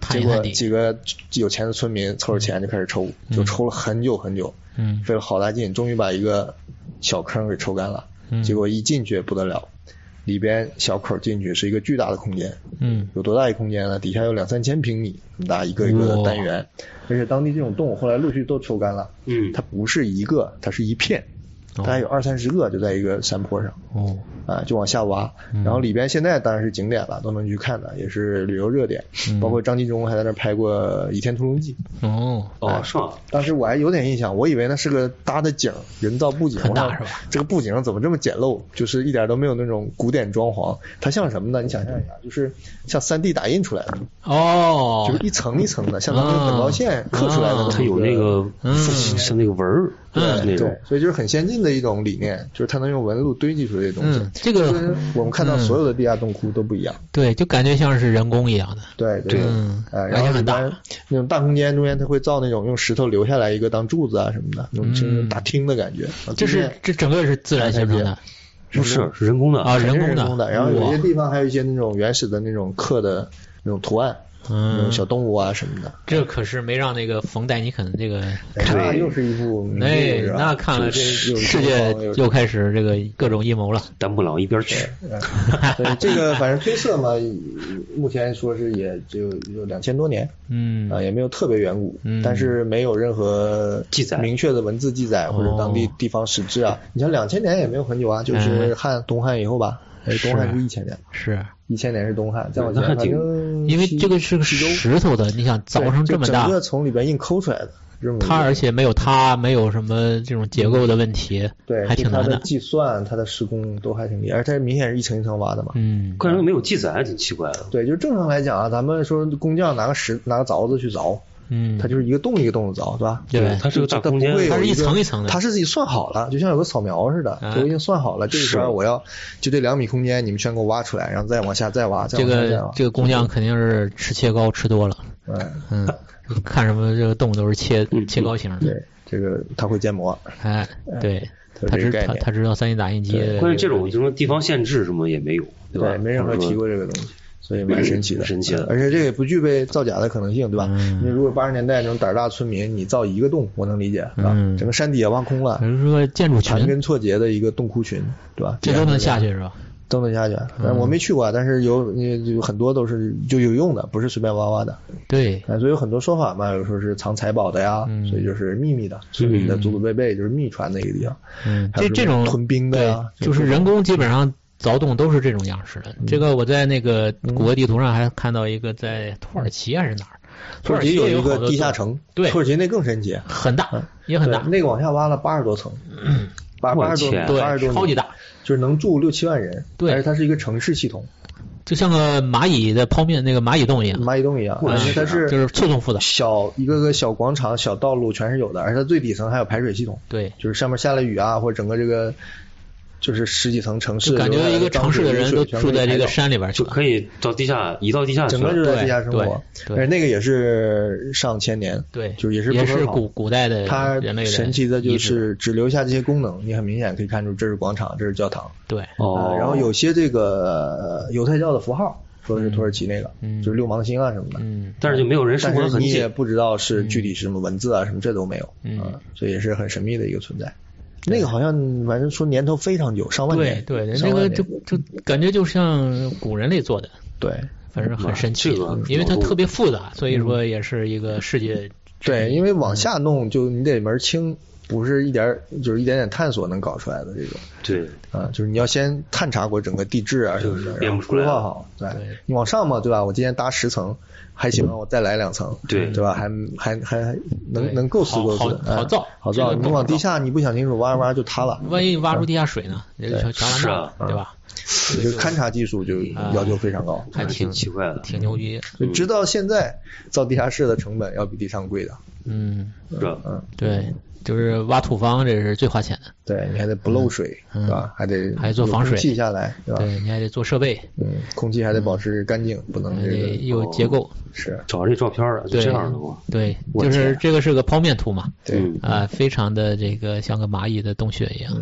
D: 探
E: 结
D: 一探
E: 果
D: 底，
E: 几个有钱的村民凑着钱就开始抽，就抽了很久很久。
D: 嗯
E: 费了好大劲，终于把一个小坑给抽干了。
D: 嗯
E: 结果一进去不得了，里边小口进去是一个巨大的空间，
D: 嗯
E: 有多大一空间啊呢？底下有两三千平米那么大一个一个的
D: 哇
E: 单元，而且当地这种洞后来陆续都抽干了。
C: 嗯
E: 它不是一个，它是一片，大概有二三十个，就在一个山坡上。
D: 哦，嗯
E: 啊，就往下挖，然后里边现在当然是景点了，都能去看的，也是旅游热点。
D: 嗯
E: 包括张纪中还在那儿拍过《倚天屠龙记》，
D: 哦，
C: 哦，是吗？
E: 当时我还有点印象，我以为那是个搭的景，人造布景，
D: 很大
E: 我想
D: 是吧
E: 这个布景怎么这么简陋？就是一点都没有那种古典装潢，它像什么呢？你想象一下，就是像三 D 打印出来的，
D: 哦
E: 就是一层一层的，像咱们
D: 啊
E: 等高线刻出来的么一。
C: 它有那个
D: 嗯
C: 像那个纹儿，
D: 嗯
C: 那种
E: 对，所以就是很先进的一种理念，就是它能用纹路堆积出这些东西。
D: 嗯这个嗯
E: 跟我们看到所有的地下洞窟都不一样。
D: 对，就感觉像是人工一样的。
E: 对对，
D: 嗯
E: 呃，
D: 而
E: 然
D: 且
E: 后
D: 很
E: 里
D: 大
E: 边那种大空间中间，它会造那种用石头留下来一个当柱子啊什么的，那种就是那种大厅的感觉。啊
D: 嗯这是这整个是自然形成的
C: 不是是人工的
D: 啊，
E: 肯定是
D: 工
E: 人工的，然后有些
D: 哇，
E: 地方还有一些那种原始的那种刻的那种图案，那
D: 嗯
E: 种，小动物啊什么的。
D: 这可是没让那个冯戴尼肯这个
E: 哎那又是一部名
D: 哎
E: 著是，吧
D: 那看了这
E: 有
D: 世界又开始这个各种阴谋了。
C: 咱不老一边去。
E: *laughs* 所以这个反正推测嘛，目前说是也只有有两千多年，
D: 嗯
E: 啊、也没有特别远古，
D: 嗯
E: 但是没有任何
C: 记载
E: 明确的文字记载或者当地
D: 哦
E: 地方史志啊。你像两千年也没有很久啊，就是
D: 嗯
E: 汉东汉以后吧，哎，
D: 是
E: 东汉是一千年，
D: 是
E: 一千年是东汉，再往前
C: 那还
E: 反
C: 挺
E: 正
D: 因为
E: 七
D: 这个是个石头的，你想凿
E: 对
D: 成这
E: 就
D: 么大
E: 整，个从里边硬抠出来的，这么一个
D: 它而且没有它，没有什么这种结构的问题，
E: 嗯对，
D: 还挺难
E: 就它
D: 的
E: 的。计算、它的施工都还挺厉害，而且它明显是一层一层挖的嘛。
D: 嗯，
C: 怪不得没有记载，还挺奇怪的。
E: 对，就正常来讲啊，咱们说工匠拿个石拿个凿子去凿，
D: 嗯，
E: 它就是一个洞一个洞的凿，对吧？
D: 对，
C: 它是个大空间
E: 它不，会有
D: 它是一
E: 一个
D: 层一层的
E: 它是自己算好了，就像有个扫描似的，
D: 嗯
E: 我已经算好了，这一
C: 是
E: 圈我要就这两米空间，你们全给我挖出来，然后再往下再挖，再
D: 这
E: 往下再
D: 个
E: 挖。
D: 这个工匠肯定是吃切糕吃多了，
E: 嗯，
D: 嗯，
E: *laughs*
D: 看什么这个动物都是切切糕型的，
E: 对，这个他会建模，
D: 哎，对，
E: 它
D: 他
E: 这
D: 知
E: 个概
D: 他
E: 念
D: 他知道三 D 打印机，
C: 关键这种什么地方限制什么也没有，吧？
E: 对，没任何提过这个东西。所以蛮神奇的，嗯
C: 神奇的
E: 而且这也不具备造假的可能性，对吧？
D: 嗯
E: 你如果八十年代那种胆儿大村民，你造一个洞，我能理解，对吧？
D: 嗯
E: 整个山底也挖空了
D: 比，如说建筑
E: 盘
D: 群，
E: 根错节的一个洞窟群，对吧？
D: 这都能下去是吧？
E: 都能下去。啊
D: 嗯
E: 但我没去过，但是有有很多都是就有用的，不是随便挖挖的。
D: 对，
E: 哎，所以有很多说法嘛，有说是藏财宝的呀，
D: 嗯
E: 所以就是秘密的，所以的祖祖辈辈就是秘传的一个地方。
D: 嗯，
E: 还
D: 这
E: 有
D: 这
E: 什么
D: 种
E: 屯兵的呀嗯
D: 对就是人工基本上凿洞都是这种样式的。这个我在那个谷歌地图上还看到一个在土耳其还是哪儿，
E: 土耳
D: 其
E: 其有
D: 也
E: 一
D: 好
E: 个
D: 多
E: 地下
D: 洞，
E: 城，
D: 对
E: 土耳其那更神奇，啊嗯
D: 很大，也很
E: 对
D: 大，，嗯
E: 那个往下挖了八十多层，八
C: 我
E: 八十多
C: 天
E: 米，八十
D: 对，
E: 多
D: 超级
E: 米，
D: 大，
E: 就是能住六七万人，
D: 对
E: 而且它是一个城市系统，
D: 就像个蚂蚁的泡面那个蚂蚁洞一样，
E: 蚂蚁洞一样，
C: 我
E: 而且
C: 去
E: 它
D: 就是是错综复杂。
E: 嗯小一个个小广场、小道路全是有的，而且它最底层还有排水系统，
D: 对，
E: 就是上面下了雨啊，或者整个这个就是十几层城
D: 就
E: 市，
D: 感觉一个城市的人都
E: 流水
D: 住在这
E: 全被排走
D: 个。山里边去
C: 就
D: 了。
C: 可以到地下，移到地下去
E: 整个就
C: 了。
E: 在地下生活，
D: 对对
E: 而那个也是上千年，
D: 对，
E: 就也是不
D: 也
E: 可
D: 是
E: 考
D: 古古代的
E: 它
D: 人类的
E: 神奇的
D: 遗
E: 就
D: 址
E: 是只留下这些功能，你很明显可以看出这是广场，这是教堂，
D: 对，
C: 哦
E: 啊，然后有些这个呃犹太教的符号，说是土耳其那个，
D: 嗯
E: 就是六芒星啊什么的，
D: 嗯
C: 但是就没有人生
E: 但
C: 活的
E: 是
C: 痕
E: 你也
C: 迹。
E: 不知道是具体是什么文字啊，什么这都没有，
D: 嗯
E: 啊，这也是很神秘的一个存在。那个好像反正说年头非常久，上万
D: 对
E: 年，
D: 对，
E: 上
D: 那
E: 万
D: 个
E: 年
D: 就就感觉就像古人类做的，
E: 对
D: 反正很神奇啊
C: 这个，
D: 因为它特别复杂，所以
C: 嗯
D: 说也是一个世界。
E: 对，因为往下弄就你得门儿清，不是一点儿就是一点点探索能搞出来的这种。
C: 对，
E: 啊，就是你要先探查过整个地质啊什么的，
C: 编
E: 然
C: 不
E: 后
C: 出来
E: 规划好。对
D: 对
E: 你往上嘛，对吧？我今天搭十层，还行，我再来两层，
C: 对
E: 对吧？还还还
D: 对
E: 能能构思
D: 好
E: 构
D: 好
E: 思，
D: 好
E: 嗯
D: 造
E: 好
D: 这
E: 造。
D: 个
E: 你
D: 够
E: 往
D: 好
E: 地
D: 造
E: 下你不小心手挖着挖着就塌了，
D: 万一挖出地下水呢？这就全全完
C: 是
D: 蛋了
C: 啊，
D: 对嗯吧？
E: 你这勘察技术就要求非常高。
D: 还挺
C: 挺奇怪的
D: 挺牛逼。
E: 就直到现在，造地下室的成本要比地上贵的。
D: 嗯，
C: 是吧？
E: 嗯，
D: 对，就是挖土方，这是最花钱的。
E: 对你还得不漏水，
D: 嗯
E: 对吧？还得
D: 还做
E: 有
D: 防
E: 空
D: 水
E: 气下来，对吧？
D: 对，你还得做设备，
E: 嗯，空气还得保持干净，不
C: 嗯
E: 能
D: 还
E: 这
D: 得
E: 个
D: 嗯有结构。
E: 是
C: 找这照片啊，就
D: 对
C: 哦这样的嘛。
D: 对，
C: 我
D: 就是
C: 天
D: 这个是个剖面图嘛，
E: 对。
C: 嗯
D: 啊，非常的这个像个蚂蚁的洞穴一样，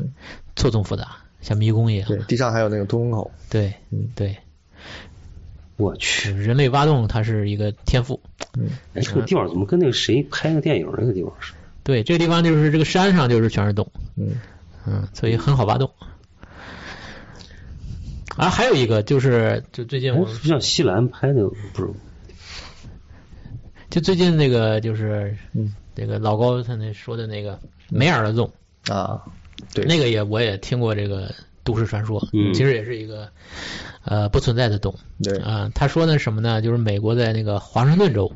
D: 错综复杂，像迷宫一样
E: 对。，地上还有那个通风口，
D: 对
E: 嗯
D: 对，
C: 我去，
D: 人类挖洞它是一个天赋。
E: 嗯
C: 哎这个地方怎么跟那个谁拍那个电影那个地方似的？
D: 对，这个地方就是这个山上就是全是洞，
E: 嗯，
D: 嗯，所以很好挖洞。啊，还有一个就是，就最近
C: 哎，
D: 我
C: 不像西兰拍那个不是？
D: 就最近那个就是
E: 嗯，
D: 这个老高他那说的那个梅尔的洞，
E: 啊，对
D: 那个也我也听过这个都市传说，
C: 嗯
D: 其实也是一个呃不存在的洞。
E: 对
D: 啊、他说的是什么呢？就是美国在那个华盛顿州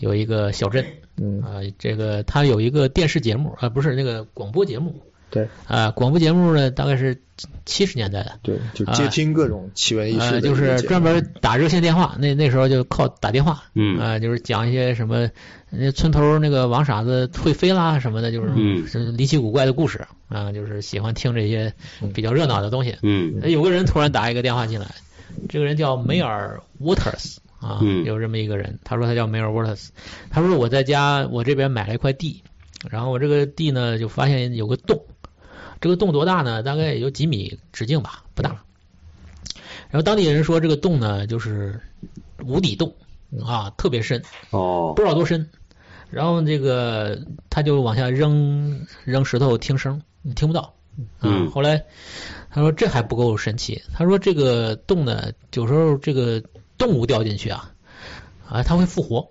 D: 有一个小镇，
E: 嗯
D: 啊、这个他有一个电视节目，啊、不是那个广播节目，
E: 对
D: 啊、广播节目呢大概是七十年代的，啊
E: 对，就接听各种奇闻异事
D: 呃，
E: 的这
D: 就
E: 个节目、
D: 是专门打热线电话，那那时候就靠打电话，
C: 嗯
D: 啊、就是讲一些什么，那村头那个王傻子会飞啦什么的，就是
C: 嗯
D: 是离奇古怪的故事啊、就是喜欢听这些比较热闹的东西。
C: 嗯
D: 哎有个人突然打一个电话进来，这个人叫梅尔沃特斯啊，
C: 嗯
D: 有这么一个人，他说他叫梅尔沃特斯，他说我在家我这边买了一块地，然后我这个地呢就发现有个洞，这个洞多大呢？大概也就几米直径吧，不大。然后当地人说这个洞呢就是无底洞啊，特别深，
C: 哦
D: 不知道多深。然后这个他就往下扔扔石头，听声听不到。
C: 嗯
D: 啊后来他说这还不够神奇，他说这个洞呢，有时候这个动物掉进去啊，啊，它会复活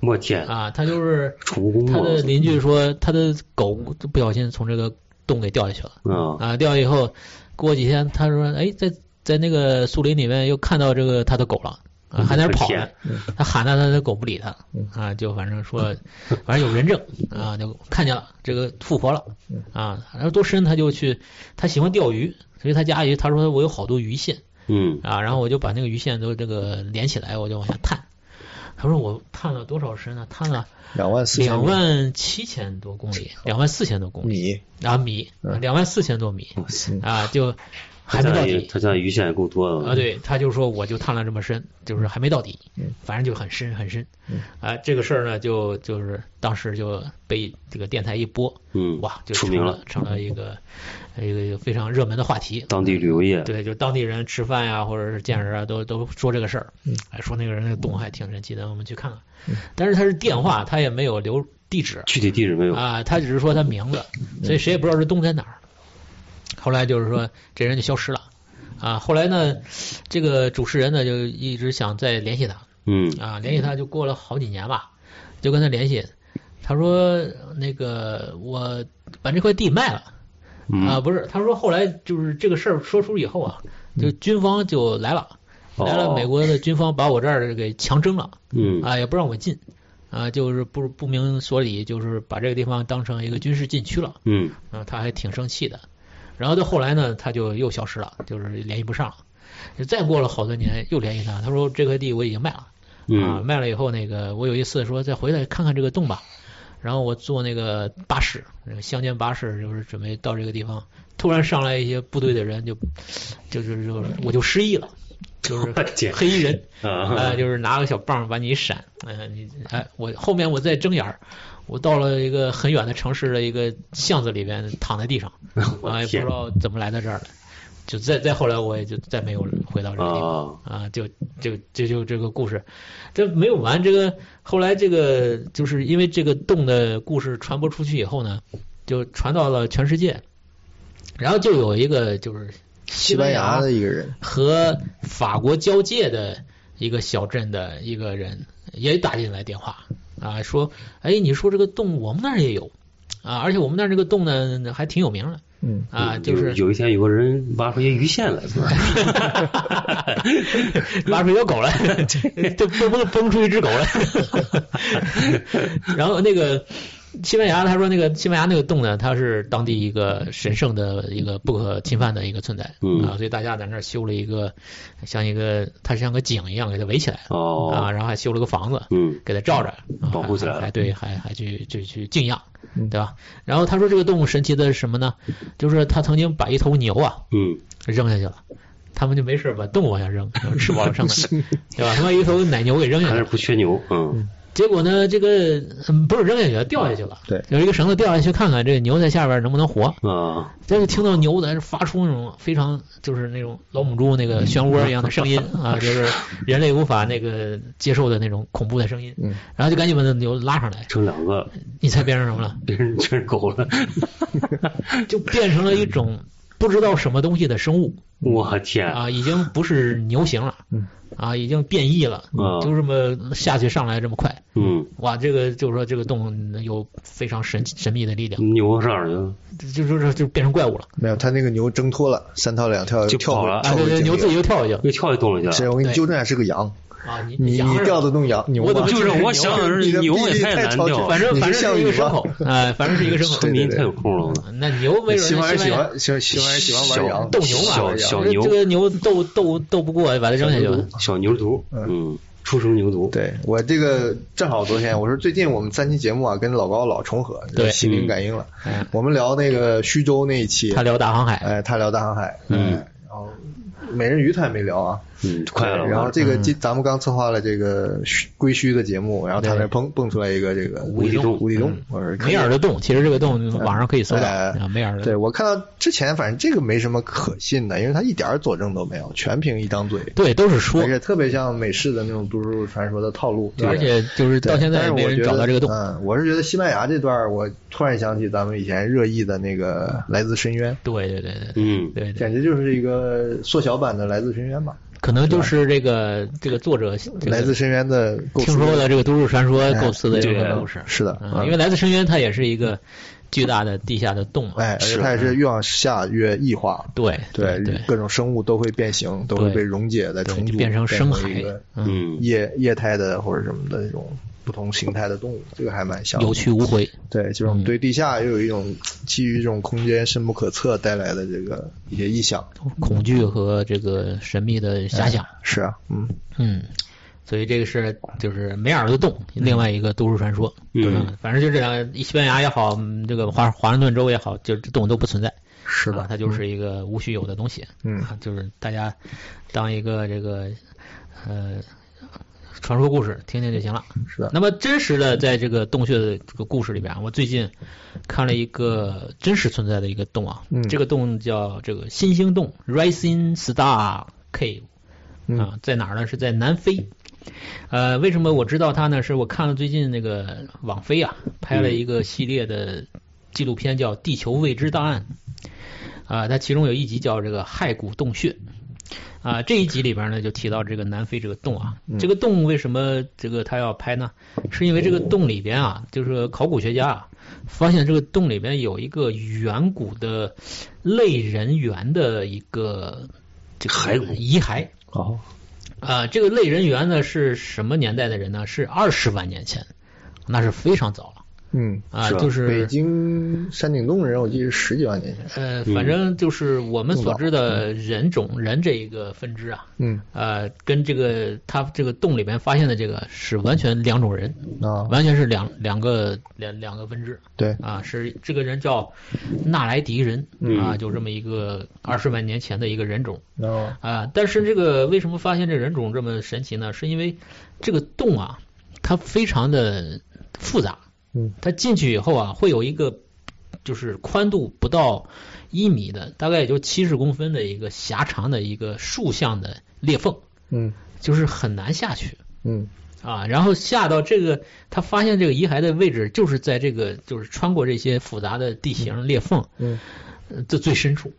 C: 我天，
D: 啊，它就是
C: 宠物公
D: 他
C: 墓
D: 的邻居说他的狗不小心从这个洞给掉下去了。
C: 啊
D: 啊，掉以后，过几天他说，哎，在在那个树林里面又看到这个他的狗了，啊，还在那儿跑
C: 我
D: 呢
C: 天，
E: 嗯
D: 他喊他，他的狗不理他，啊，就反正说，反正有人证啊，
E: 嗯
D: 就看见了，这个复活了，啊，然后多深他就去，他喜欢钓鱼，所以他家里他说我有好多鱼线，
C: 嗯
D: 啊，然后我就把那个鱼线都这个连起来，我就往下探。他说我探了多少深呢？探了
E: 两万四千
D: 两万七千多公里，两万四千多公里
E: 米，
D: 啊米，
E: 嗯
D: 两万四千多米啊，就还没
C: 他
D: 到
C: 家也
D: 底
C: 他家鱼线也够多的了
D: 啊。对，他就说我就探了这么深，就是还没到底，
C: 嗯
D: 反正就很深很深。啊，这个事儿呢，就就是当时就被这个电台一播，
C: 嗯
D: 哇，就
C: 出
D: 成
C: 名
D: 了
C: 了，
D: 成了一个一个非常热门的话题。
C: 当地旅游业
D: 对，就当地人吃饭呀、或者是见人啊，都都说这个事儿，
C: 嗯
D: 哎，说那个人那个洞还挺神奇的，我们去看看。但是他是电话，他也没有留地址
C: 具体地址没有，
D: 啊，他只是说他名字，
C: 嗯
D: 所以谁也不知道这洞在哪儿。后来就是说，这人就消失了啊。后来呢，这个主持人呢就一直想再联系他，
C: 嗯
D: 啊，联系他就过了好几年吧，就跟他联系，他说那个我把这块地卖了，啊，
C: 嗯
D: 不是，他说后来就是这个事儿说出以后啊，就军方就来了，
C: 嗯哦
D: 来了美国的军方把我这儿给强征了，
C: 嗯
D: 啊，也不让我进，啊，就是不不明所以，就是把这个地方当成一个军事禁区了，
C: 嗯
D: 啊，他还挺生气的。然后到后来呢，他就又消失了，就是联系不上了。就再过了好多年，又联系他，他说这块地我已经卖了。啊，
C: 嗯
D: 卖了以后，那个我有一次说再回来看看这个洞吧，然后我坐那个巴士，那个乡间巴士，就是准备到这个地方，突然上来一些部队的人就，就就就我就失忆了，就
C: *laughs* 我天
D: 是黑衣人，
C: 啊 *laughs*
D: 啊，就是拿个小棒把你一闪，哎，你哎，我后面我再睁眼儿，我到了一个很远的城市的一个巷子里边，躺在地上，
C: 我
D: 啊，也不
C: 天
D: 知道怎么来到这儿的，就再再后来我也就再没有回到这个地方。
C: 啊
D: 啊，就就这就这个故事，这没有完。这个后来这个就是因为这个洞的故事传播出去以后呢，就传到了全世界，然后就有一个就是
E: 西
D: 西
E: 班牙
D: 牙
E: 的一个人，
D: 和法国交界的一个小镇的一个人也打进来电话啊，说哎，你说这个洞我们那儿也有啊，而且我们那儿这个洞呢还挺有名的
E: 嗯，
D: 啊，
C: 嗯
D: 就是
C: 有有一天有个人挖出一鱼线来，
D: *laughs*
C: 是吧
D: 拉出一条
C: *laughs*
D: 狗来，就蹦蹦蹦出一只狗来。 *laughs* 然后那个西班牙，他说那个西班牙那个洞呢，它是当地一个神圣的一个不可侵犯的一个存在、
C: 嗯
D: 啊，所以大家在那儿修了一个像一个它像个井一样给它围起来、啊，
C: 哦
D: 然后还修了个房子，
C: 嗯
D: 给它罩着，啊
C: 保护起来了嗯
D: 还还对，还还去去去静养，对吧？然后他说这个动物神奇的是什么呢？就是他曾经把一头牛啊
C: 嗯
D: 扔下去了。他们就没事把动物往下扔，然后吃饱了上来，对吧？他把一头奶牛给扔下
C: 还
D: 去
C: 是
D: 了，
C: 不缺牛嗯
D: 结果呢，这个嗯不是扔下去了，掉下去了。
E: 对
D: 有一个绳子掉下去，看看这个牛在下边能不能活。
C: 啊
D: 但是听到牛在这发出那种非常就是那种老母猪那个漩涡一样的声音啊，就是人类无法那个接受的那种恐怖的声音。
E: 嗯
D: 然后就赶紧把那牛拉上来，
C: 成两个了，
D: 你猜变成什么了？
C: 变成变成狗了， *laughs*
D: 就变成了一种不知道什么东西的生物。
C: 我天
E: 啊
D: 啊
E: 嗯
D: 啊，已经不是牛形了，啊，已经变异了，
C: 啊
D: 就这么下去上来这么快，
C: 嗯，
D: 哇，这个就是说这个动物有非常神神秘的力量，
C: 牛上哪儿去了？
D: 就就是就变成怪物了
E: 没有，他那个牛挣脱了，三跳两跳
C: 就
E: 跳
C: 跑
E: 回
C: 了啊
D: 啊！
E: 跳
D: 对
E: 回
D: 对，
E: 井
D: 牛
E: 里
D: 自己
E: 了。
D: 就跳下去了
C: 又跳一洞里去
E: 是
C: 了。
E: 我给你
D: 对
E: 纠正一下，是个羊，
D: 啊！你
E: 你
D: 羊
E: 你
D: 是
E: 钓得动羊牛
D: 我怎
E: 吗
D: 么？
C: 就是我想想，
E: 你的
C: 牛也
E: 臂力
C: 太
E: 太
C: 难
E: 超
C: 钓
E: 群
C: 了，
D: 反正
E: 你是
D: 反正
E: 项
D: 是
E: 羽
D: 一个
E: 吧
D: 牲口， *laughs*
E: *laughs*
D: 哎，反正是一个牲
E: 对。
D: 口
C: 村
E: 对
C: 民
E: 对
C: 太有空了呢。
D: 那牛没准
E: 西
D: 人
E: 方
D: 家
E: 人喜
D: 西班牙
E: 欢喜欢西方人喜欢玩羊，
D: 斗牛嘛
C: 小
E: 玩羊
C: 小
D: 这
C: 牛
D: 这个牛斗斗斗不过，把它扔下去了。
C: 小牛犊，嗯，初生牛犊，
E: 对我这个正好昨天我说最近我们三期节目啊跟老高老重合，
D: 对
E: 心灵感应了
D: 嗯。
E: 我们聊那个徐州那一期，
D: 他聊大航海，
E: 哎，他聊大航海，
C: 嗯
E: 哎，然后美人鱼他也没聊啊，
C: 嗯，快
D: 呃
C: 了。
E: 对然后这个今咱们刚策划了这个虚归墟的节目，然后他
D: 对
E: 那蹦蹦出来一个这个
C: 无底洞
E: 无底洞，我说可以
D: 嗯梅尔的洞，其实这个洞网上可以搜到
E: 哎
D: 啊，梅尔的
E: 对
D: 洞。
E: 我看到之前，反正这个没什么可信的，因为他一点儿佐证都没有，全凭一张嘴，
D: 对，都是说
E: 而，且特别像美式的那种都市传说的套路。对
D: 而且就是
E: 对
D: 到现
E: 但
D: 在
E: 是
D: 也没
E: 我
D: 人
E: 觉
D: 找
E: 得
D: 到这个洞。
E: 嗯，我是觉得西班牙这段儿，我突然想起咱们以前热议的那个《来自深渊
D: 对对对对
C: 嗯，
D: 对》，对，
E: 简直就是一个缩小版的《来自深渊》吧，
D: 可能就是这个这个作者这
E: 来自
D: 个
E: 深渊》的构思
D: 听说的这个都市传说
E: 哎
D: 构思的这
C: 对
D: 个故事。
E: 是的，
D: 嗯，因为来自深渊，它也是一个巨大的地下的洞嘛。
E: 哎，而且它也是越往下越异化，
D: 对
E: 对
D: 嗯对，
E: 各种生物都会变形，都会
D: 对
E: 被溶解再重
D: 对
E: 组，
D: 就变成深海
E: 一个
D: 嗯，
C: 嗯，
E: 液液态的或者什么的这种不同形态的动物，这个还蛮像的
D: 有去无回。嗯
E: 对，就是我们对地下又有一种基于这种空间深不可测带来的这个一些臆想。
D: 恐惧和这个神秘的遐想。
E: 是啊，嗯，
D: 嗯，所以这个是就是梅尔的洞，另外一个都市传说。
C: 嗯，
D: 反正就这两个，西班牙也好，嗯这个华华盛顿州也好，就是这洞都不存在。
E: 是
D: 啊
E: 的，
D: 它就是一个无须有的东西。
E: 嗯
D: 啊就是大家当一个这个呃传说故事听听就行了。
E: 嗯是的，
D: 那么真实的在这个洞穴的这个故事里边啊，我最近看了一个真实存在的一个洞啊，
E: 嗯
D: 这个洞叫这个新星洞 （Rising Star Cave）
E: 嗯
D: 啊，在哪儿呢？是在南非。呃，为什么我知道它呢？是我看了最近那个网飞啊拍
E: 嗯
D: 了一个系列的纪录片，叫《地球未知档案》啊、它其中有一集叫这个骸骨洞穴。啊、这一集里边呢就提到这个南非这个洞啊，
C: 嗯
D: 这个洞为什么这个他要拍呢？是因为这个洞里边啊，就是考古学家啊发现这个洞里边有一个远古的类人猿的一个这个
C: 骸骨
D: 遗骸。
C: 哦，
D: 啊、这个类人猿呢是什么年代的人呢？是二十万年前，那是非常早了
E: 嗯，
D: 啊、
C: 是吧
D: 就是
E: 北京山顶洞人，我记得是十几万年前，
D: 呃，反正就是我们所
E: 更早
D: 知的人种人这一个分支啊，
E: 嗯
D: 呃，跟这个他这个洞里面发现的这个是完全两种人，
E: 啊，
D: 完全是两两个两两个分支
E: 对，
D: 啊，是这个人叫纳莱迪人啊，
C: 嗯
D: 就这么一个二十万年前的一个人种
E: 然后
D: 啊，但是这个为什么发现这人种这么神奇呢？是因为这个洞啊，它非常的复杂，
E: 嗯，
D: 它进去以后啊，会有一个就是宽度不到一米的，大概也就七十公分的一个狭长的一个竖向的裂缝，
E: 嗯
D: 就是很难下去
E: 嗯
D: 啊。然后下到这个，他发现这个遗骸的位置就是在这个就是穿过这些复杂的地形裂缝，
E: 嗯
D: 呃这最深处。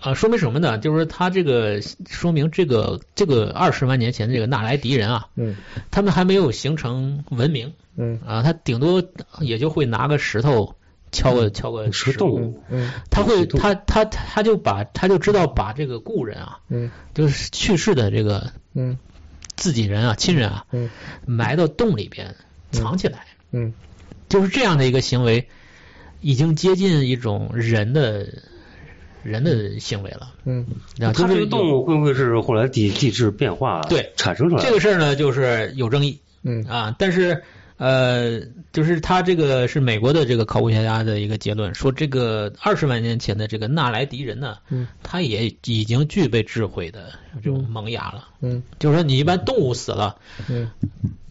D: 啊，说明什么呢？就是他这个说明这个这个二十万年前的这个纳莱迪人啊，
E: 嗯
D: 他们还没有形成文明，
E: 嗯
D: 啊，他顶多也就会拿个石头敲个敲个
C: 嗯石洞，
E: 嗯
D: 他会他他他就把他就知道把这个故人啊，
E: 嗯
D: 就是去世的这个
E: 嗯
D: 自己人啊亲人啊，
E: 嗯
D: 埋到洞里边藏起来，
E: 嗯
D: 就是这样的一个行为，已经接近一种人的人的行为了。
E: 嗯
D: 然后
C: 它
D: 就
C: 这个
D: 是有
C: 洞会不会是后来地地质变化
D: 对
C: 产生出来的？
D: 这个事儿呢，就是有争议，
E: 嗯
D: 啊，但是呃，就是他这个是美国的这个考古学家的一个结论，说这个二十万年前的这个纳莱迪人呢，
E: 嗯
D: 他也已经具备智慧的这种萌芽了。
E: 嗯
D: 就是说，你一般动物死了，
E: 嗯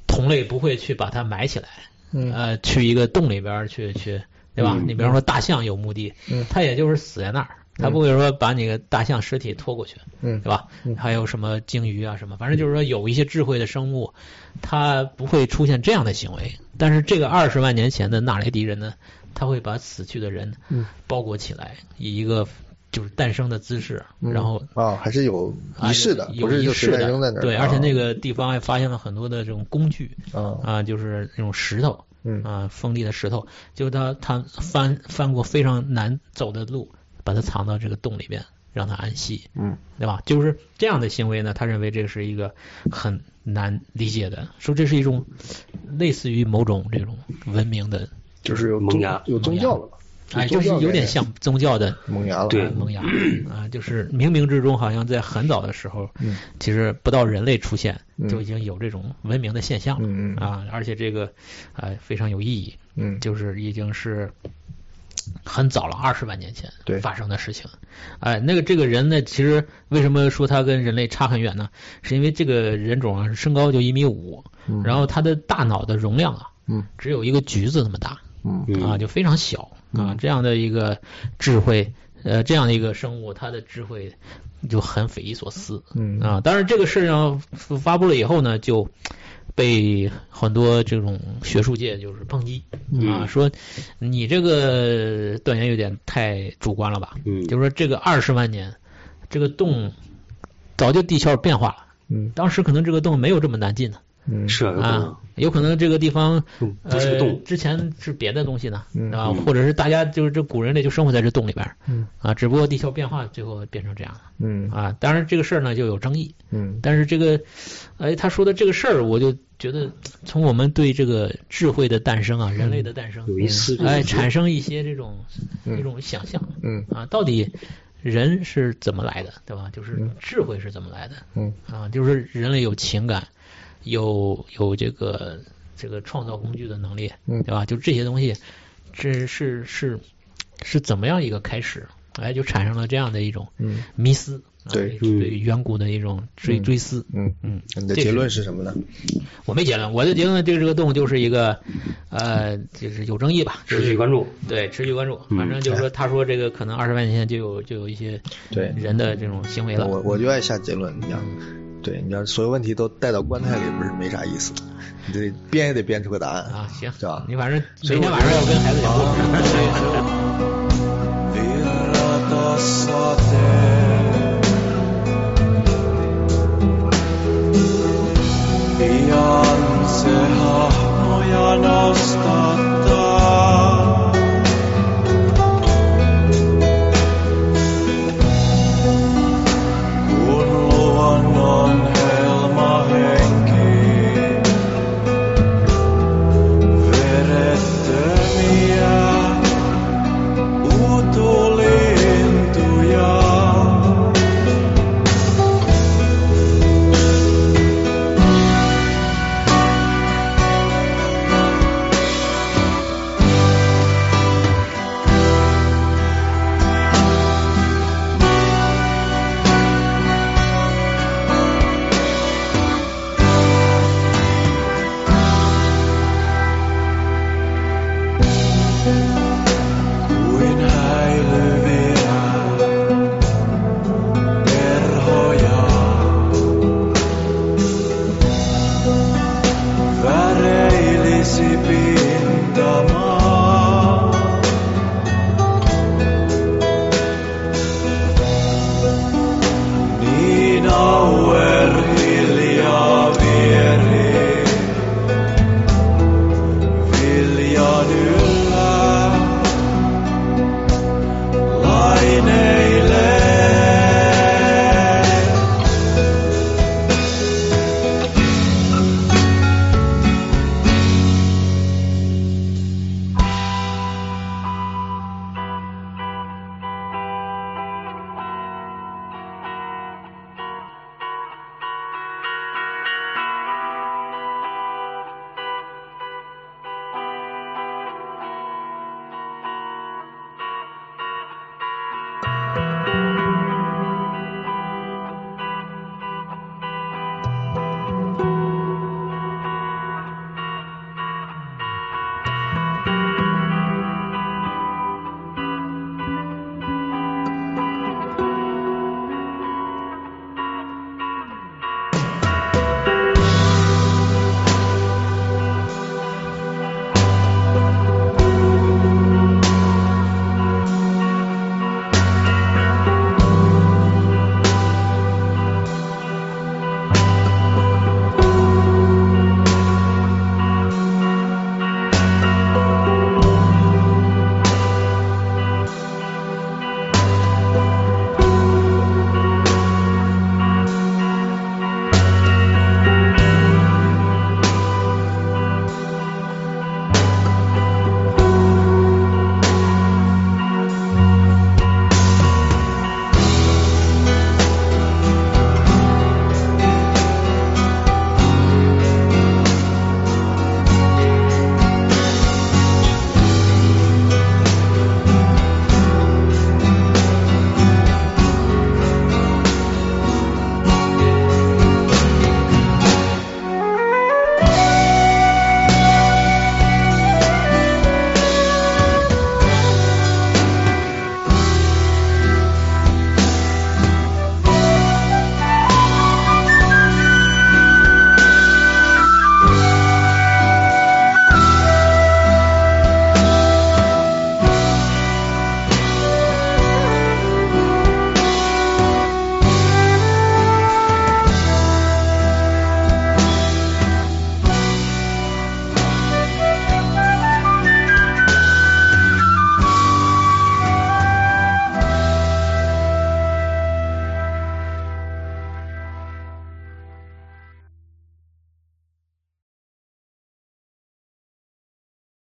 D: 同类不会去把它埋起来，
E: 嗯
D: 呃，去一个洞里边儿去去，对吧？你比方说大象有墓地，
E: 嗯
D: 它也就是死在那儿，它不会说把你个大象尸体拖过去，
E: 嗯
D: 对吧？还有什么鲸鱼啊什么，反正就是说有一些智慧的生物，它不会出现这样的行为。但是这个二十万
E: 嗯
D: 年前的纳雷迪人呢，他会把死去的人包裹起来，以一个就是诞生的姿势，
E: 嗯
D: 然后
E: 啊还是有仪式的
D: 啊，有
E: 不是
D: 有
E: 就
D: 仪
E: 随
D: 式
E: 便
D: 的，
E: 扔在那儿。啊
D: 对，而且那
E: 个
D: 个地方还发现了很多的这种工具，
E: 啊
D: 啊，就是那种石头，
E: 嗯
D: 啊，锋利的石头，就他他翻翻过非常难走的路，把它藏到这个洞里边，让它安息，
E: 嗯
D: 对吧？就是这样的行为呢，他认为这是一个很难理解的，说这是一种类似于某种这种文明的，
E: 就是有
C: 萌
E: 宗
C: 芽
E: 有宗教了吧？
D: 哎，
E: 宗
D: 就是
E: 教
D: 有
E: 概
D: 点
E: 念
D: 像宗教的
E: 萌芽了。
C: 对
D: 萌芽啊，就是冥冥之中好像在很早的时候，
E: 嗯
D: 其实不到人类出现
E: 嗯
D: 就已经有这种文明的现象了
E: 嗯嗯
D: 啊，而且这个呃非常有意义，
E: 嗯
D: 就是已经是很早了，二十万年前
E: 对
D: 发生的事情。哎，那个这个人呢，其实为什么说他跟人类差很远呢？是因为这个人种啊，身高就一米五，
E: 嗯
D: 然后他的大脑的容量啊，
E: 嗯
D: 只有一个橘子那么大
E: 嗯
C: 嗯
D: 啊，就非常小啊。这样的一个智慧，呃，这样的一个生物，它的智慧就很匪夷所思。
E: 嗯
D: 啊，当然这个事情发布了以后呢，就被很多这种学术界就是抨击
C: 嗯
D: 啊，说你这个断言有点太主观了吧？
C: 嗯
D: 就是说这个二十万年，这个洞早就地壳变化了，
E: 嗯
D: 当时可能这个洞没有这么难进呢
E: 嗯
C: 是啊，有可能
D: 啊，有可能这个地方
C: 嗯不是个
D: 呃
C: 洞，
D: 之前是别的东西呢，
E: 嗯
D: 啊，或者是大家就是这古人类就生活在这洞里边儿，
E: 嗯
D: 啊，只不过地壳变化最后变成这样了
E: 嗯
D: 啊。当然这个事儿呢就有争议，
E: 嗯
D: 但是这个，哎，他说的这个事儿，我就觉得从我们对这个智慧的诞生啊，人类的诞生，
C: 嗯有一丝这
D: 哎，
C: 种
D: 产生一些这种
E: 嗯
D: 一种想象
E: 嗯
D: 啊，到底人是怎么来的，对吧？就是
C: 嗯
D: 智慧是怎么来的？
E: 嗯
D: 啊，就是人类有情感，有有这个这个创造工具的能力，
E: 嗯
D: 对吧？就这些东西，这是是是怎么样一个开始？哎，就产生了这样的一种
E: 嗯
D: 迷思，啊
E: 对
D: 一种
C: 嗯
D: 对远古的一种追追思。
E: 嗯
D: 嗯，
E: 你的
D: 这
E: 结
D: 是
E: 论是什么呢？
D: 我没结论，我的结论对这个洞就是一个，呃，就是有争议吧，就
C: 持续嗯
D: 是
C: 关注。
D: 对持续关注。反正就是说，他说这个可能二十万年前就有就有一些
E: 对
D: 人的这种行为了。
E: 我我就爱下结论，你讲，对，你要所有问题都带到棺材里，不是没啥意思，你得编也得编出个答案
D: 啊，行
E: 对吧，
D: 你？反正
E: 所以
D: 每
E: 我
D: 天晚上要跟孩
E: *laughs*
D: 子讲故事。
F: Vielä tässä tehdään.
E: Niin